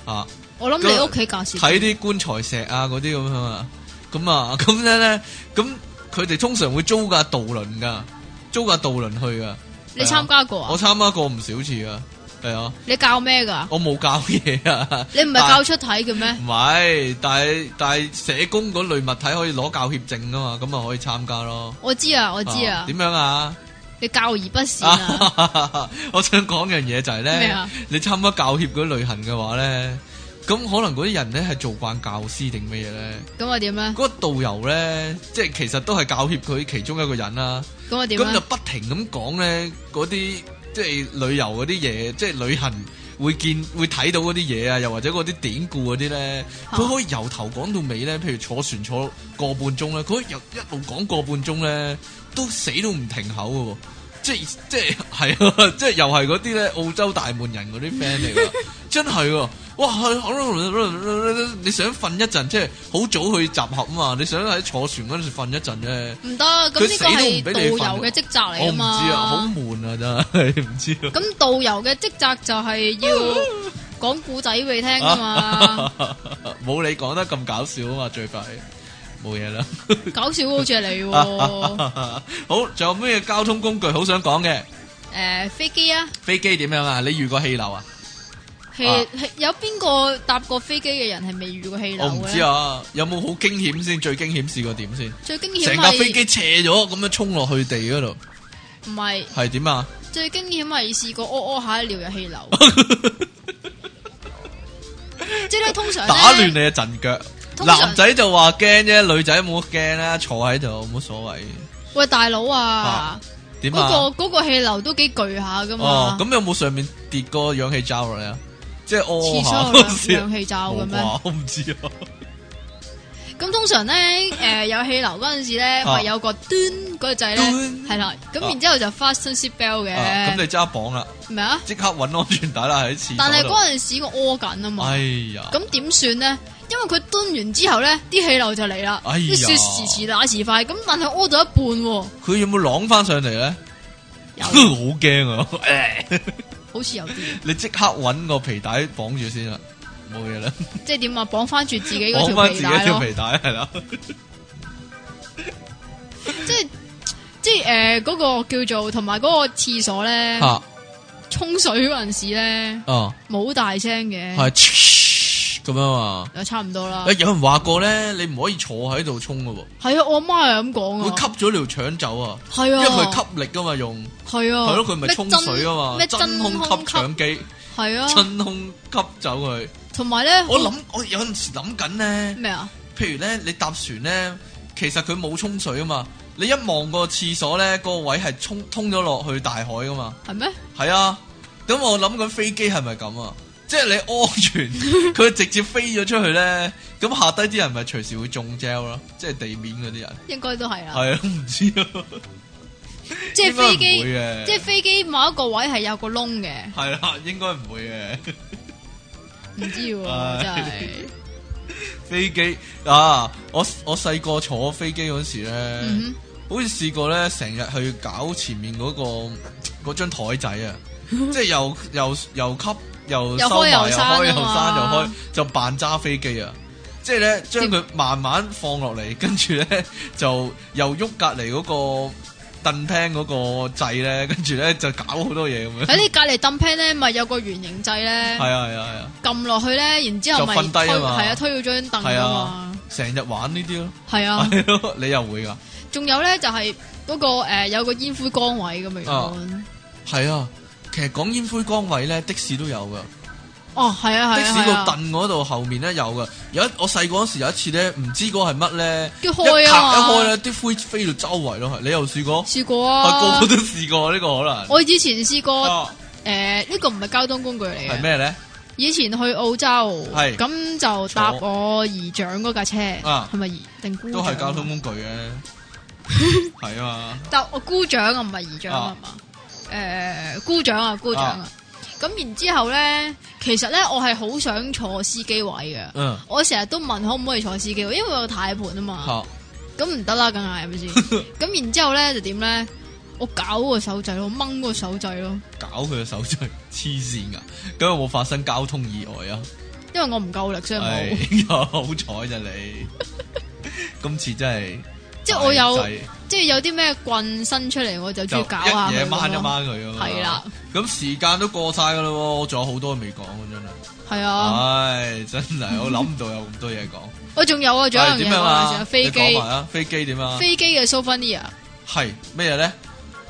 S2: 啊
S1: 我諗你屋企教師
S2: 睇啲棺材石啊嗰啲咁樣啊，咁啊 [LAUGHS] 咁樣咧，咁佢哋通常會租架渡輪噶，租架渡輪去噶。
S1: 你
S2: 係啊
S1: 參加過
S2: 我
S1: 啊？
S2: 參加過唔少次啊，係啊，
S1: 你教咩㗎？
S2: 我冇教嘢啊，
S1: [LAUGHS] 你唔係教出體嘅咩？
S2: 唔係，但係但係社工嗰類物體可以攞教協證噶嘛，咁啊咪可以參加咯。
S1: 我知啊，我知啊
S2: 點，樣啊？
S1: 你教而不善啊，
S2: [LAUGHS] 我想講樣嘢就係
S1: 咩
S2: 咧
S1: 啊，
S2: 你參加教協嗰啲旅行嘅話咧，咁可能嗰啲人咧係做慣教師定乜嘢咧？
S1: 咁我點啊咧？
S2: 嗰、個導遊咧，即係其實都係教協佢其中一個人啦。
S1: 咁我點啊
S2: 咁就
S1: 咧？
S2: 不停咁講咧，嗰啲即係旅遊嗰啲嘢，即係旅行會見會睇到嗰啲嘢啊，又或者嗰啲典故嗰啲咧，
S1: 嚇
S2: 佢可以由頭講到尾咧。譬如坐船坐個半鐘咧，佢可以由一路講個半鐘咧，都死都唔停口嘅喎。即係即係係啊！即係又係嗰啲咧澳洲大門人嗰啲 friend 嚟㗎，真係喎！哇，係你想瞓一陣，即係好早去集合啊嘛！你想喺坐船嗰陣時瞓一陣啫。
S1: 唔得，咁
S2: 佢死都
S1: 呢
S2: 唔俾
S1: 個
S2: 你
S1: 係
S2: 瞓
S1: 導遊嘅職責嚟
S2: 我
S1: 啊
S2: 唔知啊，好
S1: 嘛。
S2: 悶啊，真係唔 [LAUGHS] 知啊。
S1: 咁導遊嘅職責就係
S2: [LAUGHS]
S1: 要講故仔俾你聽噶嘛，
S2: 啊冇你講得咁搞笑啊嘛，最快冇嘢啦。
S1: [LAUGHS] 搞笑好似係你喎。
S2: [LAUGHS] 好，仲有咩交通工具好想講嘅？
S1: 誒飛機啊，
S2: 飛機點樣啊？你遇過氣流啊？
S1: 係係有邊個搭過飛機嘅人係未遇過氣流
S2: 我唔知
S1: 嘅？
S2: 啊，有冇好驚險先？最驚險試過點先？
S1: 最驚險
S2: 成架
S1: 係
S2: 飛機斜咗咁樣衝落去地嗰度，
S1: 唔係
S2: 係點啊？
S1: 最驚險係試過屙屙下尿入
S2: [LAUGHS]
S1: 氣流，即係咧通常
S2: 打亂
S1: 咧
S2: 你嘅陣腳。
S1: 通常
S2: 男仔就話驚啫，女仔冇得驚啦，坐喺度冇所謂。
S1: 喂大佬啊
S2: 啊，點啊？
S1: 嗰個嗰個氣流都幾巨下噶啊
S2: 哦
S1: 嘛，，
S2: 咁有冇上面跌個氧氣罩落嚟啊？即係
S1: 廁
S2: 屙 [LAUGHS] 下
S1: 所有
S2: 嗰
S1: 氧
S2: 時
S1: 氧氣罩嘅
S2: 冇
S1: 咩？ [LAUGHS]
S2: 啩？我唔知啊。
S1: 咁通常咧，誒、有氣流嗰陣時咧，
S2: 啊
S1: 咪有個端嗰個掣咧，
S2: 端
S1: 係啦，咁
S2: 啊
S1: 然之後就 fasten seat belt
S2: 啊
S1: 嘅，
S2: 咁你揸綁啦，
S1: 咩啊？
S2: 即刻揾安全帶啦喺廁所度。
S1: 但係嗰陣時我屙緊啊嘛
S2: 哎，呀，
S1: 咁點算咧？因為佢端完之後咧，啲氣流就嚟啦，
S2: 哎呀
S1: 啲雪時遲那時快，咁但係屙到一半喎，
S2: 佢有冇啷翻上嚟咧？
S1: 有
S2: [LAUGHS] 好驚啊！ [LAUGHS]
S1: 好似有啲，
S2: 你即刻揾個皮帶綁住先啦，冇嘢啦，
S1: 即係點啊？綁翻住自己嗰
S2: 綁
S1: 條
S2: 翻
S1: 皮
S2: 自己
S1: 帶
S2: 條
S1: 咯，
S2: 皮帶係啦。
S1: 即係即係誒嗰個叫做同埋嗰個廁所咧，
S2: 嚇啊
S1: 沖水嗰陣時咧
S2: 哦，
S1: 冇大聲嘅，
S2: 係咁樣啊！
S1: 又差唔多啦
S2: 誒，。有人話過咧，你唔可以坐喺度沖嘅喎，
S1: 係啊，我阿媽係咁講
S2: 會
S1: 啊。
S2: 吸咗條腸走啊，
S1: 係
S2: 因
S1: 啊，
S2: 為佢吸力噶嘛用。
S1: 係啊，
S2: 系咯，佢咪沖水啊嘛，
S1: 咩
S2: 真空吸腸機，
S1: 係啊，
S2: 真空吸走佢。
S1: 同埋咧，
S2: 我諗我有阵时谂紧咧，
S1: 咩啊？
S2: 譬如咧你搭船咧，其實佢冇沖水啊嘛，你一望個廁所咧，個位係沖通咗落去大海噶嘛，
S1: 係咩？
S2: 係啊。咁我諗緊飛機係咪咁啊？即係你
S1: [LAUGHS]
S2: 屙完，佢直接飛咗出去咧，咁下低啲人咪隨時會中 gel 咯，即係地面嗰啲人。
S1: 應該都係啦。
S2: 係啊，唔知啊，
S1: 哦即係飛
S2: 應該唔
S1: 機，
S2: 會嘅，
S1: 即係飛機某一個位係有個窿嘅，
S2: 係啦，應該唔會嘅。
S1: 唔知喎，
S2: 唉
S1: 真係。
S2: 飛機啊！我我細個坐飛機嗰時咧，
S1: 嗯
S2: 好似試過咧，成日去搞前面嗰、個嗰張台仔
S1: [LAUGHS]
S2: 啊，即係又又又吸又
S1: 又開
S2: 收埋
S1: 又
S2: 又開又
S1: 閂啊
S2: 閂又
S1: 嘛
S2: 開，就扮揸飛機啊！即係
S1: 嗯
S2: 咧，將佢慢慢放落嚟，跟住咧 [LAUGHS] 就又喐隔離嗰個凳廳嗰個掣咧，跟住咧就搞好多嘢咁
S1: [LAUGHS] 哼
S2: 樣。
S1: 喺你隔離抌 pan 咧，咪有個圓形掣咧，
S2: 係啊係啊係啊，
S1: 撳落去咧，然之後咪
S2: 就瞓低啊
S1: 推
S2: 嘛
S1: 係啊，推咗張凳
S2: 係
S1: 啊
S2: 啊
S1: 嘛，
S2: 成日玩呢啲咯，
S1: 係啊。
S2: 係咯，你又會㗎？
S1: 仲有咧就係嗰個誒有個煙灰缸位咁嘅樣。
S2: 系啊，其實講煙灰缸位咧，的士都有噶，
S1: 哦，係啊，
S2: 的
S1: 係
S2: 士
S1: 啊，
S2: 個
S1: 係啊，
S2: 凳嗰度後面咧有噶。有一我細個嗰時有一次咧，唔知嗰係乜咧，一
S1: 叫
S2: 拍一
S1: 開啊嘛
S2: 開咧，啲灰飛到周圍咯。你又試過？
S1: 試過
S2: 啊，個
S1: 啊
S2: 個。都試過呢個可能。
S1: 我以前試過
S2: 啊
S1: 诶，呢個唔係交通工具嚟
S2: 係
S1: 嘅。
S2: 咩咧？
S1: 以前去澳洲，
S2: 係
S1: 咁就搭我姨丈嗰架車，
S2: 啊
S1: 係咪姨定姑丈啊
S2: 都係交通工具嘅，
S1: [LAUGHS]
S2: 系啊，
S1: 但我姑丈啊，唔係姨丈啊
S2: 啊
S1: 係嘛？诶，姑丈啊，姑丈啊。咁然之后咧，其實咧，我係好想坐司機位嘅。
S2: 嗯，
S1: 我成日都問可唔可以坐司機位，因為我有太盤啊嘛。
S2: 吓
S1: 咁唔得啦，梗係係
S2: [LAUGHS]
S1: 咪先？咁然之后咧就點咧？我搞個手掣咯，掹個手掣咯，
S2: 搞佢嘅手勢，黐線噶！咁有冇發生交通意外啊？
S1: 因為我唔夠力，所以冇。
S2: 係 [LAUGHS] 好彩咋你，今次真係
S1: 即係我有
S2: 大劑
S1: 即係有啲咩棍伸出嚟，我就
S2: 就
S1: 中
S2: 一
S1: 意搞下
S2: 嘢
S1: 佢
S2: 掹一
S1: 咁咯。
S2: 掹佢啊嘛。
S1: 係啦，
S2: 咁時間都過晒噶啦喎，我仲有好多未講啊真係。
S1: 係啊，
S2: 唉，真係我諗唔到有咁多嘢講。
S1: 我仲有啊，仲有
S2: 係
S1: 一樣
S2: 點
S1: 嘢
S2: 樣
S1: 啊，仲
S2: 啊？
S1: 有飛
S2: 你講
S1: 機
S2: 埋，啊，飛機點啊？
S1: 飛機嘅 souvenir。
S2: 係咩嘢咧？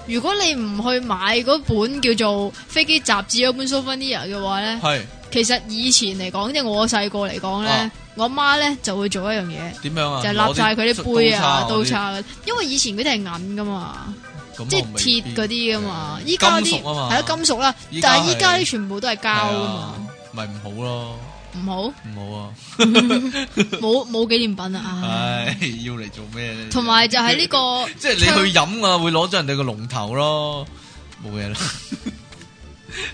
S1: 如果你唔去買嗰本叫做《飛機雜誌》嗰本 souvenir 嘅話咧，
S2: 係
S1: 其實以前嚟講，即係我細個嚟講咧
S2: 啊，
S1: 我媽咧就會做一樣嘢，
S2: 點樣啊？
S1: 就係立晒佢啲杯啊、
S2: 攞
S1: 刀
S2: 啲
S1: 叉嗰啲，因為以前嗰啲係銀噶嘛，
S2: 咁
S1: 即
S2: 我
S1: 係
S2: 未
S1: 鐵
S2: 必
S1: 嗰啲噶嘛，依家
S2: 金
S1: 啲
S2: 屬啊嘛
S1: 係啊金屬啦
S2: 依，家
S1: 但係依家
S2: 係
S1: 啲全部都係膠噶嘛，
S2: 係啊，咪唔好咯，
S1: 唔好
S2: 唔好啊，
S1: 冇冇紀念品啊，唉
S2: 唉，要嚟做咩咧？
S1: 同埋就係呢個
S2: 即係你去飲啊，會攞咗人哋個龍頭咯，冇嘢啦。 [LAUGHS]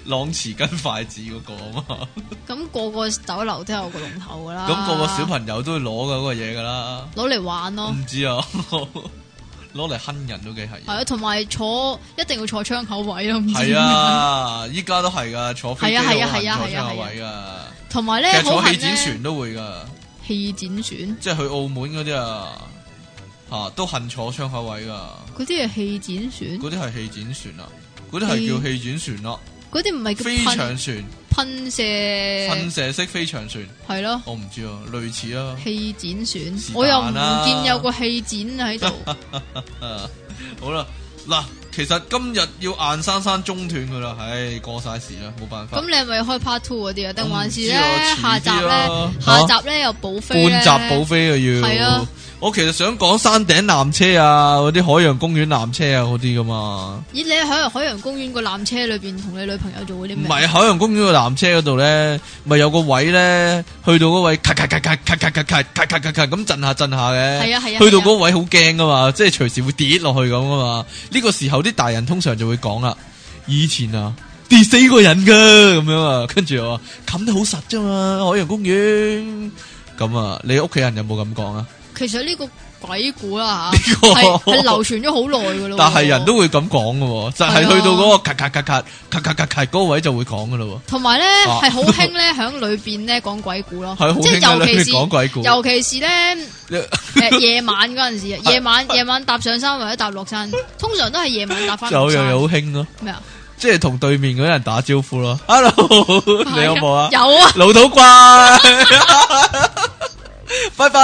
S2: 朗匙跟筷子嗰個啊嘛，
S1: 咁個個酒樓都有個龍頭噶啦，
S2: 咁個個小朋友都會攞噶嗰個嘢噶啦，
S1: 攞嚟玩咯。
S2: 唔知啊， [LAUGHS] 攞嚟坑人都幾係
S1: 系。啊，同埋坐一定要坐窗口位咯，唔知
S2: 係啊，依家都係噶，坐飛機
S1: 係啊係啊
S2: 好難
S1: 係啊係
S2: 坐
S1: 啊
S2: 窗口
S1: 係啊
S2: 位
S1: 點
S2: 噶，
S1: 解，同埋
S2: 其
S1: 咧
S2: 實
S1: 好
S2: 坐
S1: 恨
S2: 氣
S1: 咧
S2: 展船都會噶。
S1: 氣展船，
S2: 即係去澳門嗰啲啊，吓、都恨坐窗口位噶，
S1: 嗰啲係氣展船，
S2: 嗰啲係氣展船啊，嗰啲係叫氣展船咯、
S1: 嗰啲唔係
S2: 飛
S1: 叫噴
S2: 翔船、
S1: 噴
S2: 噴
S1: 射，
S2: 射式飛翔船，
S1: 係咯
S2: 我唔知啊，類似啊，
S1: 氣展
S2: 是
S1: 船，
S2: 但
S1: 我又唔
S2: 啦
S1: 見有個氣展喺
S2: [LAUGHS]
S1: 度，
S2: 啊，好啦，嗱，其實今日要硬生生中斷佢啦，唉，過晒時啦，冇辦法
S1: 咁，你係咪開 part two 嗰啲啊？定還是
S2: 我唔知
S1: 咧
S2: 啊
S1: 下集
S2: 遲啲啦
S1: 咧下集咧又補飛咧
S2: 半集補飛啊
S1: 係
S2: 要。
S1: 啊
S2: 我其實想講山頂纜車啊，嗰啲海洋公園纜車啊，嗰啲噶嘛。
S1: 咦？你喺海洋公園個纜車裏邊同你女朋友做嗰啲
S2: 唔
S1: 咩？
S2: 係海洋公園個纜車嗰度咧，咪有個位咧，去到嗰位咔咔咔咔咔咔咔咔咔咔咔咔咁震下震下嘅。
S1: 係啊係啊
S2: 去到
S1: 係啊
S2: 嗰位好驚噶嘛，即係隨時會跌落去咁噶嘛。呢個時候啲大人通常就會講啦，以前啊跌死個人噶咁樣啊，跟住我話冚得好實啫嘛，海洋公園。咁啊，你屋企人有冇咁講啊？
S1: 其實呢個鬼故
S2: [LAUGHS]
S1: 啦
S2: 呢
S1: 吓，
S2: 個
S1: 係係流傳咗好耐噶咯喎，
S2: 但係人都會咁講噶喎，就係
S1: 係啊
S2: 去到嗰個咔咔咔咔咔咔咔咔嗰個位就會講噶咯
S1: 同埋咧
S2: 啊
S1: 係好興咧響裏邊咧講鬼故咯，
S2: 喎，係好
S1: 即
S2: 興
S1: 係
S2: 啊！
S1: 尤
S2: 你
S1: 其是
S2: 講鬼故。
S1: 尤其是咧
S2: 你 [LAUGHS]
S1: 誒夜晚嗰陣時，夜晚夜晚搭上山或者搭落山，通常都係夜晚搭 [LAUGHS] 翻落
S2: 就又
S1: 山
S2: 有興咯，
S1: 咩啊？
S2: 即係同對面嗰啲人打招呼咯。Hello，你有冇啊？
S1: 有啊！
S2: 老土怪，拜拜。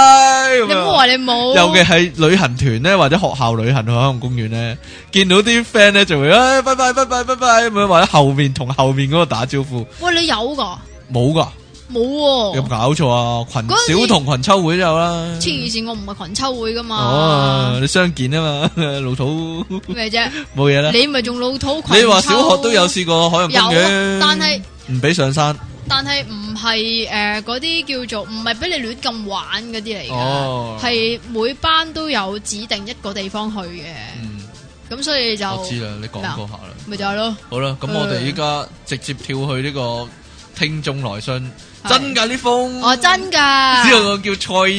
S2: 咁啊
S1: 你唔好
S2: 樣
S1: 話你冇，
S2: 尤其係旅行團咧，或者學校旅行去海洋公園咧，見到啲 friend 咧就會唉拜拜拜拜拜拜咁樣，或者後面同後面嗰個打招呼，
S1: 喂你有噶
S2: 冇噶，
S1: 冇
S2: 有冇
S1: 喎？
S2: 搞錯啊？群
S1: 嗰陣時
S2: 小童群秋會都有啦。
S1: 黐線，我唔係群秋會噶
S2: 哦
S1: 嘛，？
S2: 你相見啊嘛，老土
S1: 咩啫？
S2: [LAUGHS] 冇嘢啦。
S1: 你咪仲老土群秋
S2: 你話小學都有試過海洋
S1: 有
S2: 公
S1: 啊
S2: 園，，
S1: 但係
S2: 唔俾上山。
S1: 但係唔係誒嗰啲叫做唔係俾你亂咁玩嗰啲嚟㗎，
S2: 哦，
S1: 係每班都有指定一個地方去嘅，
S2: 嗯，
S1: 咁所以就
S2: 我知啦，你講過下啦。
S1: 咪就係咯。
S2: 好啦，咁
S1: 嗯
S2: 我哋依家直接跳去呢個聽眾來信，
S1: 係
S2: 真㗎呢封，
S1: 哦，真噶，
S2: 知道個叫蔡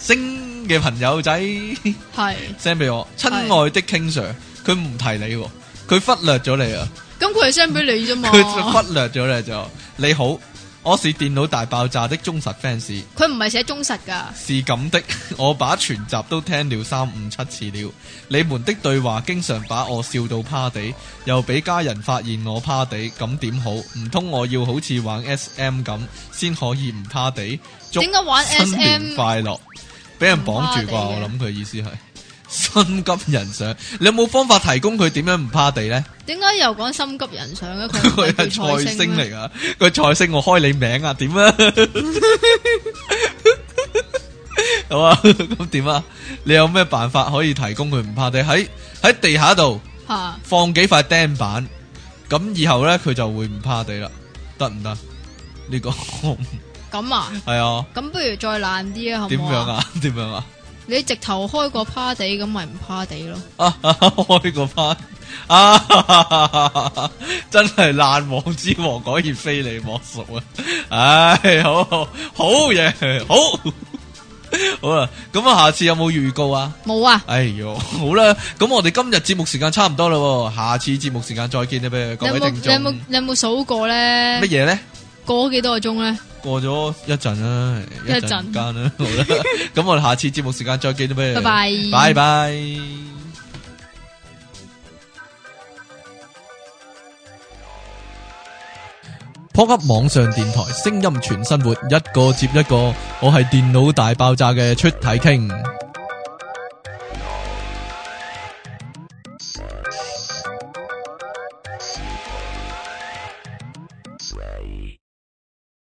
S2: 星嘅朋友仔 [LAUGHS] send
S1: 系
S2: 俾我，親愛的 King Sir，佢唔提你喎，佢忽略咗你啊。
S1: 咁佢系 send 俾你啫嘛，
S2: [LAUGHS] 佢就忽略咗咧就你好，我是電腦大爆炸的忠實 fans，
S1: 佢唔系写忠实噶，
S2: 是咁的，我把全集都聽了三五七次了。你們的對話經常把我笑到趴地，又俾家人發現我趴地，咁點好？唔通我要好似玩 SM 咁先可以唔趴地？祝
S1: 點解玩
S2: 新年
S1: SM
S2: 快樂！俾人綁住
S1: 唔啊趴地
S2: 啩，
S1: 嘅
S2: 我諗佢意思係心急人上。你有冇方法提供佢點樣唔趴地呢？
S1: 点解又讲心急人上嘅？
S2: [LAUGHS] 佢
S1: 佢
S2: 係
S1: 系
S2: 菜星嚟噶，佢係菜星我開你名啊，點啊？ [LAUGHS] 好啊， [LAUGHS] 咁點啊？你有咩辦法可以提供佢唔怕地喺喺地下度
S1: 吓，
S2: 放幾塊釘板，咁以後咧佢就會唔怕地啦，得唔得？呢、個 [LAUGHS] 係
S1: 咁啊，
S2: 啊，
S1: 咁不如再烂啲啊，好唔
S2: 點
S1: 好
S2: 樣？啊？點樣啊？
S1: 你直頭開個 party 咁咪唔 party 咯？
S2: 啊！開個班啊！真係爛王之王，果然非你莫屬啊！唉、好好好嘢，好好啦。咁啊，下次有冇預告啊？
S1: 冇啊！
S2: 哎喲，好啦，咁我哋今日節目時間差唔多啦喎，下次節目時間再見啦，啊俾
S1: 你
S2: 各
S1: 有
S2: 位
S1: 冇
S2: 聽
S1: 你有
S2: 眾
S1: 冇。你有冇數過咧
S2: 乜？嘢咧？
S1: 過咗幾多個鐘咧？
S2: 過咗一陣啦，一
S1: 一陣
S2: 陣間啦，好
S1: [LAUGHS]
S2: 啦，咁我哋下次節目時間再見啦，咩？
S1: 拜拜
S2: 拜拜。波及網上電台，聲音全生活，一個接一個。我係電腦大爆炸嘅出體傾。